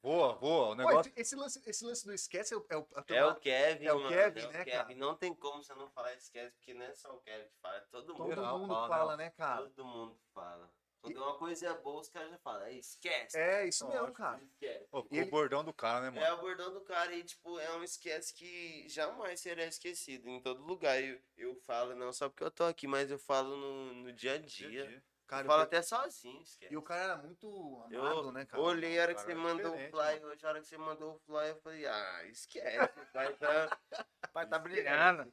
Speaker 1: Boa, boa. O
Speaker 2: Pô,
Speaker 1: negócio.
Speaker 2: esse, lance, esse lance do esquece é o, é o, a
Speaker 3: É
Speaker 2: turma-
Speaker 3: o Kevin,
Speaker 2: É o
Speaker 3: mano,
Speaker 2: Kevin,
Speaker 3: é o
Speaker 2: né,
Speaker 3: Kevin.
Speaker 2: cara?
Speaker 3: Não tem como você não falar esquece, porque não é só o Kevin que fala, é todo mundo.
Speaker 2: Todo
Speaker 1: geral,
Speaker 2: mundo
Speaker 3: fala,
Speaker 2: fala,
Speaker 3: né?
Speaker 2: né, cara?
Speaker 3: Todo mundo fala. Quando uma coisa é boa, os caras já falam, "Aí, esquece.
Speaker 2: É isso mesmo,
Speaker 1: Lógico.
Speaker 2: cara.
Speaker 3: esquece."
Speaker 1: Pô, ficou
Speaker 2: ele-
Speaker 1: o bordão do cara, né,
Speaker 3: É
Speaker 1: mano?
Speaker 3: o bordão do cara e, tipo, é um esquece que jamais será esquecido em todo lugar. Eu, eu falo, não só porque eu tô aqui, mas eu falo no, no dia a dia.
Speaker 1: Dia a dia.
Speaker 2: Cara,
Speaker 3: eu falo
Speaker 2: eu-
Speaker 3: até sozinho, esquece.
Speaker 2: E o cara era muito
Speaker 3: Eu
Speaker 2: amado, né, cara?
Speaker 3: olhei a hora que
Speaker 1: Cara,
Speaker 3: você
Speaker 1: é
Speaker 3: mandou o
Speaker 1: diferente,
Speaker 3: fly, hoje a hora que você mandou o fly, eu falei, ah, esquece, o pai tá, o pai tá brilhando.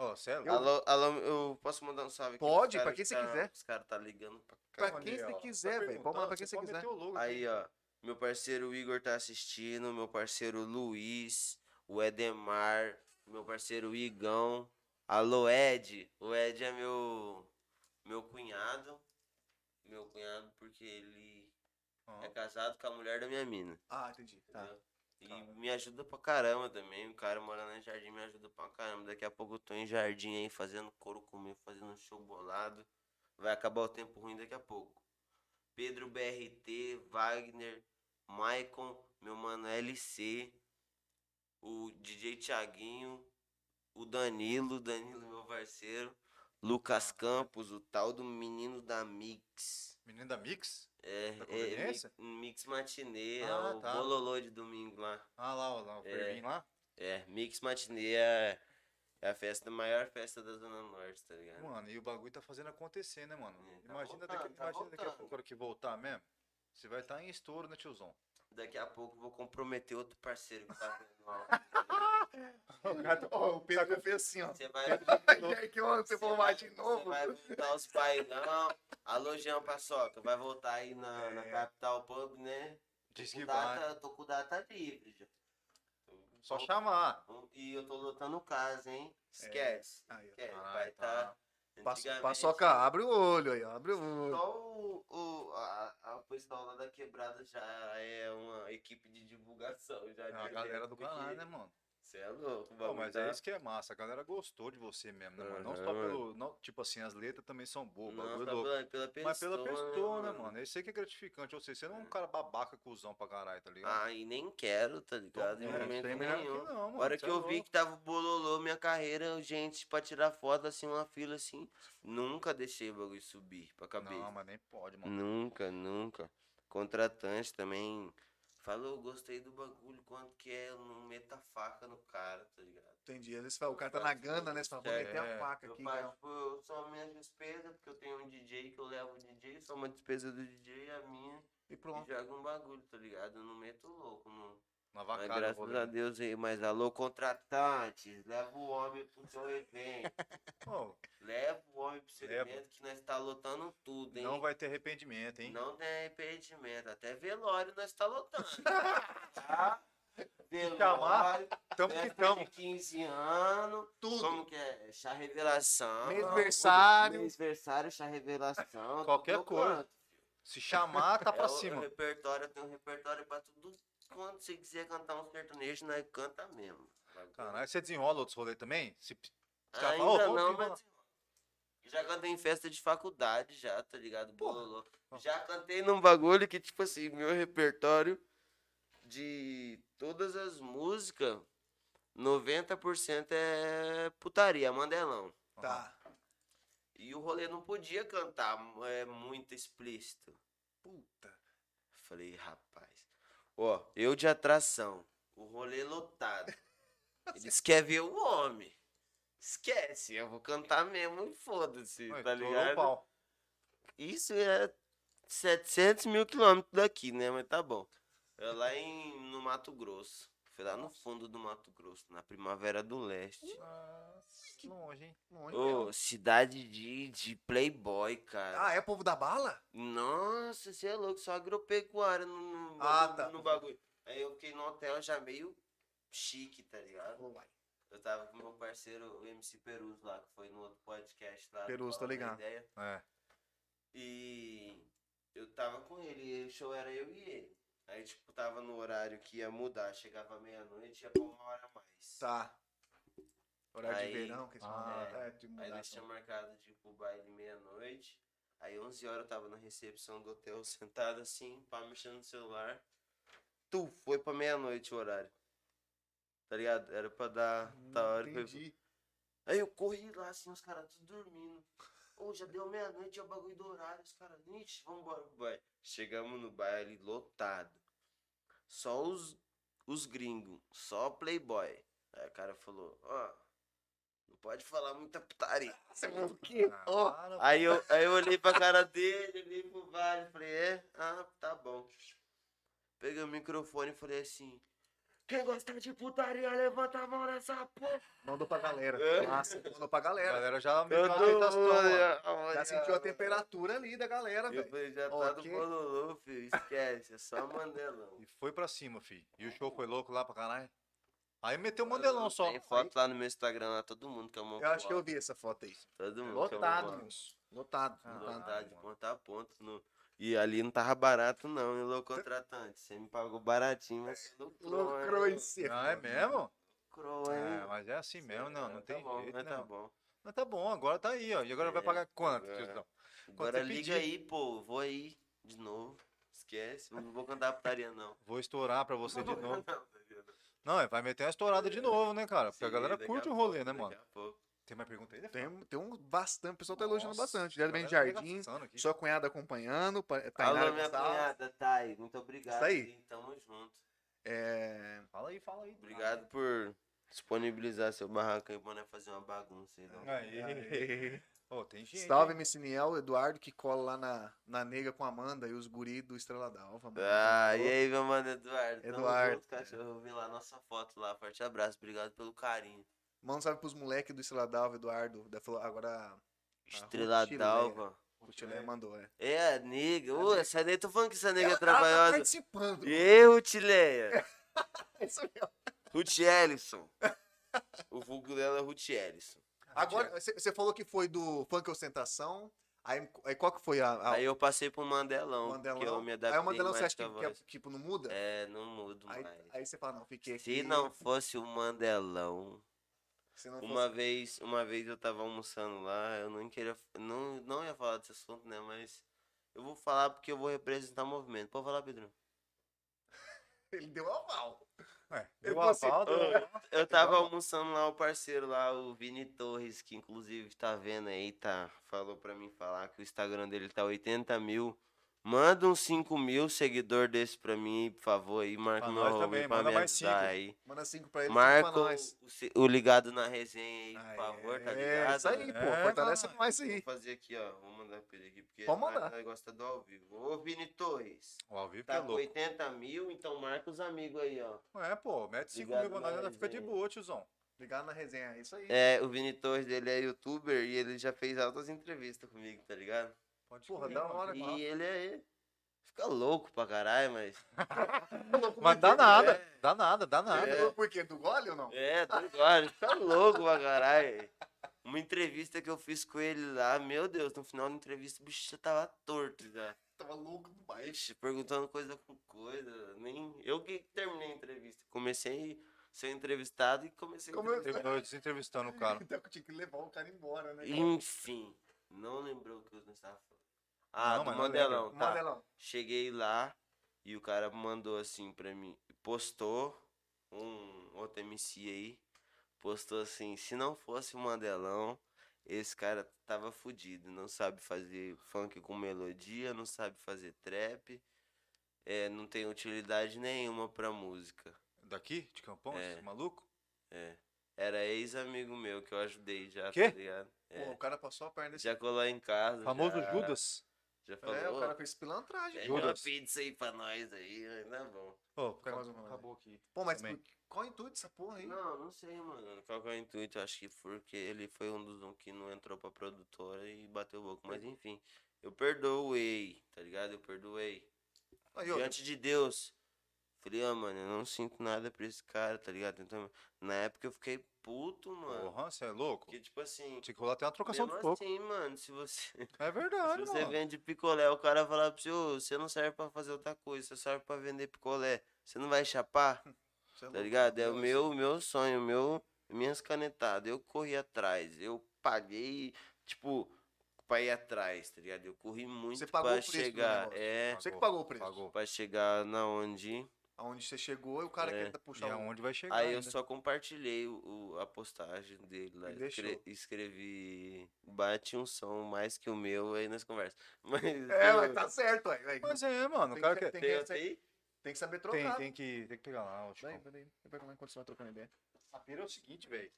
Speaker 1: Ó, cê é louco.
Speaker 3: Alô, alô, eu posso mandar um salve aqui?
Speaker 2: Pode,
Speaker 3: Os cara
Speaker 2: pra quem
Speaker 3: que
Speaker 2: você
Speaker 3: tá-
Speaker 2: quiser.
Speaker 3: Os caras tá ligando pra
Speaker 2: Pra
Speaker 3: caramba.
Speaker 2: quem
Speaker 1: Olha
Speaker 2: você
Speaker 1: aí, ó.
Speaker 2: quiser,
Speaker 1: Tá
Speaker 2: velho. Pode mandar pra
Speaker 1: perguntando,
Speaker 2: quem você
Speaker 1: pode
Speaker 2: quiser.
Speaker 1: meter o logo aqui.
Speaker 3: Aí, ó, meu parceiro Igor tá assistindo, meu parceiro Luiz, o Edemar, meu parceiro Igão. Alô, Ed. O Ed é meu, meu cunhado. Meu cunhado, porque ele
Speaker 1: Ó.
Speaker 3: é casado com a mulher da minha mina.
Speaker 2: Ah, entendi. Tá.
Speaker 3: entendeu? E
Speaker 1: Caramba.
Speaker 3: me ajuda pra caramba também. O cara morando em Jardim me ajuda pra caramba. Daqui a pouco eu tô em Jardim aí fazendo couro comigo, fazendo um show bolado. Vai acabar o tempo ruim daqui a pouco. Pedro BRT, Wagner, Maicon, meu mano LC, o DJ Thiaguinho, o Danilo, Danilo meu parceiro,
Speaker 1: Ah,
Speaker 3: Lucas Campos, o tal do menino da Mix.
Speaker 1: Menino da Mix?
Speaker 3: É,
Speaker 1: Da
Speaker 3: é mix,
Speaker 1: conveniência?
Speaker 3: mix matinê, é
Speaker 1: Ah,
Speaker 3: o
Speaker 1: tá.
Speaker 3: bololô de domingo lá.
Speaker 1: Ah, lá, ó, lá, o
Speaker 3: É.
Speaker 1: Fervinho lá.
Speaker 3: É, mix matinê é, é a festa, a maior festa da Zona Norte, tá ligado?
Speaker 1: Mano, e o bagulho tá fazendo acontecer, né, mano?
Speaker 3: É, tá
Speaker 1: imagina
Speaker 3: voltando,
Speaker 1: daqui,
Speaker 3: tá
Speaker 1: imagina daqui a
Speaker 3: voltando.
Speaker 1: pouco, a hora que voltar mesmo. Você vai estar em estouro, né, tiozão?
Speaker 3: Daqui a pouco eu vou comprometer outro parceiro que tá vendo aula.
Speaker 1: O cara tá-
Speaker 2: Ó, o Pedro fez assim, ó.
Speaker 3: Você vai.
Speaker 2: Quer que eu- você for mais de novo?
Speaker 3: Você vai tá voltar os bailão. Alô, Jean Paçoca, vai voltar aí na, na
Speaker 1: É.
Speaker 3: Capital Pub, né?
Speaker 1: Diz
Speaker 3: Com
Speaker 1: que
Speaker 3: data-
Speaker 1: vai.
Speaker 3: Tô com data livre já.
Speaker 1: Só chamar.
Speaker 3: E eu tô lotando casa, hein? Esquece.
Speaker 2: Aí, ó.
Speaker 3: esquece.
Speaker 1: Ah,
Speaker 3: vai
Speaker 1: tá.
Speaker 3: tá.
Speaker 2: Paço-
Speaker 3: antigamente-
Speaker 2: Paçoca, abre o olho aí, ó, abre o olho.
Speaker 3: Só o, o, a, a pessoal lá da quebrada já é uma equipe de divulgação. Já
Speaker 1: É a
Speaker 3: direto,
Speaker 1: galera do
Speaker 3: porque
Speaker 1: canal, né, mano?
Speaker 3: Você é louco,
Speaker 1: Pô, mas é
Speaker 3: tá-
Speaker 1: isso que é massa. A galera gostou de você mesmo, né, mano? Não só
Speaker 3: Aham, mano.
Speaker 1: pelo. não- tipo assim, as letras também são boas, o
Speaker 3: Não,
Speaker 1: bagulho é
Speaker 3: tá
Speaker 1: louco.
Speaker 3: pela, pela pessoa,
Speaker 1: Mas pela pessoa, né,
Speaker 3: mano?
Speaker 1: mano? Isso aí que é gratificante. Ou seja, você não é um
Speaker 3: É.
Speaker 1: cara babaca, cuzão pra caralho, tá ligado?
Speaker 3: Ah, e nem quero, tá ligado? Em
Speaker 1: Então,
Speaker 3: momento
Speaker 1: tem melhor
Speaker 3: nenhum.
Speaker 1: que não, mano.
Speaker 3: A hora
Speaker 1: Cê
Speaker 3: que
Speaker 1: é
Speaker 3: eu vi
Speaker 1: louco.
Speaker 3: que tava o bololô, minha carreira, gente, pra tirar foto, assim, uma fila, assim, nunca deixei o bagulho subir pra cabeça.
Speaker 1: Não, mas nem pode, mano.
Speaker 3: Nunca, nunca. Contratante também falou, gostei do bagulho, quanto que é, eu não meta a faca no cara, tá ligado?
Speaker 2: Entendi. Às vezes fala, o cara tá na gana, né? Você fala, vou
Speaker 3: É,
Speaker 2: meter a faca
Speaker 3: Eu
Speaker 2: aqui,
Speaker 3: faço,
Speaker 2: cara.
Speaker 3: tipo, eu só a minha despesa, porque eu tenho um DJ que eu levo o DJ, só uma despesa do DJ, a minha,
Speaker 2: E
Speaker 3: e
Speaker 2: pronto.
Speaker 3: jogo um bagulho, tá ligado? Eu não meto louco, não.
Speaker 1: Na
Speaker 3: Mas
Speaker 1: vacada,
Speaker 3: graças a Deus aí, mas alô, contratantes, leva o homem pro seu evento.
Speaker 1: Pô,
Speaker 3: leva o homem pro seu
Speaker 1: Leva.
Speaker 3: evento que nós tá lotando tudo, hein?
Speaker 1: não vai ter arrependimento, hein?
Speaker 3: Não tem arrependimento. Até velório nós tá lotando. tá?
Speaker 1: chamar,
Speaker 3: Velório,
Speaker 1: Tamo que
Speaker 3: festa
Speaker 1: tamo.
Speaker 3: de 15 anos.
Speaker 2: Tudo.
Speaker 3: Como que é? Chá revelação.
Speaker 2: Mêsversário.
Speaker 3: Mêsversário, chá revelação.
Speaker 1: Qualquer
Speaker 3: tudo
Speaker 1: coisa.
Speaker 3: quanto.
Speaker 1: Se chamar, tá
Speaker 3: É,
Speaker 1: pra
Speaker 3: o- O
Speaker 1: cima.
Speaker 3: repertório, eu tenho um repertório pra tudo. Quando você quiser cantar um sertanejo, nós canta mesmo.
Speaker 1: Caralho, você desenrola outros rolês também? Se... Já
Speaker 3: Ainda
Speaker 1: falou? Vamos
Speaker 3: não,
Speaker 1: desenrolar.
Speaker 3: mas já cantei em festa de faculdade, já, tá ligado? Bololô. Já cantei num bagulho que, tipo assim, meu repertório de todas as músicas, 90% é putaria, mandelão.
Speaker 2: Tá.
Speaker 3: E o rolê não podia cantar, é muito explícito.
Speaker 2: Puta.
Speaker 3: Falei, rapaz. Ó, eu de atração. O rolê lotado. Eles querem ver o homem. Esquece, eu vou cantar mesmo e foda-se,
Speaker 1: Ué,
Speaker 3: tá
Speaker 1: estourou o
Speaker 3: ligado?
Speaker 1: pau.
Speaker 3: Isso é 700 mil quilômetros daqui, né? Mas tá bom. É lá em, no Mato Grosso. Foi lá no fundo do Mato Grosso, na Primavera do Leste.
Speaker 1: Nossa, longe, hein?
Speaker 2: Longe
Speaker 3: Ô,
Speaker 2: mesmo.
Speaker 3: cidade de, de playboy, cara.
Speaker 2: Ah, é povo da bala?
Speaker 3: Nossa, você é louco, só agropecuária no, no,
Speaker 2: Ah,
Speaker 3: bagulho-
Speaker 2: tá.
Speaker 3: no bagulho. Aí eu fiquei no hotel já meio chique, tá ligado? Eu tava com meu parceiro, o MC Perus lá, que foi no outro podcast lá.
Speaker 2: Perus, tô
Speaker 3: falando da
Speaker 2: ligado.
Speaker 3: ideia.
Speaker 1: É.
Speaker 3: E eu tava com ele, e o show era eu e ele. Aí, tipo, tava no horário que ia mudar, chegava meia-noite, ia pra uma hora a mais.
Speaker 2: Tá. Horário
Speaker 3: Aí-
Speaker 2: de verão, que eles
Speaker 1: Ah,
Speaker 2: falam.
Speaker 3: é.
Speaker 2: é, de
Speaker 3: Aí
Speaker 2: mudar,
Speaker 3: nós
Speaker 2: então.
Speaker 3: tínhamos marcado de ir pro baile meia-noite. Aí 11 horas eu tava na recepção do hotel, sentado assim, pá, mexendo no celular. Tu, foi pra meia-noite o horário. Tá ligado? Era pra dar
Speaker 2: Hum,
Speaker 3: tá hora. que eu-
Speaker 2: Entendi.
Speaker 3: Aí eu corri lá, assim, os caras tudo dormindo. Ô, já deu meia-noite, é o bagulho do horário. Os caras, ixi, vambora pro baile. Chegamos no baile lotado. Só os, os gringos, só playboy. Aí o cara falou, ó, não pode falar muita putaria.
Speaker 2: Você falou o quê?
Speaker 1: Ah,
Speaker 2: Ó,
Speaker 1: para,
Speaker 3: Aí eu, aí eu olhei pra cara dele, olhei pro vale, falei, é? Ah, tá bom. Peguei o microfone e falei assim, quem gosta de putaria, levanta a mão nessa porra.
Speaker 2: Mandou pra galera.
Speaker 3: É.
Speaker 2: Massa, mandou pra
Speaker 1: A
Speaker 2: galera.
Speaker 1: galera já
Speaker 2: Eu
Speaker 1: meio que
Speaker 2: tô-
Speaker 1: aceita as tomas.
Speaker 2: Já sentiu a temperatura ali da galera,
Speaker 3: Eu
Speaker 2: velho.
Speaker 3: falei, já
Speaker 2: Ó,
Speaker 3: tá do
Speaker 2: que-
Speaker 3: bololô, filho, esquece, é só mandelão.
Speaker 1: E foi pra cima, fi. E o show foi louco lá pra caralho. Aí meteu o mandelão só.
Speaker 3: Tem foto lá no meu Instagram, lá, todo mundo com a mão
Speaker 2: Eu acho que eu
Speaker 3: pro
Speaker 2: vi essa foto aí.
Speaker 3: alto, Todo mundo com a mão
Speaker 2: Lotado,
Speaker 3: pro alto.
Speaker 2: moço. Lotado.
Speaker 1: Ah,
Speaker 2: lotado.
Speaker 3: Lotado, de ponta a ponta. No... E ali não tava barato não, hein, louco contratante. Você me pagou baratinho, mas você lucrou, hein,
Speaker 2: Lucrou em si.
Speaker 1: Ah, é mesmo?
Speaker 3: Lucrou, hein?
Speaker 1: É, mas é assim mesmo, não. Não
Speaker 3: tá
Speaker 1: tem
Speaker 3: bom,
Speaker 1: jeito,
Speaker 3: mas
Speaker 1: né?
Speaker 3: tá
Speaker 1: mano?
Speaker 3: bom.
Speaker 1: Mas tá bom, agora tá aí, ó. E agora vai
Speaker 3: É,
Speaker 1: pagar quanto,
Speaker 3: é.
Speaker 1: tiozão? Quando
Speaker 3: Agora
Speaker 1: você pedir.
Speaker 3: liga aí, pô, vou aí de novo. Esquece, não vou cantar putaria não.
Speaker 1: Vou estourar pra você de
Speaker 3: Não,
Speaker 1: novo.
Speaker 3: tá ligado?
Speaker 1: Não, vai meter uma estourada de novo, né, cara? Porque a
Speaker 3: Sim,
Speaker 1: galera
Speaker 3: daqui
Speaker 1: curte o
Speaker 3: pouco,
Speaker 1: rolê, né,
Speaker 3: daqui
Speaker 1: mano?
Speaker 3: a pouco.
Speaker 1: Tem mais pergunta aí?
Speaker 2: Tem, tem um bastante, o pessoal tá elogiando
Speaker 1: Nossa,
Speaker 2: bastante. Geralmente
Speaker 1: galera tá
Speaker 2: Jardim,
Speaker 1: arregaçando aqui.
Speaker 2: sua cunhada acompanhando, pa- Tainara
Speaker 3: Alô, minha
Speaker 2: Tá, Gonçalves.
Speaker 3: cunhada, Thay, muito obrigado.
Speaker 2: Isso aí.
Speaker 3: hein? Tamo junto.
Speaker 2: É,
Speaker 1: Fala aí, fala aí.
Speaker 3: Obrigado por disponibilizar seu barraco aí pra nós fazer uma bagunça aí. não.
Speaker 1: Aí. Ô, tem gente.
Speaker 2: Salve,
Speaker 1: hein?
Speaker 2: MC Niel, Eduardo, que cola lá na, na nega com a Amanda e os guri do Estrela da Alva. mano.
Speaker 3: Ah,
Speaker 2: Alô.
Speaker 3: e aí, meu mano, Eduardo.
Speaker 2: Eduardo.
Speaker 3: Tamo junto, cachorro. Eu vi lá nossa foto lá. Forte abraço. Obrigado pelo carinho.
Speaker 2: Manda um salve pros moleques do Estrela da Alva, Eduardo. Da, Flo- agora
Speaker 3: Estrela
Speaker 2: Chile,
Speaker 3: d'alva.
Speaker 2: o Chile mandou, é.
Speaker 3: É, a nega. Ô, essa nega, tô falando que essa
Speaker 2: Ela-
Speaker 3: nega é
Speaker 2: ela tá
Speaker 3: trabalhosa.
Speaker 2: participando.
Speaker 3: E eu, Tileia.
Speaker 2: Isso mesmo.
Speaker 3: Ruth Ellison. O vulgo dela é Ruth Ellison.
Speaker 2: Agora, você falou que foi do Funk Ostentação. Aí, aí qual que foi a, a
Speaker 3: Aí eu passei pro Mandelão.
Speaker 2: Mandelão?
Speaker 3: Que eu me adaptei
Speaker 2: aí Ah, o Mandelão
Speaker 3: mais
Speaker 2: você acha que,
Speaker 3: com a
Speaker 2: que é,
Speaker 3: voz.
Speaker 2: tipo, não muda?
Speaker 3: É, não mudo
Speaker 2: Aí,
Speaker 3: mais.
Speaker 2: aí você fala, não, fiquei aqui.
Speaker 3: Se não fosse o Mandelão,
Speaker 2: se não
Speaker 3: uma
Speaker 2: fosse-
Speaker 3: vez, uma vez eu tava almoçando lá, eu não queria, não, não ia falar desse assunto, né, mas eu vou falar porque eu vou representar o movimento. Pode falar, Pedro?
Speaker 2: Ele deu um aval.
Speaker 1: Ué,
Speaker 2: Eu
Speaker 1: deu a
Speaker 2: passei-
Speaker 1: Valda.
Speaker 2: É
Speaker 3: Eu tava almoçando lá, o parceiro lá, o Vini Torres, que inclusive tá vendo aí, tá, falou pra mim falar que o Instagram dele tá 80 mil. Manda uns 5 mil seguidor desse pra mim, por favor, aí, marca
Speaker 1: Pra
Speaker 3: meu
Speaker 1: nós
Speaker 3: home
Speaker 1: também,
Speaker 3: pra
Speaker 1: manda
Speaker 3: me
Speaker 1: mais
Speaker 3: ajudar
Speaker 1: cinco.
Speaker 3: aí.
Speaker 2: Manda cinco pra ele,
Speaker 3: Marca
Speaker 2: cinco pra nós.
Speaker 3: o, se- o ligado na resenha aí, por
Speaker 2: Aí,
Speaker 3: favor, tá ligado?
Speaker 2: É, isso aí, pô.
Speaker 1: É,
Speaker 2: fortalece
Speaker 1: mano.
Speaker 2: mais
Speaker 3: Vou
Speaker 2: aí.
Speaker 3: fazer aqui, ó. Vou mandar pra ele aqui, porque
Speaker 2: Pode mandar.
Speaker 3: o negócio tá do ao vivo. Ô, Vini Torres.
Speaker 1: O ao vivo que é
Speaker 3: Tá com
Speaker 1: louco.
Speaker 3: 80 mil, então marca os amigos aí, ó.
Speaker 1: É, pô, mete 5
Speaker 3: Obrigado
Speaker 1: mil bananas
Speaker 3: mais,
Speaker 1: ainda fica de
Speaker 3: hein.
Speaker 1: boa, tiozão.
Speaker 2: Ligado na resenha, é isso aí.
Speaker 3: É, o Vini Torres, ele é youtuber e ele já fez altas entrevistas comigo, tá ligado?
Speaker 1: Pode
Speaker 2: Porra,
Speaker 1: comer,
Speaker 2: da
Speaker 1: mano,
Speaker 2: hora,
Speaker 1: que
Speaker 3: E
Speaker 2: mano.
Speaker 1: massa.
Speaker 3: ele é... Fica louco pra caralho, mas...
Speaker 2: Tá
Speaker 1: Mas
Speaker 2: é
Speaker 1: dá nada, dá nada, dá nada.
Speaker 3: É.
Speaker 2: Por quê? Do gole ou não?
Speaker 3: É, tá ligado? Fica louco pra caralho. Uma entrevista que eu fiz com ele lá, meu Deus, no final da entrevista o bicho já tava torto já.
Speaker 2: Tava louco do baile.
Speaker 3: Ixi, perguntando coisa com coisa. Nem... Eu que terminei a entrevista. Comecei a ser entrevistado e comecei
Speaker 2: Como
Speaker 3: a
Speaker 2: eu-
Speaker 1: Terminou desentrevistando o cara.
Speaker 2: Então eu tinha que levar o cara embora, né?
Speaker 3: Enfim, não lembrou o que eu estava falando. Ah,
Speaker 1: Não,
Speaker 3: do
Speaker 1: mas não
Speaker 3: Mandelão, tá.
Speaker 2: Mandelão.
Speaker 3: Cheguei lá e o cara mandou assim pra mim, postou um outro MC aí, postou assim, se não fosse o Mandelão, esse cara tava fudido, não sabe fazer funk com melodia, não sabe fazer trap, é, não tem utilidade nenhuma pra música.
Speaker 1: Daqui, de Campão,
Speaker 3: É.
Speaker 1: esse maluco?
Speaker 3: Era ex-amigo meu que eu ajudei já,
Speaker 1: Quê?
Speaker 3: tá ligado? É,
Speaker 2: Pô, o cara passou a perna desse.
Speaker 3: já colou em casa.
Speaker 1: Famoso
Speaker 3: já,
Speaker 1: Judas.
Speaker 3: Já falou, É,
Speaker 2: É, o
Speaker 3: "Ô,
Speaker 2: cara fez pilantragem.
Speaker 3: pede uma
Speaker 1: Judas.
Speaker 3: pizza aí pra nós aí, mas tá bom.
Speaker 1: Ô,
Speaker 2: Pega é mais uma,
Speaker 1: acabou aqui.
Speaker 2: Pô, mas
Speaker 1: Também.
Speaker 2: por- qual o intuito dessa porra aí?
Speaker 3: Não, não sei, mano. Qual que é o intuito? Acho que porque ele foi um dos um que não entrou pra produtora e bateu o boca. Mas enfim, eu perdoei, tá ligado? Eu perdoei.
Speaker 2: Aí, ó,
Speaker 3: Diante de Deus. Falei, ó, mano, eu não sinto nada pra esse cara, tá ligado? Então, na época eu fiquei puto, mano.
Speaker 1: Porra, você é louco?
Speaker 3: Porque, tipo assim,
Speaker 1: Tinha que rolar até uma trocação de
Speaker 3: mesmo
Speaker 1: pouco.
Speaker 3: assim, mano, se você.
Speaker 1: É
Speaker 3: Se
Speaker 1: verdade,
Speaker 3: você
Speaker 1: mano.
Speaker 3: vende picolé, o cara fala pra você, "Ô, você não serve pra fazer outra coisa, você serve pra vender picolé. Você não vai chapar?
Speaker 2: você é
Speaker 3: Tá
Speaker 2: louco.
Speaker 3: ligado? É o
Speaker 2: Nossa.
Speaker 3: meu, o meu sonho, o meu, minhas canetadas, eu corri atrás, eu paguei, tipo, pra ir atrás, tá ligado? Eu corri muito
Speaker 2: Você pagou
Speaker 3: pra
Speaker 2: o preço do
Speaker 3: chegar.
Speaker 2: negócio. Ah.
Speaker 3: É,
Speaker 2: Você que pagou o preço.
Speaker 1: Pagou.
Speaker 3: pra chegar na onde.
Speaker 2: Aonde você chegou e o cara
Speaker 3: É.
Speaker 2: quer
Speaker 1: E
Speaker 2: puxar um.
Speaker 1: aonde vai chegar? né?
Speaker 3: Aí eu
Speaker 1: ainda?
Speaker 3: só compartilhei o, o- a postagem dele lá.
Speaker 2: E deixou.
Speaker 3: escre- escrevi. Bate um som mais que o meu aí nas conversas. Mas.
Speaker 2: É,
Speaker 3: eu-
Speaker 2: mas tá certo, ué. Ué,
Speaker 1: Mas é, mano. O
Speaker 2: Tem
Speaker 1: cara
Speaker 2: que-
Speaker 1: quer.
Speaker 2: tem
Speaker 3: Tem outra
Speaker 2: tem-
Speaker 3: aí?
Speaker 2: Tem que saber
Speaker 1: Tem,
Speaker 2: trocar.
Speaker 1: tem que, tem que pegar lá, o Chico.
Speaker 2: Peraí, peraí. Deixa eu pegar lá enquanto você vai trocando ideia.
Speaker 1: A pira é o seguinte, velho.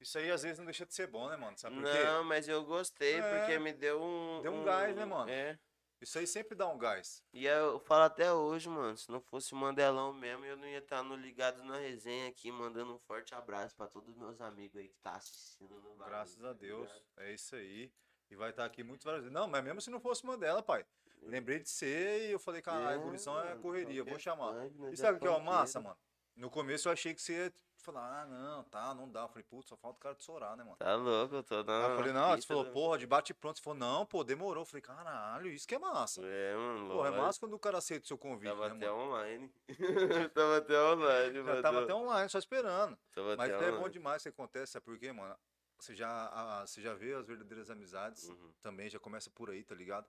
Speaker 1: Isso aí às vezes não deixa de ser bom, né, mano? Sabe por quê?
Speaker 3: Não, mas eu gostei
Speaker 1: É.
Speaker 3: porque me deu um.
Speaker 1: Deu um gás, né, mano?
Speaker 3: É.
Speaker 1: Isso aí sempre dá um gás.
Speaker 3: E é, eu falo até hoje, mano. Se não fosse o Mandelão mesmo, eu não ia estar no ligado na resenha aqui, mandando um forte abraço pra todos os meus amigos aí que tá assistindo no bagulho,
Speaker 1: Graças a
Speaker 3: tá
Speaker 1: Deus.
Speaker 3: ligado?
Speaker 1: É isso aí. E vai estar aqui muitos várias vezes. Não, mas mesmo se não fosse Mandela, pai. Lembrei de ser e eu falei, caralho, gurizão é
Speaker 3: mano,
Speaker 1: correria, vou
Speaker 3: qualquer
Speaker 1: chamar.
Speaker 3: funk, nós
Speaker 1: E
Speaker 3: é
Speaker 1: sabe o que é uma
Speaker 3: funkeiro.
Speaker 1: massa, mano? No começo eu achei que você ia falar, ah, não, tá, não dá. Eu falei, putz, só falta o cara de Sorar, né, mano?
Speaker 3: Tá né? louco, eu tô
Speaker 1: Aí
Speaker 3: dando.
Speaker 1: eu falei,
Speaker 3: uma
Speaker 1: não, você
Speaker 3: fita
Speaker 1: falou,
Speaker 3: do-
Speaker 1: porra, de bate e pronto. Você falou, não, pô, demorou. Eu falei, caralho, isso que é massa.
Speaker 3: É, mano.
Speaker 1: Porra, é
Speaker 3: lógico.
Speaker 1: massa quando o cara aceita o seu convite,
Speaker 3: Tava
Speaker 1: né,
Speaker 3: até
Speaker 1: mano?
Speaker 3: online. tava até online,
Speaker 1: Já
Speaker 3: mano.
Speaker 1: tava até online, só esperando.
Speaker 3: Tava
Speaker 1: Mas
Speaker 3: até
Speaker 1: é bom
Speaker 3: online.
Speaker 1: demais que acontece, sabe por quê, mano? Você já, ah, você já vê as verdadeiras amizades.
Speaker 3: Uhum.
Speaker 1: também já começa por aí, tá ligado?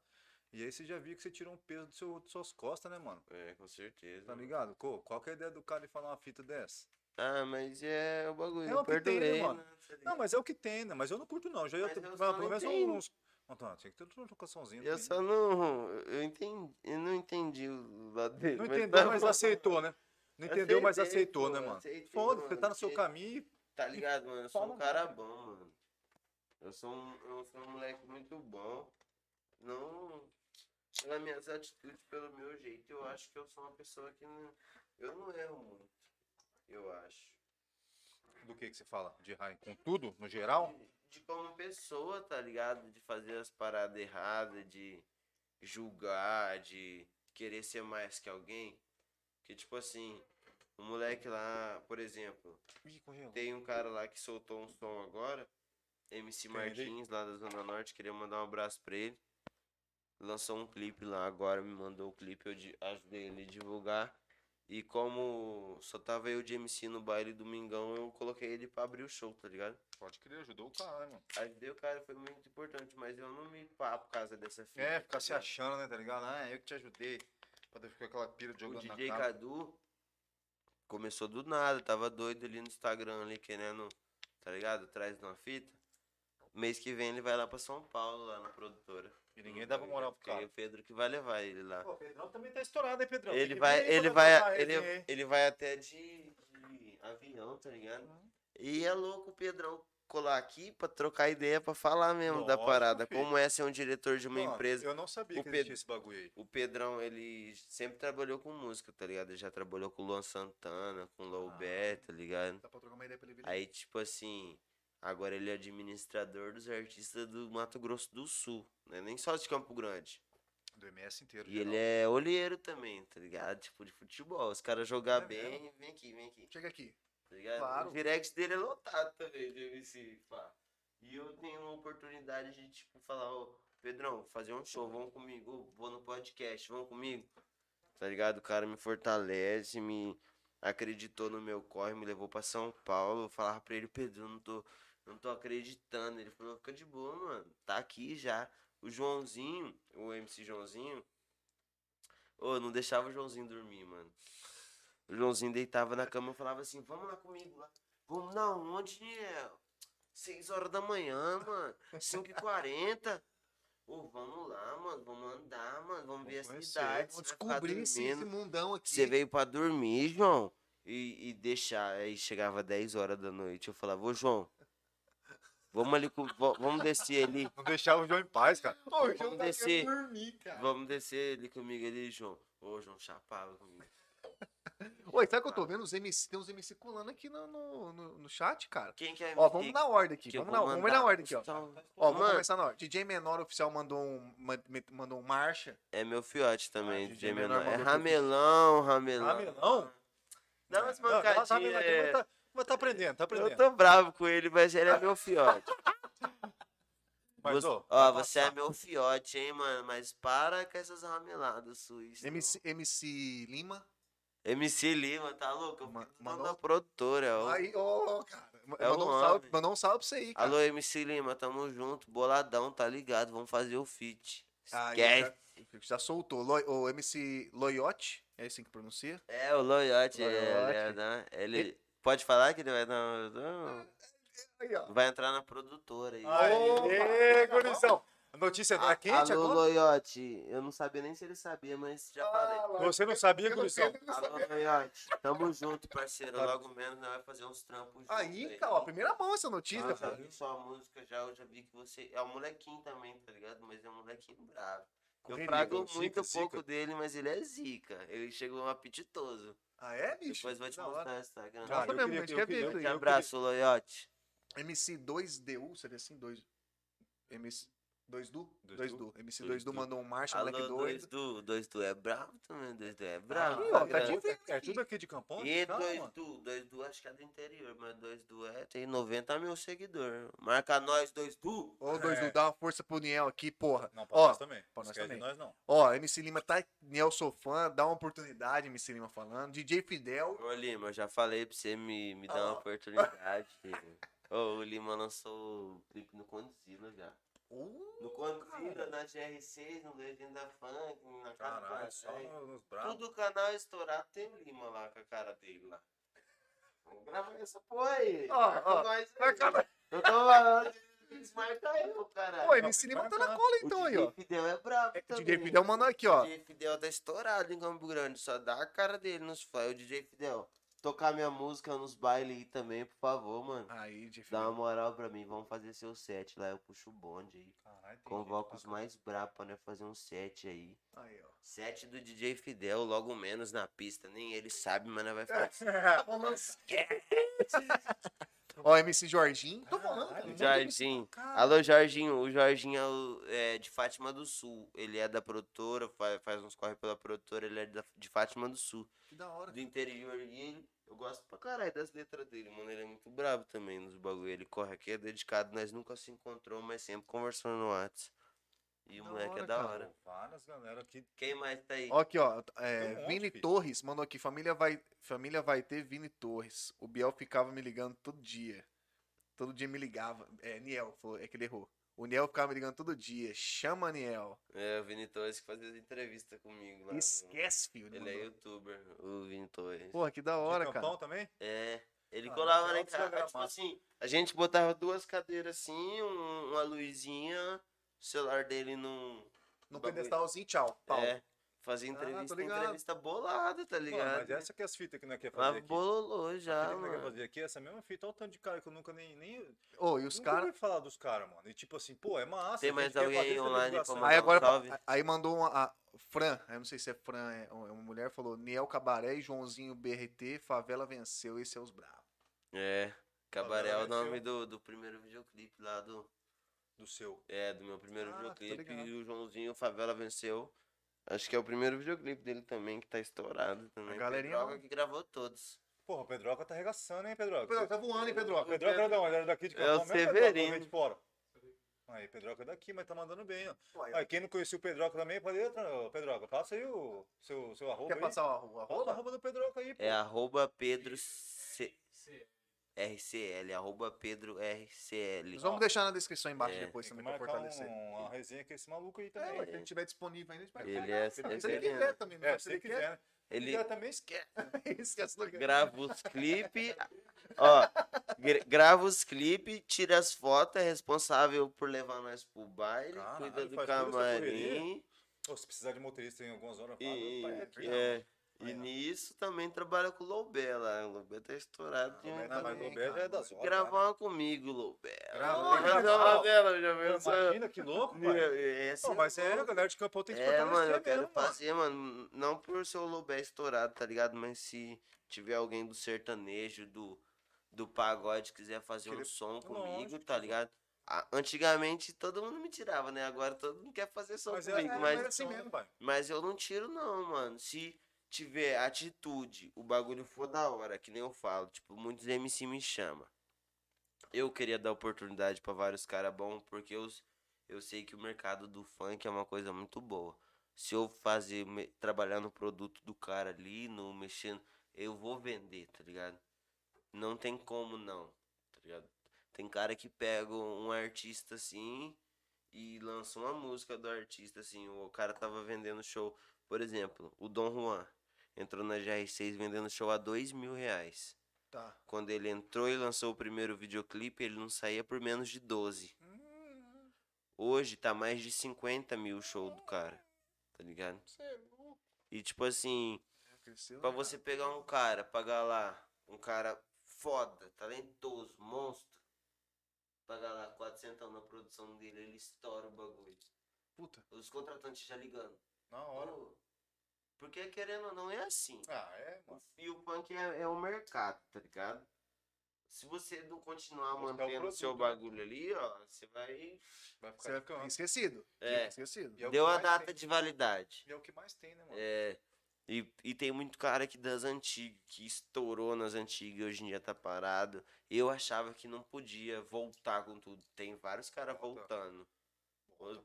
Speaker 1: E aí você já viu que você tirou um peso do seu, de suas costas, né, mano?
Speaker 3: É, com certeza.
Speaker 1: Tá
Speaker 3: mano.
Speaker 1: ligado? Co, qual que é a ideia do cara de falar uma fita dessa?
Speaker 3: Ah, mas é o bagulho.
Speaker 1: É
Speaker 3: eu
Speaker 1: o que tem, né,
Speaker 3: perdoei,
Speaker 1: mano?
Speaker 3: né, tá
Speaker 1: Não,
Speaker 3: ligado?
Speaker 1: mas é o que tem, né? Mas eu não curto, não. Já ia
Speaker 3: Mas
Speaker 1: ter,
Speaker 3: eu
Speaker 1: mas
Speaker 3: só
Speaker 1: pelo menos
Speaker 3: entendi.
Speaker 1: uns. Antônio, tinha que ter uma trocaçãozinha.
Speaker 3: Eu
Speaker 1: também,
Speaker 3: só
Speaker 1: né?
Speaker 3: não. Eu entendi. Eu não entendi o lado dele.
Speaker 1: Não
Speaker 3: mas
Speaker 1: entendeu,
Speaker 3: tá
Speaker 1: mas
Speaker 3: bom.
Speaker 1: aceitou, né? Não entendeu, mas
Speaker 3: Aceitei,
Speaker 1: aceitou,
Speaker 3: pô,
Speaker 1: né, mano?
Speaker 3: aceitei,
Speaker 1: Foda-se, você
Speaker 3: mano,
Speaker 1: tá no seu
Speaker 3: porque-
Speaker 1: caminho. e-
Speaker 3: Tá ligado, mano? Eu sou
Speaker 1: Fala,
Speaker 3: um cara bom, mano. Eu sou um, eu sou um moleque muito bom. Não pelas minhas atitudes, pelo meu jeito, eu acho que eu sou uma pessoa que não, eu não erro muito. Eu acho.
Speaker 1: Do que que você fala? De raio? Com tudo, no geral?
Speaker 3: De, de como pessoa, tá ligado? De fazer as paradas erradas, de julgar, de querer ser mais que alguém. Que tipo assim, um moleque lá, por exemplo,
Speaker 1: Ih, correu.
Speaker 3: Tem um cara lá que soltou um som agora. MC
Speaker 1: Tem ele aí?
Speaker 3: Martins, lá da Zona Norte, queria mandar um abraço pra ele. Lançou um clipe lá agora, me mandou o clipe, eu di- ajudei ele a divulgar. E como só tava eu de MC no baile domingão, eu coloquei ele pra abrir o show, tá ligado?
Speaker 1: Pode crer, ajudou o cara, né, mano?
Speaker 3: Ajudei o cara, foi muito importante, mas eu não me pá por causa dessa fita.
Speaker 1: É, ficar se
Speaker 3: tá ligado?
Speaker 1: achando, né, tá ligado? Ah, eu que te ajudei. Pode ficar aquela pira
Speaker 3: O
Speaker 1: jogando
Speaker 3: DJ
Speaker 1: na cara.
Speaker 3: Cadu começou do nada, tava doido ali no Instagram ali, querendo, tá ligado? Atrás de uma fita. Mês que vem ele vai lá pra São Paulo, lá na produtora.
Speaker 1: E ninguém
Speaker 3: tá
Speaker 1: dava moral pro cara.
Speaker 3: Tem o Pedro que vai levar ele lá.
Speaker 1: Pô, o Pedrão também tá estourado, hein, Pedrão? Tem
Speaker 3: ele
Speaker 1: que é
Speaker 3: vai,
Speaker 1: vir aí pra
Speaker 3: ele
Speaker 1: trocar
Speaker 3: vai,
Speaker 1: uma
Speaker 3: ele,
Speaker 1: resenha aí.
Speaker 3: ele vai até de, de avião, tá ligado?
Speaker 1: Uhum.
Speaker 3: E é louco o Pedrão colar aqui pra trocar ideia, pra falar mesmo da
Speaker 1: Lógico,
Speaker 3: parada.
Speaker 1: filho.
Speaker 3: Como é ser um diretor de uma
Speaker 1: Mano,
Speaker 3: empresa.
Speaker 1: Eu não sabia
Speaker 3: o
Speaker 1: que existia
Speaker 3: Pedro-
Speaker 1: esse bagulho aí.
Speaker 3: O Pedrão, ele sempre trabalhou com música, tá ligado? Ele já trabalhou com o Luan Santana, com o
Speaker 1: Ah.
Speaker 3: Loubert, tá ligado?
Speaker 2: Dá pra trocar uma ideia pra ele vir.
Speaker 3: Aí, tipo assim, agora ele é administrador dos artistas do Mato Grosso do Sul, né? Nem só de Campo Grande.
Speaker 1: Do MS inteiro.
Speaker 3: E
Speaker 1: geral.
Speaker 3: ele é olheiro também, tá ligado? Tipo, de futebol. Os caras jogar
Speaker 1: É
Speaker 3: bem, vem aqui, vem aqui,
Speaker 2: Chega aqui.
Speaker 3: tá ligado?
Speaker 2: Claro.
Speaker 3: O direct dele é lotado também, de MC, pá. E eu tenho uma oportunidade de, tipo, falar, ô, Pedrão, fazer um show, vão comigo, Ô, vou no podcast, vão comigo. tá ligado? O cara me fortalece, me acreditou no meu corre, me levou pra São Paulo. Eu falava pra ele, Pedro, eu não tô, eu não tô acreditando. Ele falou, fica de boa, mano, tá aqui já. O Joãozinho, o MC Joãozinho, ô, eu não deixava o Joãozinho dormir, mano. O Joãozinho deitava na cama e falava assim, vamos lá comigo lá. Vamos na onde, Niel? 6 horas da manhã, mano. 5h40. Ô, vamos lá, mano. Vamos andar, mano. Vamos
Speaker 1: Vamos
Speaker 3: ver a
Speaker 1: conhecer,
Speaker 3: cidade.
Speaker 2: Vou
Speaker 3: você vai ficar
Speaker 2: descobrir esse,
Speaker 3: dormindo.
Speaker 2: esse mundão aqui.
Speaker 3: Você veio pra dormir, João. E, e deixar. Aí chegava 10 horas da noite. Eu falava, ô João, vamos ali com. vo- Vamos descer ali.
Speaker 1: Não deixava o João em paz, cara.
Speaker 2: Pô,
Speaker 3: Vamos descer.
Speaker 2: dormir, cara.
Speaker 3: Vamos descer ali comigo ali, João. Ô, João, chapava comigo.
Speaker 2: Oi, sabe o que eu tô vendo? Os MC, tem uns MC colando aqui no, no, no, no chat, cara.
Speaker 3: Quem que é
Speaker 2: Ó,
Speaker 3: MC?
Speaker 2: vamos na ordem aqui.
Speaker 3: que eu
Speaker 2: Vamos na,
Speaker 3: vou
Speaker 2: vamos
Speaker 3: Tipo, mandar
Speaker 2: na ordem aqui, ó.
Speaker 3: os tal-
Speaker 2: Ó, vamos
Speaker 3: Mano,
Speaker 2: começar na ordem. DJ Menor Oficial mandou um, ma- me- mandou um marcha.
Speaker 3: É meu fiote também,
Speaker 2: Ah,
Speaker 3: DJ
Speaker 2: DJ menor
Speaker 3: menor. É
Speaker 2: mandou pro-
Speaker 3: ramelão, ramelão.
Speaker 1: Ramelão?
Speaker 3: Dá umas
Speaker 1: Ah, Não, dá umas
Speaker 3: pancadinhas.
Speaker 1: rameladinhas,
Speaker 3: é.
Speaker 1: mas tá- Mas tá aprendendo, tá
Speaker 3: Eu
Speaker 1: aprendendo.
Speaker 3: tô bravo com ele, mas ele é meu fiote.
Speaker 1: Mas,
Speaker 3: você,
Speaker 1: ó,
Speaker 3: ó,
Speaker 1: vai
Speaker 3: você é
Speaker 1: passar.
Speaker 3: meu fiote, hein, mano. Mas para com essas rameladas suíças.
Speaker 2: MC, MC Lima.
Speaker 3: MC Lima, tá louco? Eu
Speaker 2: Ma-
Speaker 3: fico
Speaker 2: mandou
Speaker 3: da
Speaker 2: uns-
Speaker 3: produtora. ó.
Speaker 2: Aí, ô, cara.
Speaker 3: Então, É
Speaker 2: mandou,
Speaker 3: um
Speaker 2: um salve,
Speaker 3: homem.
Speaker 2: mandou um salve pra você aí, cara.
Speaker 3: Alô, MC Lima, tamo junto, boladão, tá ligado? Vamos fazer o feat.
Speaker 2: Aí,
Speaker 3: Esquece.
Speaker 2: já, já soltou. Lo, o MC Loyote, é assim que pronuncia?
Speaker 3: É, o Loyote, é,
Speaker 2: Loyote.
Speaker 3: ele, vai dar- ele- pode falar que ele vai dar uma-
Speaker 2: Aí, ó.
Speaker 3: Vai entrar na produtora aí.
Speaker 2: Aê,
Speaker 1: Aê,
Speaker 2: gurizão.
Speaker 1: gurizão. A notícia
Speaker 3: Tá A-
Speaker 1: tá quente
Speaker 3: Alô,
Speaker 1: agora?
Speaker 3: Loyote, eu não sabia nem se ele sabia, mas já falei.
Speaker 1: Você não sabia,
Speaker 2: Eu não sei,
Speaker 1: gurizão?
Speaker 2: eu Ah, não sei.
Speaker 3: Alô, Loyote, tamo junto, parceiro,
Speaker 1: Tá.
Speaker 3: logo menos nós vai fazer uns trampos junto
Speaker 2: Aí, cara, ó, primeira mão essa notícia.
Speaker 3: Nossa,
Speaker 2: cara.
Speaker 3: eu vi sua música já, eu já vi que você. É um molequinho também, tá ligado? Mas é um molequinho bravo. Eu
Speaker 1: Correria,
Speaker 3: trago
Speaker 1: É zica,
Speaker 3: muito
Speaker 1: zica.
Speaker 3: pouco dele, mas ele é zica. Ele chegou um apetitoso.
Speaker 2: Ah, é, bicho?
Speaker 3: Depois vou te
Speaker 2: Da hora.
Speaker 3: mostrar o Instagram.
Speaker 2: Mostra
Speaker 1: Ah, eu
Speaker 2: mesmo,
Speaker 1: queria-
Speaker 2: a gente
Speaker 1: eu
Speaker 2: quer
Speaker 1: queria-
Speaker 2: ver isso
Speaker 1: eu
Speaker 2: aí.
Speaker 3: Te
Speaker 1: queria-
Speaker 3: abraço, Loiote.
Speaker 2: MC2DU, seria assim? 2 MC 2Du?
Speaker 1: Dois
Speaker 2: 2Du.
Speaker 1: Dois
Speaker 2: MC2Du
Speaker 1: Du.
Speaker 2: mandou um marcha,
Speaker 3: Alô,
Speaker 2: moleque
Speaker 3: dois
Speaker 2: doido.
Speaker 3: do, dois do é bravo também, dois do é bravo.
Speaker 2: Ih, ó, tá
Speaker 3: grande.
Speaker 2: de vez,
Speaker 1: É tudo aqui de Campão?
Speaker 3: E
Speaker 1: Calma,
Speaker 3: dois
Speaker 1: mano.
Speaker 3: do, dois do acho que é do interior, mas dois do é tem 90 mil seguidores. Marca nós, dois do.
Speaker 2: Ô, 2Du,
Speaker 1: É.
Speaker 2: dá uma força pro Niel aqui, porra.
Speaker 1: Não, pra
Speaker 2: Ó,
Speaker 1: nós também.
Speaker 2: pra
Speaker 1: Não
Speaker 2: nós
Speaker 1: esquece de
Speaker 2: também.
Speaker 1: nós, não.
Speaker 2: Ó, MC Lima tá. Niel, sou fã, dá uma oportunidade, MC Lima falando. DJ Fidel.
Speaker 3: Ô Lima, eu já falei pra você me, me dar
Speaker 2: Ah,
Speaker 3: uma
Speaker 2: ó.
Speaker 3: oportunidade. Ô, o Lima lançou o clipe no Condzilla já.
Speaker 2: Uh,
Speaker 3: No Condzilla, na GR6, no Legenda Funk, na
Speaker 1: Caralho,
Speaker 3: Carvalho.
Speaker 1: só nos bravos.
Speaker 3: Todo canal estourado tem o Lima lá com a cara dele lá. Grava essa porra aí.
Speaker 2: Ó,
Speaker 3: marca
Speaker 2: ó,
Speaker 3: nós aí.
Speaker 2: cara,
Speaker 3: Eu tô falando, desmarca eu, tá caralho.
Speaker 2: pô, MC Lima tá na cola
Speaker 3: O
Speaker 2: então aí,
Speaker 3: DJ
Speaker 2: ó.
Speaker 3: Fidel é brabo também.
Speaker 2: DJ Fidel mandou aqui, ó.
Speaker 3: O DJ Fidel tá estourado em Campo Grande, só dá a cara dele nos fly. O DJ Fidel, tocar minha música nos bailes aí também, por favor, mano.
Speaker 2: Aí, DJ
Speaker 3: Dá uma
Speaker 2: Fidel.
Speaker 3: moral pra mim, vamos fazer seu set lá, eu puxo o bonde aí.
Speaker 1: Caralho, tem
Speaker 3: Convoco
Speaker 1: gente
Speaker 3: os
Speaker 1: pra
Speaker 3: mais brabos pra nós fazer um set aí.
Speaker 2: Aí, ó.
Speaker 3: Set do DJ Fidel, logo menos na pista. Nem ele sabe, mas nós
Speaker 2: É,
Speaker 3: vai fazer.
Speaker 1: caralho.
Speaker 2: um- Ó, MC Jorginho. Tô falando, né? cara.
Speaker 1: Caralho,
Speaker 2: Manda MC.
Speaker 3: Jardim. Alô, Jorginho. O Jorginho é, o- é de Fátima do Sul. Ele é da produtora, fa- faz uns corre pela produtora. Ele é da- de Fátima do Sul.
Speaker 2: Que da hora.
Speaker 3: Do interior. E ele, eu gosto pra caralho das letras dele, mano. Ele é muito brabo também nos bagulho. Ele corre aqui, é dedicado. Nós nunca se encontrou, mas sempre conversando no WhatsApp. E o
Speaker 2: Da
Speaker 3: moleque
Speaker 2: hora,
Speaker 3: é da
Speaker 2: cara.
Speaker 3: hora.
Speaker 1: Várias galera aqui.
Speaker 3: Quem mais tá aí?
Speaker 2: Ó aqui, ó. é,
Speaker 1: Tem um monte,
Speaker 2: Vini
Speaker 1: filho.
Speaker 2: Torres mandou aqui. Família vai, família vai ter Vini Torres. O Biel ficava me ligando todo dia. Todo dia me ligava. É, Niel, falou, é que ele errou. O Niel ficava me ligando todo dia. Chama, Niel.
Speaker 3: É o Vini Torres que fazia as entrevistas comigo lá. no-
Speaker 2: Esquece, filho.
Speaker 3: Ele é
Speaker 2: mandou.
Speaker 3: youtuber, o Vini Torres.
Speaker 2: Porra, que da hora,
Speaker 1: de
Speaker 2: cara.
Speaker 1: Campão também?
Speaker 3: É. Ele
Speaker 1: Ah,
Speaker 3: colava
Speaker 1: legal
Speaker 3: lá em
Speaker 1: que você vai
Speaker 3: casa. Tipo
Speaker 1: gravar.
Speaker 3: assim, a gente botava duas cadeiras assim, um- uma luzinha, o celular dele num.
Speaker 2: No
Speaker 3: bagulho.
Speaker 2: pedestalzinho, tchau. Pau.
Speaker 3: É, fazia
Speaker 2: tô
Speaker 3: entrevista,
Speaker 2: ligado.
Speaker 3: entrevista bolada, tá
Speaker 1: Pô,
Speaker 3: ligado?
Speaker 1: mas essa que é as fitas que nós quer fazer
Speaker 3: Mas
Speaker 1: aqui.
Speaker 3: bololou
Speaker 1: A
Speaker 3: já,
Speaker 1: fita que nós quer
Speaker 3: mano.
Speaker 1: fazer aqui, é essa mesma fita, olha o tanto de cara que eu nunca nem. nem
Speaker 2: Ô, e os
Speaker 1: nunca
Speaker 2: caras.
Speaker 1: ouvi falar dos caras, mano. E tipo assim, pô, é massa.
Speaker 3: Tem
Speaker 1: a gente
Speaker 3: mais
Speaker 1: quer
Speaker 3: alguém
Speaker 1: fazer
Speaker 3: aí
Speaker 1: essa
Speaker 3: online pra
Speaker 1: divulgação.
Speaker 3: mandar
Speaker 2: Aí agora,
Speaker 3: um salve?
Speaker 2: aí mandou uma. A Fran, eu não sei se é Fran, é uma mulher, falou: Niel Cabaré e Joãozinho BRT, Favela venceu, esse é os bravos.
Speaker 3: É. Cabaré é o
Speaker 1: Favela
Speaker 3: nome
Speaker 1: Brasil.
Speaker 3: do, do primeiro videoclipe lá do.
Speaker 1: Do seu.
Speaker 3: É, do meu primeiro
Speaker 2: Ah, tô
Speaker 3: videoclipe.
Speaker 2: ligado.
Speaker 3: E o Joãozinho Favela venceu. Acho que é o primeiro videoclipe dele também, que tá estourado também.
Speaker 2: galerinha
Speaker 3: Pedroca
Speaker 2: lá.
Speaker 3: que gravou todos.
Speaker 1: Porra, o Pedroca tá arregaçando, hein, Pedroca?
Speaker 2: Pedroca, tá voando, hein,
Speaker 1: O
Speaker 2: Pedroca?
Speaker 1: Pedroca era da onde? Era daqui de
Speaker 3: É
Speaker 1: Campão
Speaker 3: o
Speaker 1: mesmo, Pedroca?
Speaker 3: Severino.
Speaker 1: Ou veio de fora? Aí, Pedroca é daqui, mas tá mandando bem, ó. Aí, quem não conhecia o Pedroca também, pode ir, ô, Pedroca, passa aí o seu, seu arroba
Speaker 2: Quer
Speaker 1: aí.
Speaker 2: passar o arroba?
Speaker 1: Fala o
Speaker 2: arroba?
Speaker 1: arroba do Pedroca aí, pô.
Speaker 3: É arroba Pedro C... RCL, arroba Pedro RCL.
Speaker 2: Nós vamos deixar na descrição embaixo
Speaker 3: É,
Speaker 2: depois
Speaker 1: Tem que
Speaker 2: também pra
Speaker 1: marcar
Speaker 2: fortalecer.
Speaker 1: um- uma resenha com esse maluco aí
Speaker 2: É,
Speaker 1: também.
Speaker 2: ué, quem tiver disponível ainda, a gente vai
Speaker 3: Ele
Speaker 2: pegar.
Speaker 3: é
Speaker 2: Se ele
Speaker 3: sempre-
Speaker 2: quiser também, não
Speaker 1: É,
Speaker 2: é, se
Speaker 1: se
Speaker 2: ele
Speaker 1: quiser,
Speaker 2: quer.
Speaker 1: né?
Speaker 3: Ele
Speaker 1: Quiser também esquece.
Speaker 2: É Esquece do
Speaker 3: grava os clipes, ó, gra- grava os clipes, tira as fotos, é responsável por levar nós pro baile,
Speaker 1: Caralho,
Speaker 3: cuida do
Speaker 1: faz toda essa
Speaker 3: camarim.
Speaker 1: Ô, se precisar de motorista em algumas horas, fala.
Speaker 3: E,
Speaker 1: pai, é
Speaker 3: e-
Speaker 1: verdade.
Speaker 3: é,
Speaker 2: Aí,
Speaker 3: e
Speaker 2: ó.
Speaker 3: nisso também trabalha com o Lobé lá. O Lobé tá estourado. de
Speaker 1: Não,
Speaker 3: um
Speaker 1: mas- não, mas Ah, o
Speaker 3: também.
Speaker 1: Lobé já é das horas.
Speaker 3: Gravar uma comigo, Lobé.
Speaker 2: Tá,
Speaker 1: Grava,
Speaker 3: Ah,
Speaker 1: grava.
Speaker 3: fazer uma novela, já
Speaker 1: cara.
Speaker 3: pensou?
Speaker 1: Imagina que louco, pai.
Speaker 3: É, é
Speaker 1: Pô, mas é, a
Speaker 3: louco.
Speaker 1: galera de Campão tem que se
Speaker 3: É, mano, eu
Speaker 1: fortalecer
Speaker 3: quero
Speaker 1: mesmo, mano.
Speaker 3: fazer, mano. Não por ser o Lobé estourado, tá ligado? Mas se tiver alguém do sertanejo, do, do pagode, quiser fazer um
Speaker 2: Querer-
Speaker 3: som
Speaker 1: Lógico,
Speaker 3: comigo, tá
Speaker 1: pô.
Speaker 3: ligado? Ah, Antigamente todo mundo me tirava, né? Agora todo mundo quer fazer som
Speaker 1: Mas é,
Speaker 3: comigo.
Speaker 1: é,
Speaker 3: mas,
Speaker 1: mas é assim mesmo, pai.
Speaker 3: mas eu não tiro, não, mano. Se tiver atitude, o bagulho for da hora, que nem eu falo. Tipo, muitos MC me chamam. Eu queria dar oportunidade pra vários caras bons, porque eu, eu sei que o mercado do funk é uma coisa muito boa. Se eu fazer, me- trabalhar no produto do cara ali, no mexendo, eu vou vender, tá ligado? Não tem como não, tá ligado? Tem cara que pega um artista assim e lança uma música do artista assim. O cara tava vendendo show, por exemplo, o Dom Juan entrou na GR6 vendendo show a dois mil reais.
Speaker 2: Tá.
Speaker 3: Quando ele entrou e lançou o primeiro videoclipe, ele não saía por menos de 12.
Speaker 2: Hum,
Speaker 3: Hoje tá mais de 50 mil o show do cara, tá ligado?
Speaker 2: você é louco.
Speaker 3: E tipo assim,
Speaker 2: Cresceu,
Speaker 3: Pra
Speaker 2: né,
Speaker 3: você
Speaker 2: cara?
Speaker 3: pegar um cara, pagar lá, um cara foda, talentoso, monstro, pagar lá 400 na produção dele, ele estoura o bagulho.
Speaker 2: Puta,
Speaker 3: Os contratantes já ligando.
Speaker 1: Na hora.
Speaker 3: Ô, Porque querendo ou não é assim.
Speaker 1: Ah, é, mano.
Speaker 3: E o punk é, é o mercado, tá ligado? Se você não continuar
Speaker 1: Você é o
Speaker 3: mantendo o seu
Speaker 1: produto, né?
Speaker 3: bagulho ali, ó, você vai.
Speaker 1: Vai ficar
Speaker 2: você vai ficar
Speaker 1: ficando.
Speaker 2: esquecido.
Speaker 3: É.
Speaker 2: Esquecido.
Speaker 1: E é o
Speaker 3: Deu
Speaker 1: que
Speaker 3: a
Speaker 1: mais
Speaker 3: data
Speaker 1: tem.
Speaker 3: de validade.
Speaker 1: E é o que mais tem, né, mano?
Speaker 3: É. E, e tem muito cara aqui das antigas, que estourou nas antigas e hoje em dia tá parado. Eu achava que não podia voltar com tudo. Tem vários caras
Speaker 1: Volta.
Speaker 3: voltando.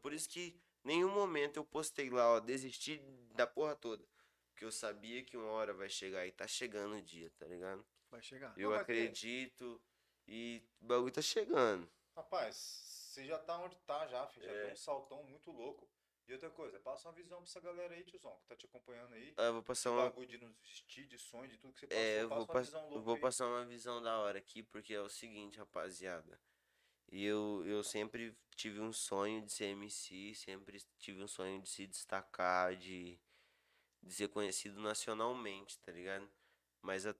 Speaker 3: Por isso que nenhum momento eu postei lá, ó, desisti da porra toda. Porque eu sabia que uma hora vai chegar e tá chegando o dia, tá ligado?
Speaker 2: Vai chegar.
Speaker 3: Eu
Speaker 1: vai ter.
Speaker 3: acredito e o bagulho tá chegando.
Speaker 1: Rapaz, você já tá onde tá já, filho. Já
Speaker 3: É.
Speaker 1: deu um saltão muito louco. E outra coisa, passa uma visão pra essa galera aí, tiozão, que tá te acompanhando aí.
Speaker 3: Ah, Eu vou passar
Speaker 1: O
Speaker 3: uma
Speaker 1: bagulho de nos vestir, de sonho, de tudo que você passou.
Speaker 3: É, eu
Speaker 1: passa
Speaker 3: vou,
Speaker 1: uma
Speaker 3: pass-
Speaker 1: visão
Speaker 3: eu
Speaker 1: louca
Speaker 3: vou
Speaker 1: aí.
Speaker 3: passar uma visão da hora aqui, porque é o seguinte, rapaziada. Eu, eu sempre tive um sonho de ser MC, sempre tive um sonho de se destacar, de, de ser conhecido nacionalmente, tá ligado? Mas a-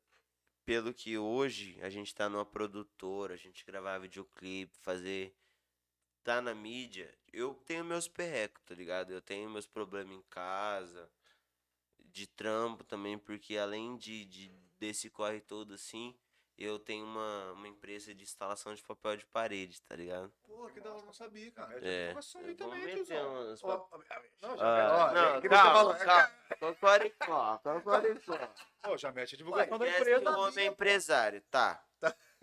Speaker 3: pelo que hoje a gente tá numa produtora, a gente gravar videoclipe, fazer. tá na mídia, eu tenho meus perrecos, tá ligado? Eu tenho meus problemas em casa de trampo também, porque além de, de- desse corre todo assim, eu tenho uma, uma empresa de instalação de papel de parede, tá ligado?
Speaker 2: Pô, que da hora, eu não sabia, cara.
Speaker 1: já
Speaker 3: É.
Speaker 1: começou aí
Speaker 3: Vamos
Speaker 1: também,
Speaker 3: meter
Speaker 1: tiozão.
Speaker 3: umas
Speaker 2: Ó,
Speaker 3: pap-
Speaker 1: Não, já mete-
Speaker 3: Ah,
Speaker 2: ó,
Speaker 3: não,
Speaker 2: é que você falou,
Speaker 3: calma,
Speaker 2: é
Speaker 3: calma. Cocoricó, cocoricó.
Speaker 1: Ó, já mete a
Speaker 3: Ué,
Speaker 1: divulgação da
Speaker 3: esquece
Speaker 1: empresa.
Speaker 3: que o homem é empresário, tá.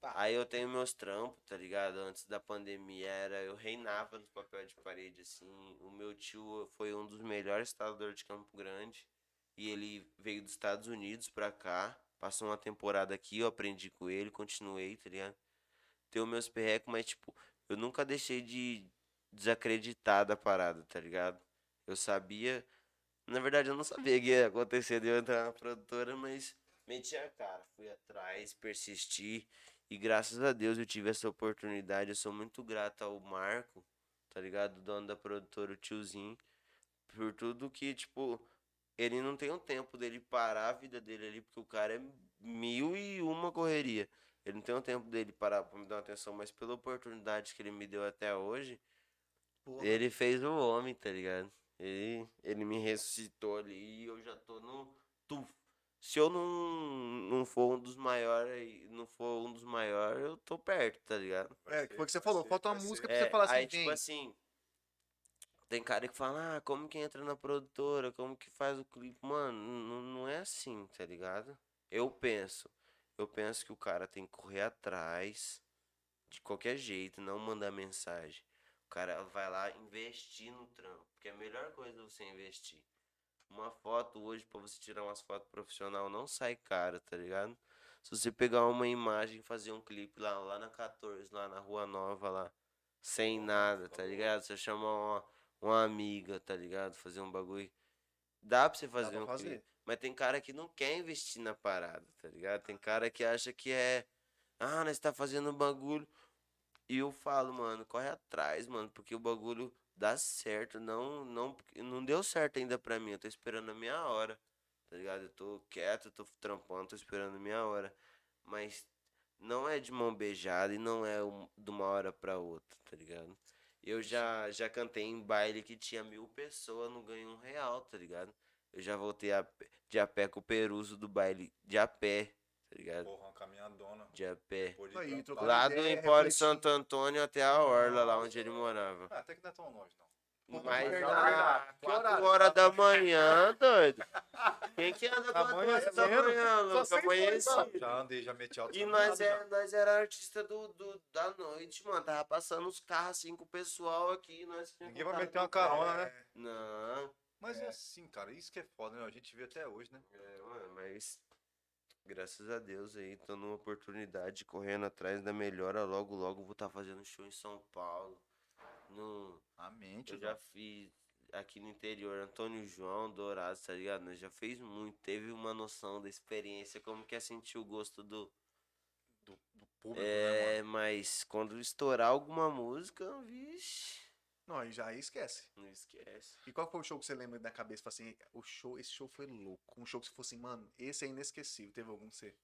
Speaker 2: Tá.
Speaker 3: Aí eu tenho meus trampos, tá ligado? Antes da pandemia era, eu reinava nos papel de parede, assim. O meu tio foi um dos melhores instaladores de Campo Grande. E ele veio dos Estados Unidos pra cá. Passou uma temporada aqui, eu aprendi com ele, continuei, tá ligado? Tenho meus perrecos, mas tipo, eu nunca deixei de desacreditar da parada, tá ligado? Eu sabia. Na verdade, eu não sabia que ia acontecer de eu entrar na produtora, mas meti a cara, fui atrás, persisti. E graças a Deus eu tive essa oportunidade. Eu sou muito grato ao Marco, tá ligado? O dono da produtora, o tiozinho, por tudo que, tipo, ele não tem o tempo dele parar a vida dele ali, porque o cara é mil e uma correria. Ele não tem o tempo dele parar pra me dar uma atenção, mas pela oportunidade que ele me deu até hoje,
Speaker 2: Pô,
Speaker 3: ele fez o homem, tá ligado? Ele, ele me ressuscitou ali e eu já tô no tufo. Se eu não, não for um dos maiores, não for um dos maiores, eu tô perto, tá ligado?
Speaker 2: É, que foi o que você falou, falta uma música pra você
Speaker 3: É,
Speaker 2: falar assim,
Speaker 3: aí, tipo
Speaker 2: gente.
Speaker 3: assim, tem cara que fala, ah, como que entra na produtora, como que faz o clipe? Mano, não, não é assim, tá ligado? Eu penso, eu penso que o cara tem que correr atrás de qualquer jeito, não mandar mensagem. O cara vai lá investir no trampo, que é a melhor coisa você investir. Uma foto hoje, pra você tirar umas fotos profissional, não sai cara, tá ligado? Se você pegar uma imagem e fazer um clipe lá, lá na 14, lá na Rua Nova, lá, sem nada, tá ligado? Você chama uma, uma amiga, tá ligado? Fazer um bagulho. Dá pra você fazer
Speaker 2: pra
Speaker 3: um
Speaker 2: fazer.
Speaker 3: clipe. Mas tem cara que não quer investir na parada, tá ligado? Tem cara que acha que é. Ah, nós tá fazendo um bagulho. E eu falo, mano, corre atrás, mano, porque o bagulho dá certo. Não, não, não deu certo ainda pra mim. Eu tô esperando a minha hora, tá ligado? Eu tô quieto, eu tô trampando, tô esperando a minha hora. Mas não é de mão beijada e não é um- de uma hora pra outra, tá ligado? Eu já, já cantei em baile que tinha mil pessoas, não ganhei um real, tá ligado? Eu já voltei a pé- de a pé com o Peruso do baile de a pé, tá ligado?
Speaker 1: Porra, uma caminhadona.
Speaker 3: De a pé.
Speaker 1: Pô, de
Speaker 2: Aí,
Speaker 1: trampar.
Speaker 2: trocando
Speaker 3: Lá do
Speaker 2: ideia,
Speaker 3: Empório
Speaker 2: refletindo.
Speaker 3: Santo Antônio até a Orla, lá onde ele morava.
Speaker 1: Ah, até que não é tão longe, não.
Speaker 2: Puta,
Speaker 3: Mas
Speaker 2: verdade,
Speaker 3: ah,
Speaker 1: Tá
Speaker 2: verdade. Que horário?
Speaker 3: 4 horas da manhã, doido. Quem que anda 4 horas da
Speaker 2: Amanhecendo.
Speaker 3: manhã,
Speaker 2: Só
Speaker 3: louco?
Speaker 2: sei foi, mano.
Speaker 3: Amanhecido.
Speaker 1: Já andei, já meti alto.
Speaker 3: E nós é era, nós era artista do, do- da noite, mano. Tava passando os carros assim com o pessoal aqui. Nós tinha
Speaker 1: Ninguém vai
Speaker 3: contato
Speaker 1: meter uma
Speaker 3: com o cara.
Speaker 1: carona, né?
Speaker 3: Não,
Speaker 1: Mas é
Speaker 2: É.
Speaker 1: assim, cara, isso que é foda, né? A gente vê até hoje, né?
Speaker 3: é, mano, mas Graças a Deus aí, tô numa oportunidade correndo atrás da melhora. Logo, logo vou estar fazendo show em São Paulo. No,
Speaker 1: Amém,
Speaker 3: eu
Speaker 1: tio.
Speaker 3: já fiz aqui no interior, Antônio João, Dourado, tá ligado? Nós já fez muito, teve uma noção da experiência, como que é sentir o gosto do.
Speaker 1: Do, do público, né, mano?
Speaker 3: É, mas quando estourar alguma música, vixe,
Speaker 2: Não, aí já aí esquece.
Speaker 3: não esquece.
Speaker 2: E qual foi o show que você lembra da cabeça? Fala assim, o show, esse show foi louco. Um show que você fosse, mano, esse é inesquecível. Teve algum que você,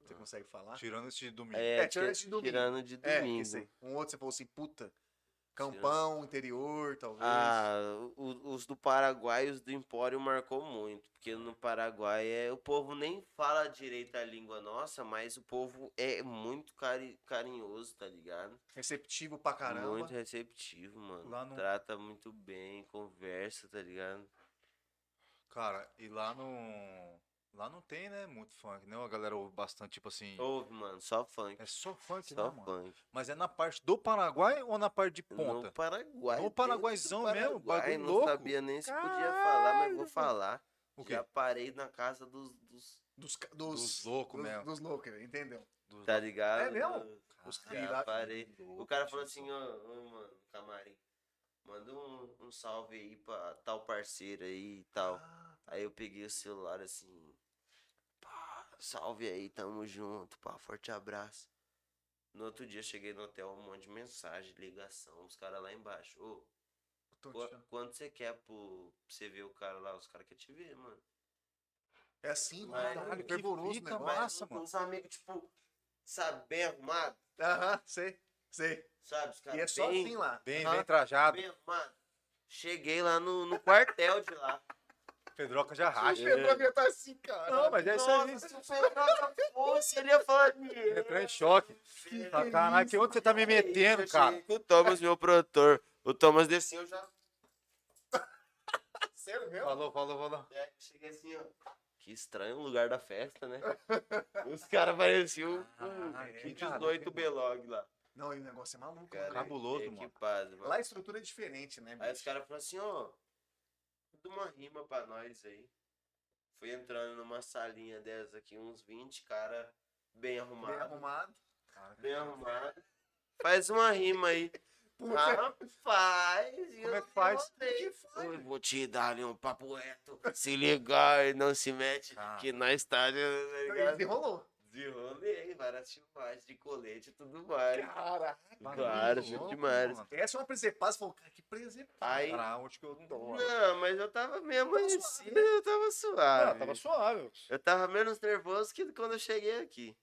Speaker 2: você
Speaker 3: Ah.
Speaker 2: consegue falar?
Speaker 1: Tirando esse domingo.
Speaker 3: É,
Speaker 2: É, tirando
Speaker 3: tira-
Speaker 2: esse domingo.
Speaker 3: tirando de
Speaker 2: É,
Speaker 3: domingo. é.
Speaker 2: esse aí. Um outro que você falou assim, puta, campão, interior, talvez.
Speaker 3: Ah, o- os do Paraguai e os do Empório marcou muito, porque no Paraguai é, o povo nem fala direito a língua nossa, mas o povo é muito cari- carinhoso, tá ligado?
Speaker 2: Receptivo pra caramba.
Speaker 3: Muito receptivo, mano.
Speaker 1: Lá no-
Speaker 3: Trata muito bem, conversa, tá ligado?
Speaker 1: Cara, e lá no. Lá não tem, né? Muito funk, né? A galera ouve bastante, tipo assim.
Speaker 3: Ouve, mano, só funk.
Speaker 1: É só funk, né,
Speaker 3: só
Speaker 1: mano?
Speaker 3: funk.
Speaker 1: Mas é na parte do Paraguai ou na parte de
Speaker 3: No
Speaker 1: ponta?
Speaker 3: Paraguai.
Speaker 1: No Paraguaizão
Speaker 3: dentro do
Speaker 1: mesmo, bagulho
Speaker 3: não
Speaker 1: louco.
Speaker 3: sabia nem se podia falar, mas vou falar.
Speaker 1: O quê?
Speaker 3: Já parei na casa dos- dos
Speaker 2: Dos, ca- dos,
Speaker 1: Dos loucos
Speaker 2: dos-
Speaker 1: mesmo.
Speaker 2: Dos loucos, entendeu?
Speaker 1: Do-
Speaker 3: Tá ligado?
Speaker 2: É mesmo?
Speaker 3: Os
Speaker 2: Caralho, que
Speaker 3: caras parei.
Speaker 1: louco,
Speaker 3: O cara
Speaker 1: tio.
Speaker 3: falou assim, ó, ô, mano, camarim. Manda um, um salve aí pra tal parceiro aí e tal.
Speaker 2: Ah,
Speaker 3: Aí eu peguei o celular assim. Pá, salve aí, tamo junto, pá, forte abraço. No outro dia cheguei no hotel, um monte de mensagem, ligação, os caras lá embaixo. Ô,
Speaker 2: tô te
Speaker 3: qua-
Speaker 2: chamando.
Speaker 3: quanto você quer pro, pra você ver o cara lá? Os caras querem te ver, mano.
Speaker 2: é assim,
Speaker 3: Mas-
Speaker 2: caralho,
Speaker 3: que
Speaker 2: fervoroso o
Speaker 1: fita,
Speaker 2: negócio.
Speaker 1: mas- Nossa,
Speaker 3: Mas uns amigos, tipo, sabe, bem arrumado,
Speaker 2: Aham, sei, sei.
Speaker 3: sabe? Os
Speaker 2: E
Speaker 3: caras
Speaker 2: é só
Speaker 3: Tá bem-
Speaker 2: assim lá.
Speaker 1: Bem,
Speaker 2: Aham.
Speaker 1: bem trajado.
Speaker 3: Meu, mano, cheguei lá no, no quartel de lá.
Speaker 1: Pedroca já racha.
Speaker 2: Pedro já tá assim, cara.
Speaker 1: Não, mas é isso aí.
Speaker 3: Nossa, se o Pedroca fosse, ele ia falar de mim.
Speaker 1: Ele
Speaker 2: É
Speaker 1: Entrou em choque. Fala, Caralho, que onde você tá me metendo, cara?
Speaker 3: O Thomas, meu produtor. O Thomas desceu, eu já
Speaker 2: Sério mesmo?
Speaker 1: Falou, falou, falou.
Speaker 3: já cheguei assim, ó. Que estranho o lugar da festa, né? Os caras pareciam um,
Speaker 2: Ah,
Speaker 3: um
Speaker 2: é,
Speaker 3: kit
Speaker 2: cara,
Speaker 3: 18
Speaker 2: tem-
Speaker 3: Belog lá.
Speaker 2: Não, e o negócio é maluco,
Speaker 3: Cara,
Speaker 2: cara.
Speaker 1: Cabuloso,
Speaker 3: é
Speaker 1: mano.
Speaker 3: equipado, mano.
Speaker 2: Lá a estrutura é diferente, né?
Speaker 3: Aí
Speaker 2: bicho?
Speaker 3: os caras falaram assim, ó, de uma rima pra nós aí. Fui entrando numa salinha dessa aqui, uns 20 cara bem arrumado.
Speaker 2: Bem arrumado.
Speaker 3: bem arrumado. Ah, Faz uma rima aí.
Speaker 2: Ah, Puta,
Speaker 3: Rapaz, e
Speaker 1: Como é
Speaker 3: eu
Speaker 1: que faz?
Speaker 3: voltei. Eu vou te dar ali um papo reto. Se ligar e não se mete,
Speaker 1: Cara.
Speaker 3: que na estádio, tá ligado?
Speaker 2: desenrolou.
Speaker 3: Desenrolei várias filmagens de colete e tudo mais.
Speaker 2: Cara,
Speaker 3: Claro,
Speaker 1: Bagulho louco,
Speaker 3: demais.
Speaker 1: mano.
Speaker 2: essa é uma presepada. Você falou, cara, que presepada.
Speaker 3: Aí,
Speaker 1: Cara, onde que eu tô?
Speaker 3: não, mas eu tava meio
Speaker 2: Tava suave,
Speaker 3: amanhecido, eu tava suave.
Speaker 1: Ah, tava suave.
Speaker 3: Eu tava menos nervoso que quando eu cheguei aqui.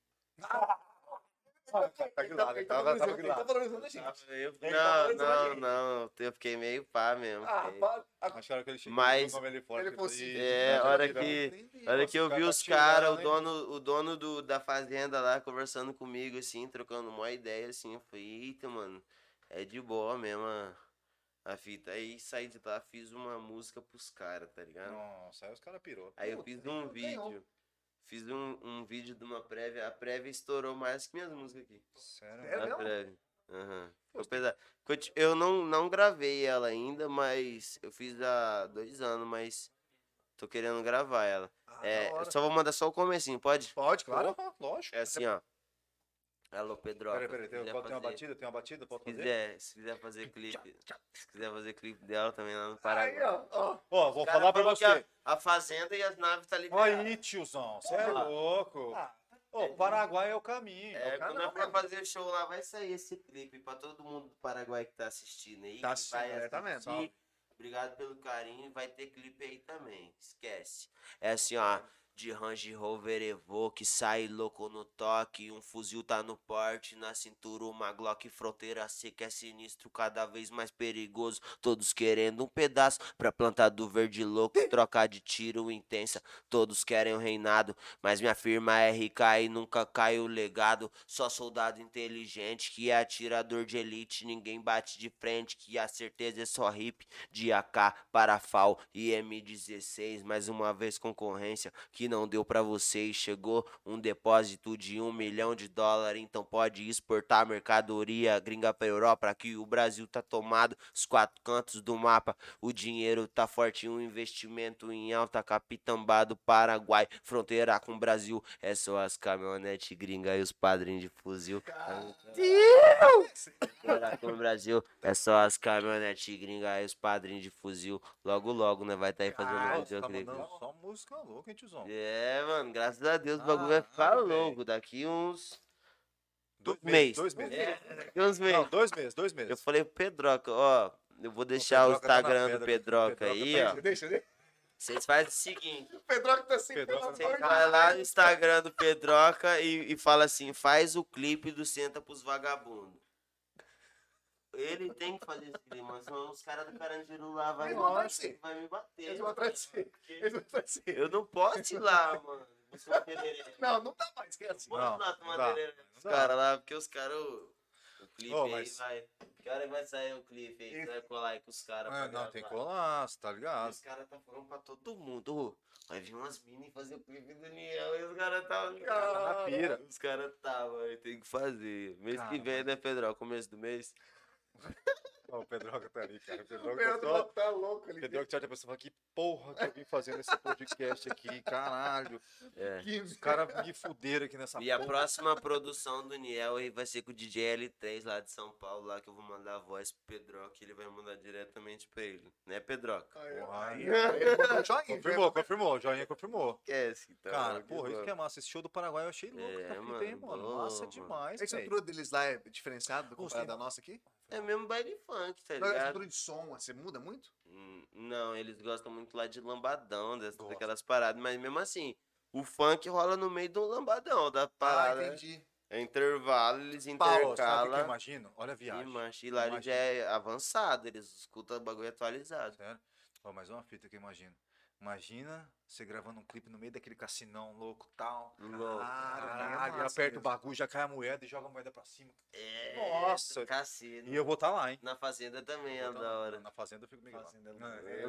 Speaker 1: Tá
Speaker 2: Ele tá- ele tá
Speaker 1: tava-
Speaker 2: valorizando-
Speaker 1: tava-
Speaker 2: ele tá valorizando a gente.
Speaker 3: Tava meio-
Speaker 2: Ele tava
Speaker 3: Não,
Speaker 2: menos
Speaker 3: não,
Speaker 2: ali.
Speaker 3: não. Eu fiquei meio pá mesmo.
Speaker 2: Ah,
Speaker 3: fiquei.
Speaker 2: para. Agora-
Speaker 1: Acharam que ele chegou
Speaker 3: Mas-
Speaker 1: como ele fora.
Speaker 2: Ele
Speaker 1: que
Speaker 2: falou
Speaker 1: foi-
Speaker 2: assim,
Speaker 3: É,
Speaker 1: Não,
Speaker 3: hora
Speaker 1: não, não.
Speaker 3: que-
Speaker 2: Nem
Speaker 3: Olha
Speaker 2: vi.
Speaker 3: que eu
Speaker 1: Nossa,
Speaker 3: vi
Speaker 1: cara,
Speaker 3: os
Speaker 1: tá
Speaker 3: caras, o
Speaker 1: tirando, hein?
Speaker 3: dono, o dono do, da fazenda lá conversando comigo, assim, trocando uma ideia, assim. Eu falei, eita, mano, é de boa mesmo a, a fita. Aí saí de lá, fiz uma música pros caras, tá ligado?
Speaker 1: Nossa, aí os caras pirou.
Speaker 3: Aí eu
Speaker 2: Puta,
Speaker 3: fiz
Speaker 2: ganhou.
Speaker 3: um vídeo. Fiz um, um vídeo de uma prévia. A prévia estourou mais que minhas músicas aqui.
Speaker 1: Sério,
Speaker 2: É
Speaker 1: mano.
Speaker 3: Na
Speaker 2: mesmo?
Speaker 3: prévia. Aham. Ficou pesado. Conti- Eu não, não gravei ela ainda, mas eu fiz há dois anos, mas tô querendo gravar ela.
Speaker 2: Ah,
Speaker 3: É,
Speaker 2: da
Speaker 3: eu
Speaker 2: hora.
Speaker 3: só vou mandar só o comecinho, pode?
Speaker 2: Pode, claro.
Speaker 1: Porra, lógico.
Speaker 3: É assim, ó. Alô, Pedro.
Speaker 1: Peraí, peraí, tem, pode ter
Speaker 3: se, quiser
Speaker 1: uma
Speaker 3: fazer,
Speaker 1: batida? Tem uma batida? Pode
Speaker 3: se
Speaker 1: fazer?
Speaker 3: quiser- se quiser fazer clipe.
Speaker 2: tchá.
Speaker 3: Se quiser fazer clipe dela também lá no Paraguai.
Speaker 2: Aí, ó, ó.
Speaker 1: Ó, vou
Speaker 3: O cara
Speaker 1: falar pra
Speaker 3: falou que
Speaker 1: você.
Speaker 3: A, a fazenda e as naves tá
Speaker 1: Olha
Speaker 3: liberadas.
Speaker 1: aí, tiozão. Você é
Speaker 3: Ah.
Speaker 1: louco.
Speaker 2: Ah.
Speaker 1: Ô, Paraguai é o caminho.
Speaker 3: É,
Speaker 1: o cara-
Speaker 3: quando eu for
Speaker 2: mano.
Speaker 3: fazer show lá, vai sair esse clipe pra todo mundo do Paraguai que tá assistindo aí.
Speaker 2: Tá
Speaker 3: que
Speaker 2: assistindo,
Speaker 3: vai
Speaker 2: galera, tá vendo?
Speaker 3: assistir. Obrigado pelo carinho. Vai ter clipe aí também. Esquece. É assim, ó. De Range Rover Evo, que sai louco no toque. Um fuzil tá no porte, na cintura uma Glock. Fronteira seca é sinistro, cada vez mais perigoso. Todos querendo um pedaço pra plantar do verde louco. Troca de tiro intensa, todos querem o reinado. Mas minha firma é rica e nunca cai o legado. Só soldado inteligente que é atirador de elite. Ninguém bate de frente, que a certeza é só hip. De AK, Parafal e M16. Mais uma vez concorrência que não deu pra vocês, chegou um depósito de um milhão de dólares, então pode exportar mercadoria gringa pra Europa, aqui o Brasil tá tomado, os quatro cantos do mapa, o dinheiro tá forte, um investimento em alta, capitambado, Paraguai, fronteira com o Brasil, é só as caminhonetes gringas e os padrinhos de fuzil. Fronteira com o Brasil, é só as caminhonetes gringas e os padrinhos de fuzil. Logo, logo, né? Vai tá aí fazendo
Speaker 2: Caralho,
Speaker 3: um
Speaker 1: Nossa, tá
Speaker 3: videoclipe.
Speaker 1: mandando Ah, só música louca, hein, tiozão?
Speaker 3: É, mano, graças a Deus o bagulho vai ficar
Speaker 1: Caralho,
Speaker 3: louco. Daqui uns.
Speaker 1: Dois
Speaker 3: Dois
Speaker 1: meses.
Speaker 3: meses.
Speaker 1: Dois meses.
Speaker 3: É, daqui uns meses.
Speaker 1: Não, dois meses, dois
Speaker 3: Eu
Speaker 1: meses.
Speaker 3: falei pro Pedroca, ó. Eu vou deixar o
Speaker 1: Pedroca tá na
Speaker 3: Instagram do
Speaker 1: pedra,
Speaker 3: Pedroca,
Speaker 1: Pedroca
Speaker 3: aí,
Speaker 1: tá
Speaker 3: ó.
Speaker 1: aí.
Speaker 2: Deixa, deixa.
Speaker 3: Vocês fazem o seguinte:
Speaker 2: O Pedroca tá assim,
Speaker 1: Pedroca
Speaker 2: pelo
Speaker 1: tá-
Speaker 2: amor
Speaker 3: vocês
Speaker 2: de
Speaker 3: vai lá
Speaker 2: Deus.
Speaker 3: no Instagram do Pedroca e, e fala assim: faz o clipe do Senta pros Vagabundos. Ele tem que fazer esse clipe, mano. Senão os caras do Carandiru lá vai,
Speaker 2: Não, vai ser.
Speaker 3: vai me bater.
Speaker 2: Eles vão atrás de você. Eles vão atrás de você.
Speaker 3: Eu não posso ir lá, mano. Eu sou um tererê.
Speaker 2: Não, não dá mais, que é assim.
Speaker 3: Bora
Speaker 1: Não,
Speaker 3: lá tomar
Speaker 1: não dá,
Speaker 3: tererê com os
Speaker 1: dá.
Speaker 3: caras lá, porque os caras. O o clipe
Speaker 1: Ô,
Speaker 3: aí
Speaker 1: mas-
Speaker 3: vai. Que hora que vai sair o clipe aí? Você vai colar aí com os caras.
Speaker 1: É,
Speaker 3: pra
Speaker 1: não, tem que
Speaker 3: gravar.
Speaker 1: colar, cê tá
Speaker 3: E
Speaker 1: ligado?
Speaker 3: Os caras tá falando pra todo mundo. ô, vai vir umas minas fazer o clipe do Niel. E os caras tá.
Speaker 1: Cara, tá na pira.
Speaker 3: Os caras tá, mano. Tem que fazer. Mês que
Speaker 1: Cara,
Speaker 3: vem, né, Pedro? Começo do mês.
Speaker 1: Ó, o Pedroca tá ali, cara. O
Speaker 2: O
Speaker 1: Pedroca tá
Speaker 2: Pedro
Speaker 1: só...
Speaker 2: tá louco ali.
Speaker 1: Pedroca te olha e pensa, fala, que porra que eu vim fazer nesse podcast aqui, caralho.
Speaker 3: É.
Speaker 2: Que
Speaker 1: Os caras me fuderam aqui nessa
Speaker 3: E a próxima produção do Niel aí vai ser com o DJ L3 lá de São Paulo, lá que eu vou mandar a voz pro Pedroca e ele vai mandar diretamente pra ele. Né, Pedroca?
Speaker 1: Porra.
Speaker 2: Aí, aí, botou um joinha,
Speaker 1: Confirmou, confirmou, o joinha confirmou.
Speaker 3: Esquece, então.
Speaker 1: Cara,
Speaker 3: que
Speaker 1: porra, isso
Speaker 3: bom.
Speaker 1: que é massa. Esse show do Paraguai eu achei louco,
Speaker 3: É,
Speaker 1: essa fita
Speaker 3: mano,
Speaker 1: aí, mano.
Speaker 3: boa,
Speaker 1: Massa
Speaker 3: mano.
Speaker 1: demais,
Speaker 2: A
Speaker 1: velho.
Speaker 2: estrutura deles lá é diferenciada do comparado
Speaker 1: Gostei.
Speaker 2: da nossa aqui?
Speaker 3: É mesmo baile funk, tá
Speaker 2: Não, A
Speaker 3: ligado?
Speaker 2: estrutura de som, você muda muito?
Speaker 3: Hum, Não, eles gostam muito lá de lambadão, dessas,
Speaker 1: Gosto.
Speaker 3: daquelas paradas, mas mesmo assim, o funk rola no meio de um lambadão da
Speaker 2: Ah,
Speaker 3: parada.
Speaker 2: entendi.
Speaker 3: é intervalo, eles
Speaker 1: Pau, sabe o que é que eu
Speaker 3: intercalam.
Speaker 1: imagino? Olha a
Speaker 3: E,
Speaker 1: viagem.
Speaker 3: mancha, e lá ele já é avançado, eles escutam o bagulho atualizado.
Speaker 1: Sério? Ó, mais uma fita que eu imagino. Imagina você gravando um clipe no meio daquele cassinão louco tal.
Speaker 3: Louco.
Speaker 2: Caralho,
Speaker 1: Caralho,
Speaker 2: é massa
Speaker 1: aperta o
Speaker 2: mesmo.
Speaker 1: bagulho, já cai a moeda e joga a moeda pra cima.
Speaker 3: É,
Speaker 1: Nossa.
Speaker 3: Cacete.
Speaker 1: E eu vou estar lá, hein?
Speaker 3: Na fazenda também
Speaker 1: Vou
Speaker 3: é
Speaker 1: tá
Speaker 3: da
Speaker 1: lá.
Speaker 3: hora.
Speaker 1: Na fazenda eu fico meio lá.
Speaker 2: Fazenda é
Speaker 1: Não,
Speaker 2: louco.
Speaker 1: é,
Speaker 3: né?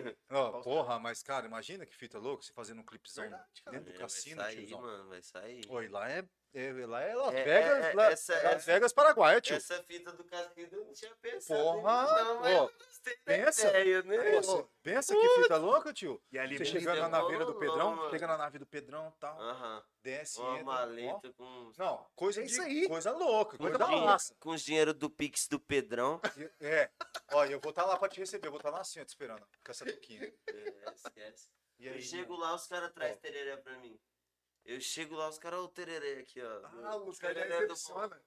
Speaker 2: Eu-
Speaker 1: eu- Ó,
Speaker 2: Posso-
Speaker 1: porra, mas cara, imagina que fita louca você fazendo um clipezão
Speaker 2: Verdade, cara.
Speaker 1: dentro
Speaker 3: É,
Speaker 1: do cassino,
Speaker 3: vai sair,
Speaker 1: tiozão.
Speaker 3: mano, vai sair.
Speaker 1: Oi, lá é, é- lá é Las
Speaker 3: É- é-
Speaker 1: Vegas,
Speaker 3: é-
Speaker 1: lá-
Speaker 3: essa-
Speaker 1: Las
Speaker 3: essa-
Speaker 1: Vegas, Paraguai, tio.
Speaker 3: Essa fita do cassino eu não tinha pensado.
Speaker 1: Porra,
Speaker 3: ainda não, mas
Speaker 1: ó,
Speaker 3: eu gostei da
Speaker 1: pensa.
Speaker 3: ideia, né?
Speaker 1: Pô, assim, você pensa que fita louca, tio?
Speaker 2: E ali é
Speaker 1: Você
Speaker 3: Beleza,
Speaker 1: chegando na naveira do
Speaker 3: é mano.
Speaker 1: Pedrão, chega na nave do Pedrão e tal,
Speaker 3: Aham.
Speaker 1: desce,
Speaker 3: Uma
Speaker 1: entra,
Speaker 3: maleta com.
Speaker 1: né? ó. Não, coisa
Speaker 2: É isso
Speaker 1: de-
Speaker 2: aí.
Speaker 1: coisa louca,
Speaker 3: Com,
Speaker 1: coisa da
Speaker 3: dinheiro,
Speaker 1: massa.
Speaker 3: com os dinheiro do Pix do Pedrão.
Speaker 1: E- É, ó, eu vou estar lá pra te receber, eu vou estar lá assim, ó, te esperando, com essa touquinha.
Speaker 3: É, esquece.
Speaker 1: E
Speaker 3: Eu
Speaker 1: aí,
Speaker 3: chego
Speaker 1: mano?
Speaker 3: lá, os caras trazem
Speaker 1: Ó.
Speaker 3: tereré pra mim. Eu chego lá, os caras, ô tereré aqui, ó.
Speaker 2: Ah, o cara já
Speaker 3: Tereré do bom.
Speaker 2: decepciona.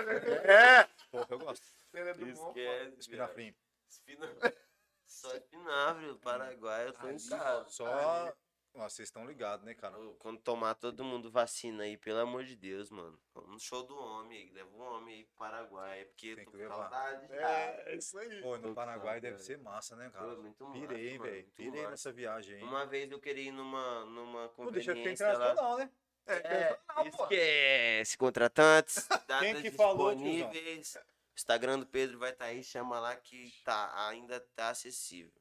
Speaker 1: É! Porra, eu gosto.
Speaker 2: Ele é do bom, pô.
Speaker 3: Esquece. cara.
Speaker 1: Espinafrim.
Speaker 3: Espina- Só espinafre, o
Speaker 1: Hum.
Speaker 3: Paraguai, eu tô em
Speaker 2: Ali,
Speaker 3: casa.
Speaker 1: Só. Ó, vocês estão ligados, né, cara?
Speaker 3: Ô, Quando tomar todo mundo vacina aí, pelo amor de Deus, mano. Vamos no show do homem aí, leva o homem aí pro Paraguai, porque
Speaker 1: Tem
Speaker 3: tô
Speaker 1: que
Speaker 3: com
Speaker 1: levar.
Speaker 3: saudade já.
Speaker 2: É, isso aí.
Speaker 1: Pô, no
Speaker 3: Putz,
Speaker 1: Paraguai deve
Speaker 3: velho.
Speaker 1: ser massa, né,
Speaker 3: Pô, é
Speaker 1: cara?
Speaker 3: muito massa,
Speaker 1: Pirei,
Speaker 3: mano,
Speaker 1: velho.
Speaker 3: muito
Speaker 1: Pirei
Speaker 3: massa.
Speaker 1: nessa viagem, hein?
Speaker 3: Uma vez eu queria ir numa, numa
Speaker 1: Não deixa de ser
Speaker 3: conveniência lá.
Speaker 1: internacional, né?
Speaker 3: É,
Speaker 2: não, pô.
Speaker 3: esquece, contratantes, datas
Speaker 1: Quem que falou,
Speaker 3: disponíveis. Instagram do Pedro vai estar aí, chama lá que tá, ainda tá acessível.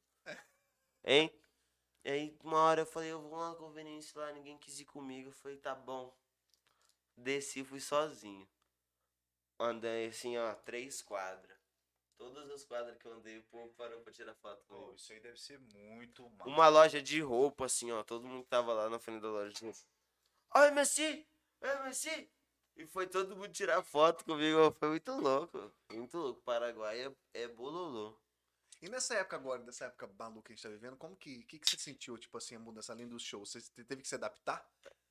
Speaker 3: Hein? E aí, uma hora eu falei, eu vou lá na conveniência lá, ninguém quis ir comigo. Eu falei, tá bom. Desci, fui sozinho. Andei assim, ó, três quadras. Todas as quadras que eu andei, o povo parou pra tirar foto comigo.
Speaker 1: Pô, isso aí deve ser muito massa.
Speaker 3: Uma loja de roupa, assim, ó. Todo mundo que tava lá na frente da loja assim, de roupa. Ó, MC! Ó, MC! E foi todo mundo tirar foto comigo. ó, Foi muito louco. Muito louco. Paraguai é, é bololô.
Speaker 2: E nessa época agora, nessa época maluca que a gente tá vivendo, como que, que, que você sentiu, tipo assim, a mudança além dos shows? Você te- teve que se adaptar?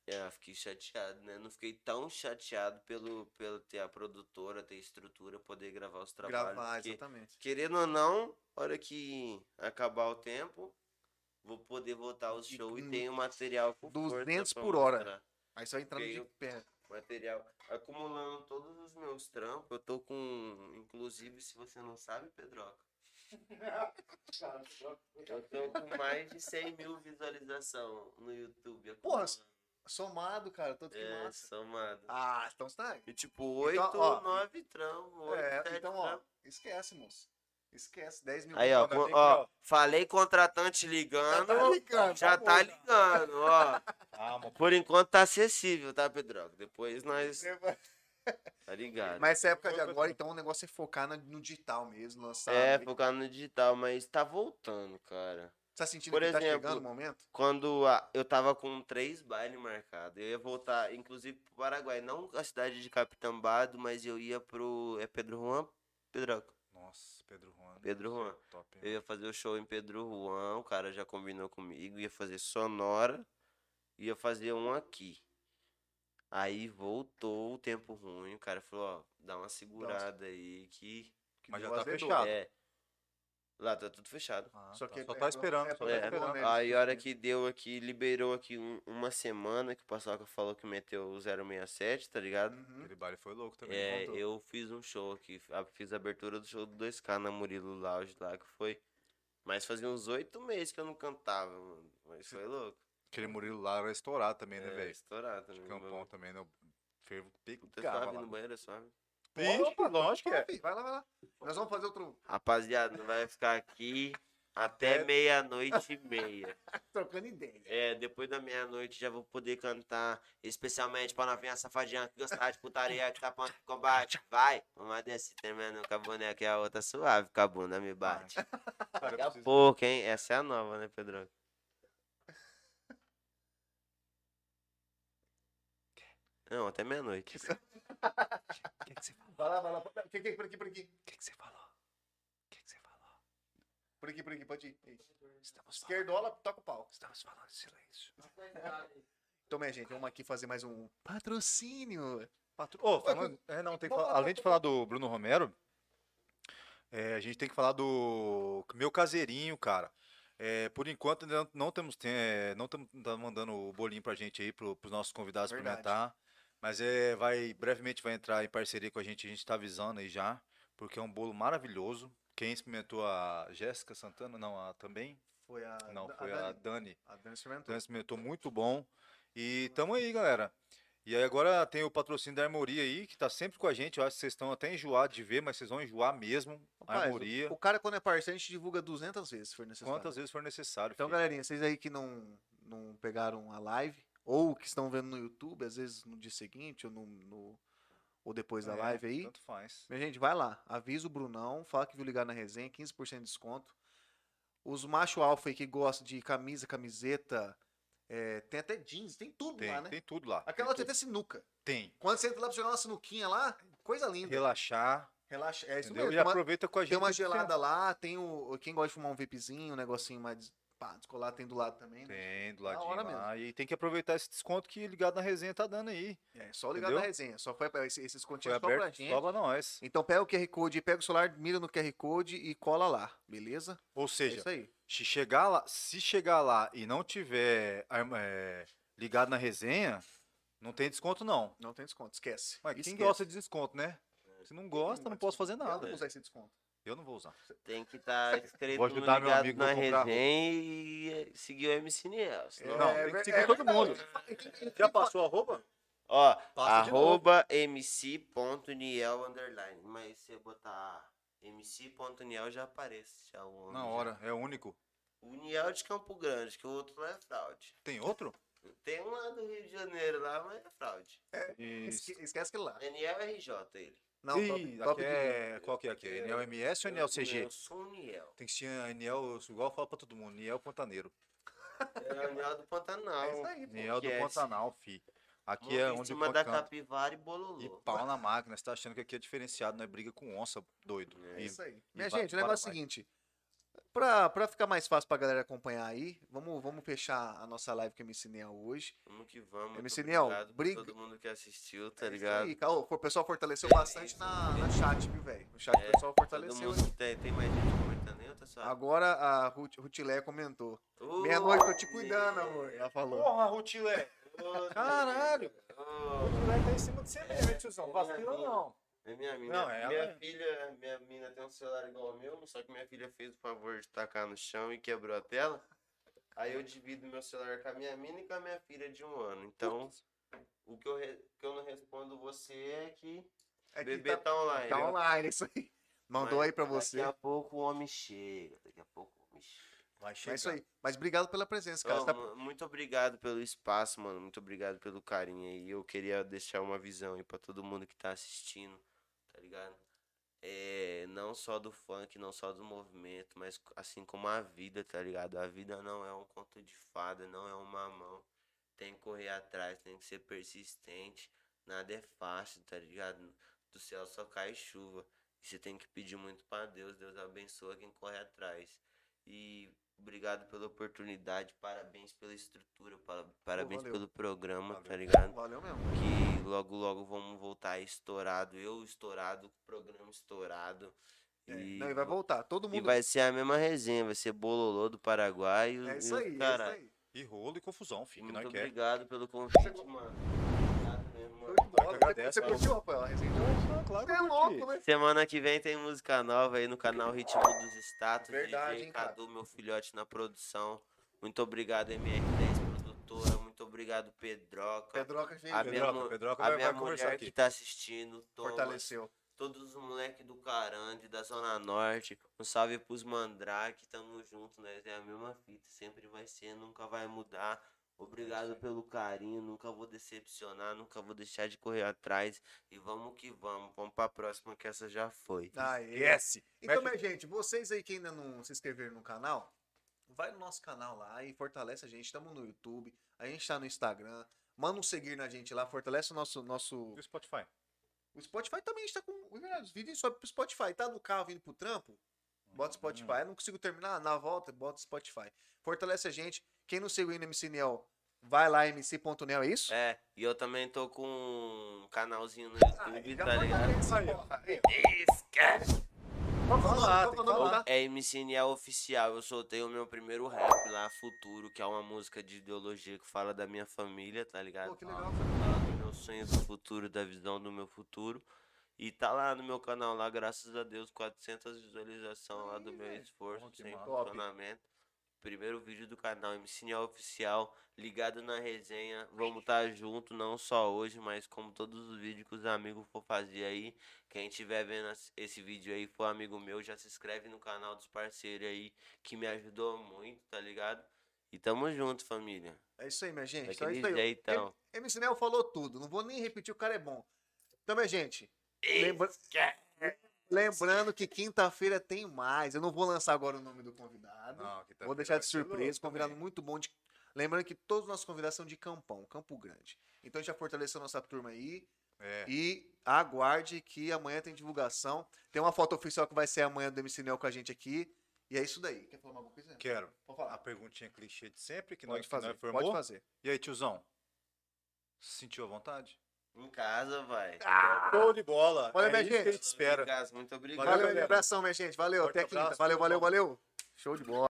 Speaker 3: É, eu fiquei chateado, né? Não fiquei tão chateado pelo, pelo ter a produtora, ter estrutura, poder gravar os trabalhos.
Speaker 2: Gravar,
Speaker 3: porque,
Speaker 2: exatamente.
Speaker 3: querendo ou não, a hora que acabar o tempo, vou poder voltar ao
Speaker 2: E
Speaker 3: show e
Speaker 2: com
Speaker 3: ter o material com
Speaker 2: 200
Speaker 3: força pra
Speaker 2: por hora.
Speaker 3: mostrar.
Speaker 2: Aí só entrando de
Speaker 3: eu-
Speaker 2: pé.
Speaker 3: material, acumulando todos os meus trampos. Eu tô com, inclusive, se você não sabe, Pedroca, eu tô com mais de 100 mil visualizações no YouTube.
Speaker 2: Porra,
Speaker 3: acumulando.
Speaker 2: Somado, cara, tanto que
Speaker 3: é,
Speaker 2: massa.
Speaker 3: somado.
Speaker 2: Ah, então você tá.
Speaker 3: E tipo, 8
Speaker 2: ó,
Speaker 3: ou 9 trampos. oito,
Speaker 2: É,
Speaker 3: sete
Speaker 2: então, ó,
Speaker 3: trampos.
Speaker 2: esquece, moço. Esquece, 10 mil.
Speaker 3: né? Aí, ó,
Speaker 1: Ainda
Speaker 3: com-
Speaker 2: né?
Speaker 1: bem que,
Speaker 3: ó,
Speaker 1: ó,
Speaker 3: falei contratante ligando,
Speaker 2: tá ligando,
Speaker 3: já
Speaker 2: tá
Speaker 3: tá
Speaker 2: bom.
Speaker 3: ligando, ó.
Speaker 1: Calma,
Speaker 3: Por enquanto tá acessível, tá, Pedroca? Depois nós.
Speaker 2: Você vai-
Speaker 3: Tá ligado?
Speaker 2: Mas essa época de agora, então, o negócio é focar na- no digital mesmo, lançar.
Speaker 3: É,
Speaker 2: né?
Speaker 3: focar no digital, mas tá voltando, cara.
Speaker 2: Tá sentindo
Speaker 3: por
Speaker 2: que tá
Speaker 3: exemplo,
Speaker 2: chegando o momento?
Speaker 3: Quando a- eu tava com três bailes marcados, eu ia voltar, inclusive, pro Paraguai. Não a cidade de Capitambado, mas eu ia pro. É Pedro Juan? Pedroca.
Speaker 1: Nossa, Pedro Juan. é
Speaker 3: Pedro Juan.
Speaker 1: Top. hein?
Speaker 3: Eu ia fazer o show em Pedro Juan, o cara já combinou comigo, ia fazer Sonora, ia fazer um aqui. Aí voltou o tempo ruim, o cara falou, ó, dá uma segurada aí que, que
Speaker 1: Mas
Speaker 3: deu
Speaker 1: já tá
Speaker 2: azedou.
Speaker 1: fechado.
Speaker 3: é. Lá tá tudo fechado.
Speaker 1: Ah,
Speaker 2: Só que
Speaker 1: tá. só
Speaker 2: é
Speaker 1: tá
Speaker 2: pro-
Speaker 1: esperando.
Speaker 2: é
Speaker 1: só
Speaker 2: pro-
Speaker 1: tá
Speaker 2: é pro-
Speaker 1: esperando.
Speaker 2: né?
Speaker 3: Aí a hora que deu aqui, liberou aqui um- uma semana que o Paçoca falou que meteu o 067, tá ligado?
Speaker 2: Uhum.
Speaker 1: Aquele baile foi louco também.
Speaker 3: É,
Speaker 2: contou.
Speaker 3: eu fiz um show aqui, a- fiz a abertura do show do 2K na Murilo Lounge lá, que foi. Mas fazia uns oito meses que eu não cantava, mano. Mas foi louco.
Speaker 1: Aquele Murilo lá era estourado também, né,
Speaker 3: É,
Speaker 1: velho?
Speaker 3: estourado também. o
Speaker 1: Campão
Speaker 3: bagulho.
Speaker 1: também, né? O fervo
Speaker 3: Puta,
Speaker 1: picava
Speaker 3: suave
Speaker 1: lá. né?
Speaker 3: no banheiro, é suave.
Speaker 1: Ixi, lógico que é.
Speaker 2: Então, Vai lá, vai lá. Nós vamos fazer outro
Speaker 3: Rapaziada, não vai ficar aqui até
Speaker 1: Até-
Speaker 3: meia-noite e meia.
Speaker 2: trocando ideia.
Speaker 3: É, depois da meia-noite já vou poder cantar, especialmente pra novinha safadinha que gostar de putaria, que tá pronto pro combate. Vai, uma desse tremendo com a boneca e a outra suave, com a bunda me bate.
Speaker 1: Cara, eu
Speaker 3: Daqui a
Speaker 1: preciso-
Speaker 3: pouco, hein? Essa é a nova, né, Pedro? Não, até meia-noite.
Speaker 1: O que, que você falou?
Speaker 2: Vai lá, vai lá. Por aqui, por aqui, por aqui.
Speaker 1: O que, que você falou? O que, que você falou?
Speaker 2: Por aqui, por aqui, pode ir. Isso.
Speaker 1: Estamos falando,
Speaker 2: Esquerdola, toca o pau.
Speaker 1: estamos falando em silêncio.
Speaker 2: Então, minha gente, vamos aqui fazer mais um patrocínio.
Speaker 1: Patro... Ô, falando- é, não, tem que falar- Além de falar do Bruno Romero, é, a gente tem que falar do meu caseirinho, cara. É, por enquanto, ainda não- não temos tem- é, não estamos mandando o bolinho pra gente aí, pro, pros nossos convidados
Speaker 2: Verdade.
Speaker 1: experimentar. Mas é, vai, brevemente vai entrar em parceria com a gente, a gente tá avisando aí já, porque é um bolo maravilhoso. Quem experimentou a Jéssica Santana? Não, a também?
Speaker 2: Foi a.
Speaker 1: Não,
Speaker 2: a
Speaker 1: foi a
Speaker 2: Dani.
Speaker 1: Dani.
Speaker 2: A Dani experimentou.
Speaker 1: Então, esse momento muito bom. E tamo aí, galera. E aí agora tem o patrocínio da Armoria aí, que tá sempre com a gente. Eu acho que vocês estão até enjoados de ver, mas vocês vão enjoar mesmo.
Speaker 2: Rapaz,
Speaker 1: a Armoria,
Speaker 2: O cara, quando é parceiro, a gente divulga 200 vezes, se for necessário.
Speaker 1: quantas vezes for necessário.
Speaker 2: Então,
Speaker 1: filho.
Speaker 2: galerinha, vocês aí que não, não pegaram a live, ou que estão vendo no YouTube, às vezes no dia seguinte, ou, no, no- ou depois da
Speaker 1: É,
Speaker 2: live aí.
Speaker 1: Tanto faz.
Speaker 2: Minha gente, vai lá, avisa o Brunão, fala que viu ligar na resenha, 15% de desconto. Os macho alfa aí que gostam de camisa, camiseta, é, tem até jeans, tem tudo
Speaker 1: Tem,
Speaker 2: lá, né?
Speaker 1: tem tudo lá.
Speaker 2: Aquela tem
Speaker 1: tem, tudo.
Speaker 2: até sinuca.
Speaker 1: tem.
Speaker 2: Quando você entra lá pra jogar uma sinuquinha lá, coisa linda.
Speaker 1: Relaxar,
Speaker 2: Relaxa, é isso
Speaker 1: entendeu? E
Speaker 2: mesmo. Uma-
Speaker 1: aproveita com a gente.
Speaker 2: tem uma
Speaker 1: que você-
Speaker 2: gelada lá, tem o. Quem gosta de fumar um vapezinho, um negocinho mais pá, descolado, tem do lado também. né?
Speaker 1: um Tem, do
Speaker 2: Da
Speaker 1: ladinho
Speaker 2: hora
Speaker 1: lá. E tem que aproveitar esse desconto que Ligado na Resenha tá dando aí.
Speaker 2: É, só ligar
Speaker 1: Entendeu?
Speaker 2: na resenha. Só foi pra esse- esses
Speaker 1: Foi
Speaker 2: continhos só pra
Speaker 1: aberto
Speaker 2: gente.
Speaker 1: só pra nós.
Speaker 2: Então pega o QR Code, aí, pega o celular, mira no QR Code e cola lá, beleza?
Speaker 1: Ou
Speaker 2: É
Speaker 1: seja,
Speaker 2: isso aí.
Speaker 1: Se chegar lá, se chegar lá e não tiver arma- é, ligado na resenha, não tem desconto não.
Speaker 2: Não tem desconto, esquece.
Speaker 1: Mas quem
Speaker 2: Esquece.
Speaker 1: gosta de desconto, né? Se não gosta, não posso fazer
Speaker 2: Eu não
Speaker 1: nada.
Speaker 2: vou usar esse desconto.
Speaker 1: Eu não vou usar.
Speaker 3: Tem que estar inscrito
Speaker 1: Vou ajudar
Speaker 3: no
Speaker 1: meu
Speaker 3: Ligado
Speaker 1: amigo,
Speaker 3: na
Speaker 1: vou comprar roupa.
Speaker 3: resenha e seguir o MC Niel. senão-
Speaker 1: Não,
Speaker 2: É,
Speaker 1: tem que
Speaker 2: ver-
Speaker 1: seguir
Speaker 2: é
Speaker 1: todo mundo.
Speaker 2: verdade.
Speaker 1: Já passou a roupa?
Speaker 3: Ó,
Speaker 1: Passa de
Speaker 3: arroba mc.niel underline. Mas se eu botar mc.niel já aparece. Já o homem
Speaker 1: Na
Speaker 3: já.
Speaker 1: hora, é o único.
Speaker 3: O Niel de Campo Grande, que o outro lá é fraude.
Speaker 1: Tem outro?
Speaker 3: Tem um lá do Rio de Janeiro lá, mas é fraude.
Speaker 1: Isso.
Speaker 2: Esque- Esquece aquele lá.
Speaker 3: É Niel RJ ele.
Speaker 2: Não,
Speaker 1: Ih,
Speaker 2: top, top
Speaker 1: aqui
Speaker 2: de linha.
Speaker 1: é... Qual que é aqui? É Niel MS ou Niel CG?
Speaker 3: Eu sou um o Niel.
Speaker 1: Tem que ser Niel, eu sou igual eu falo pra todo mundo, Niel Pantaneiro.
Speaker 3: É o Niel do Pantanal.
Speaker 2: É isso aí, pô.
Speaker 1: Niel do
Speaker 3: esquece.
Speaker 1: Pantanal, fi. Aqui
Speaker 3: Monta
Speaker 1: é
Speaker 3: em
Speaker 1: onde o
Speaker 3: cima da
Speaker 1: pau canta.
Speaker 3: capivara
Speaker 1: E
Speaker 3: e bololô.
Speaker 1: pau na máquina, você tá achando que aqui é diferenciado, não é briga com onça, doido.
Speaker 2: É
Speaker 1: E
Speaker 2: isso aí. Minha
Speaker 1: vai-
Speaker 2: gente, o
Speaker 1: bora,
Speaker 2: negócio é o
Speaker 1: vai.
Speaker 2: seguinte. Pra, pra ficar mais fácil pra galera acompanhar aí, vamos, vamos fechar a nossa live com o MC Neo hoje.
Speaker 3: Vamos que vamos. muito
Speaker 2: MC Niel,
Speaker 3: obrigado por
Speaker 2: briga-
Speaker 3: Todo mundo que assistiu, tá
Speaker 2: É isso
Speaker 3: ligado?
Speaker 2: aí, Caô, o pessoal
Speaker 1: É
Speaker 2: fortaleceu bastante na, na chat, viu, velho? O chat o pessoal
Speaker 3: Todo
Speaker 2: fortaleceu.
Speaker 3: mundo que tem, tem mais gente comentando aí, ou tá só?
Speaker 2: Agora a Ruth, Rutilé comentou.
Speaker 3: Ô,
Speaker 2: Meia-noite, tô te cuidando,
Speaker 3: Niel.
Speaker 2: amor. Ela falou.
Speaker 1: Porra, Rutilé!
Speaker 3: Ô,
Speaker 1: Caralho!
Speaker 3: Ô,
Speaker 1: Rutilé tá em cima de você mesmo, hein, tiozão?
Speaker 3: Vacila não. É minha mina.
Speaker 1: Não, ela-
Speaker 3: minha filha, minha mina tem um celular igual ao meu, só que minha filha fez o favor de tacar no chão e quebrou a tela. Aí eu divido meu celular com a minha mina e com a minha filha de um ano. Então, o que eu, re- o que eu não respondo você é que
Speaker 2: É que
Speaker 3: o
Speaker 2: tá,
Speaker 3: bebê tá online.
Speaker 2: tá online, isso aí. Mandou
Speaker 3: Mas
Speaker 2: aí pra você.
Speaker 3: Daqui a pouco o homem chega. Daqui a pouco o homem chega.
Speaker 1: Vai
Speaker 2: Mas É
Speaker 1: chegar.
Speaker 2: isso aí. Mas obrigado pela presença, cara.
Speaker 3: Ô,
Speaker 2: Você tá-
Speaker 3: mu- Muito obrigado pelo espaço, mano. Muito obrigado pelo carinho aí. Eu queria deixar uma visão aí pra todo mundo que tá assistindo, tá ligado? É, não só do funk, não só do movimento, mas c- assim como a vida, tá ligado? A vida não é um conto de fada, não é um mamão. Tem que correr atrás, tem que ser persistente. Nada é fácil, tá ligado? Do céu só cai chuva. E você tem que pedir muito pra Deus. Deus abençoa quem corre atrás. E obrigado pela oportunidade, parabéns pela estrutura, para- parabéns
Speaker 2: valeu.
Speaker 3: pelo programa, tá
Speaker 1: Valeu.
Speaker 3: ligado?
Speaker 2: Valeu mesmo.
Speaker 3: Que logo, logo vamos voltar aí estourado. Eu estourado, o programa estourado.
Speaker 2: É. Não, e vai
Speaker 3: vo-
Speaker 2: voltar. Todo
Speaker 3: e
Speaker 2: mundo.
Speaker 3: vai ser a mesma resenha, vai ser Bololô do Paraguai. E, os-
Speaker 2: É
Speaker 3: e
Speaker 2: isso
Speaker 3: os
Speaker 2: aí,
Speaker 3: caralho.
Speaker 2: é isso aí.
Speaker 1: E rolo e confusão, filho. Que é
Speaker 3: Muito
Speaker 1: nós quer.
Speaker 3: obrigado pelo convite, mano. Obrigado mesmo,
Speaker 2: Show
Speaker 3: mano.
Speaker 2: de bola.
Speaker 1: Nós que agradece,
Speaker 2: Você
Speaker 1: mano.
Speaker 2: curtiu, Rafael, a resenha de hoje?
Speaker 1: Ah, claro
Speaker 2: Você é louco, né?
Speaker 3: Semana que vem tem música nova aí no canal Ritmo dos Status.
Speaker 2: Verdade,
Speaker 3: DJ
Speaker 2: hein, cara.
Speaker 3: Cadu, meu filhote na produção. Muito obrigado, MR10, produtora. Muito obrigado, Pedroca.
Speaker 2: Pedroca veio.
Speaker 3: A
Speaker 2: Pedroca
Speaker 3: minha,
Speaker 1: Pedroca,
Speaker 3: mu-
Speaker 1: Pedroca
Speaker 3: a
Speaker 1: vai,
Speaker 3: minha
Speaker 1: vai conversar
Speaker 3: mulher
Speaker 1: aqui.
Speaker 3: que tá assistindo, Thomas,
Speaker 2: Fortaleceu.
Speaker 3: todos os moleques do Carande, da Zona Norte. Um salve pros Mandrake, tamo junto, né? É a mesma fita, sempre vai ser, nunca vai mudar. Obrigado pelo carinho, nunca vou decepcionar, nunca vou deixar de correr atrás. E vamos que vamos, vamos pra próxima que essa já foi.
Speaker 2: Aê.
Speaker 1: Esquece.
Speaker 2: Então,
Speaker 1: Mete-
Speaker 2: minha gente, vocês aí que ainda não se inscreveram no canal, vai no nosso canal lá e fortalece a gente. Estamos no YouTube, a gente tá no Instagram. Manda um seguir na gente lá, fortalece o nosso. nosso...
Speaker 1: do Spotify.
Speaker 2: O Spotify também está com. é verdade, Os vídeos sobem pro Spotify. Tá no carro indo pro trampo? Bota Spotify. Eu não consigo terminar. Na volta, bota Spotify. Fortalece a gente. Quem não seguiu ainda MC Neo, vai lá, mc.neo, é isso?
Speaker 3: É, e eu também tô com um canalzinho no
Speaker 2: Ah,
Speaker 3: YouTube,
Speaker 2: já
Speaker 3: tá ligado?
Speaker 2: fortalece,
Speaker 1: É Aí, ó.
Speaker 2: porra. Aí,
Speaker 3: Esquece!
Speaker 2: Vamos
Speaker 1: falar,
Speaker 2: lá,
Speaker 1: tem que falar.
Speaker 3: É MC Niel Oficial, eu soltei o meu primeiro rap lá, Futuro, que é uma música de ideologia que fala da minha família, tá ligado?
Speaker 2: Pô, que legal,
Speaker 3: Fala do meu sonho do futuro, da visão do meu futuro. E tá lá no meu canal lá, graças a Deus, 400 visualizações lá do
Speaker 2: Aí,
Speaker 3: meu
Speaker 2: velho.
Speaker 3: esforço,
Speaker 1: Bom
Speaker 3: sem
Speaker 1: demais.
Speaker 2: Top.
Speaker 3: funcionamento. Primeiro vídeo do canal, MC Niel Oficial, ligado na resenha. Vamos estar tá junto, não só hoje, mas como todos os vídeos que os amigos for fazer aí. Quem estiver vendo as- esse vídeo aí for amigo meu, já se inscreve no canal dos parceiros aí, que me ajudou muito, tá ligado? E tamo junto, família.
Speaker 2: É isso aí, minha gente. Então é
Speaker 3: Daquele
Speaker 2: isso aí.
Speaker 3: jeitão.
Speaker 2: MC Neo falou tudo. Não vou nem repetir, o cara é bom. Então, minha gente, lembra- lembrando que quinta-feira tem mais. Eu não vou lançar agora o nome do convidado.
Speaker 1: Não, aqui tá-
Speaker 2: vou deixar
Speaker 1: vai
Speaker 2: de
Speaker 1: ser louco né?
Speaker 2: surpresa.
Speaker 1: também.
Speaker 2: Convidado muito bom. De... Lembrando que todos os nossos convidados são de Campão, Campo Grande. Então, a gente já fortaleceu nossa turma aí.
Speaker 1: É.
Speaker 2: E aguarde que amanhã tem divulgação. Tem uma foto oficial que vai ser amanhã do MC Neo com a gente aqui. E é isso daí. Quer falar alguma coisa?
Speaker 1: Quero.
Speaker 2: Pode
Speaker 1: A
Speaker 2: falar.
Speaker 1: perguntinha clichê de sempre é que
Speaker 2: Pode
Speaker 1: nós,
Speaker 2: fazer.
Speaker 1: nós formou.
Speaker 2: Pode fazer.
Speaker 1: E aí, tiozão? Sentiu a vontade?
Speaker 3: Em casa, vai.
Speaker 1: Ah, Show de bola.
Speaker 2: Ah. Olha,
Speaker 1: é
Speaker 2: minha
Speaker 1: isso que a
Speaker 2: gente.
Speaker 1: gente espera.
Speaker 3: Em casa, muito obrigado.
Speaker 2: Valeu,
Speaker 1: galera.
Speaker 2: abração, minha gente. Valeu,
Speaker 1: Forte
Speaker 2: até quinta.
Speaker 1: abraço,
Speaker 2: Valeu,
Speaker 1: tudo
Speaker 2: valeu,
Speaker 1: bom.
Speaker 2: valeu. Show de bola.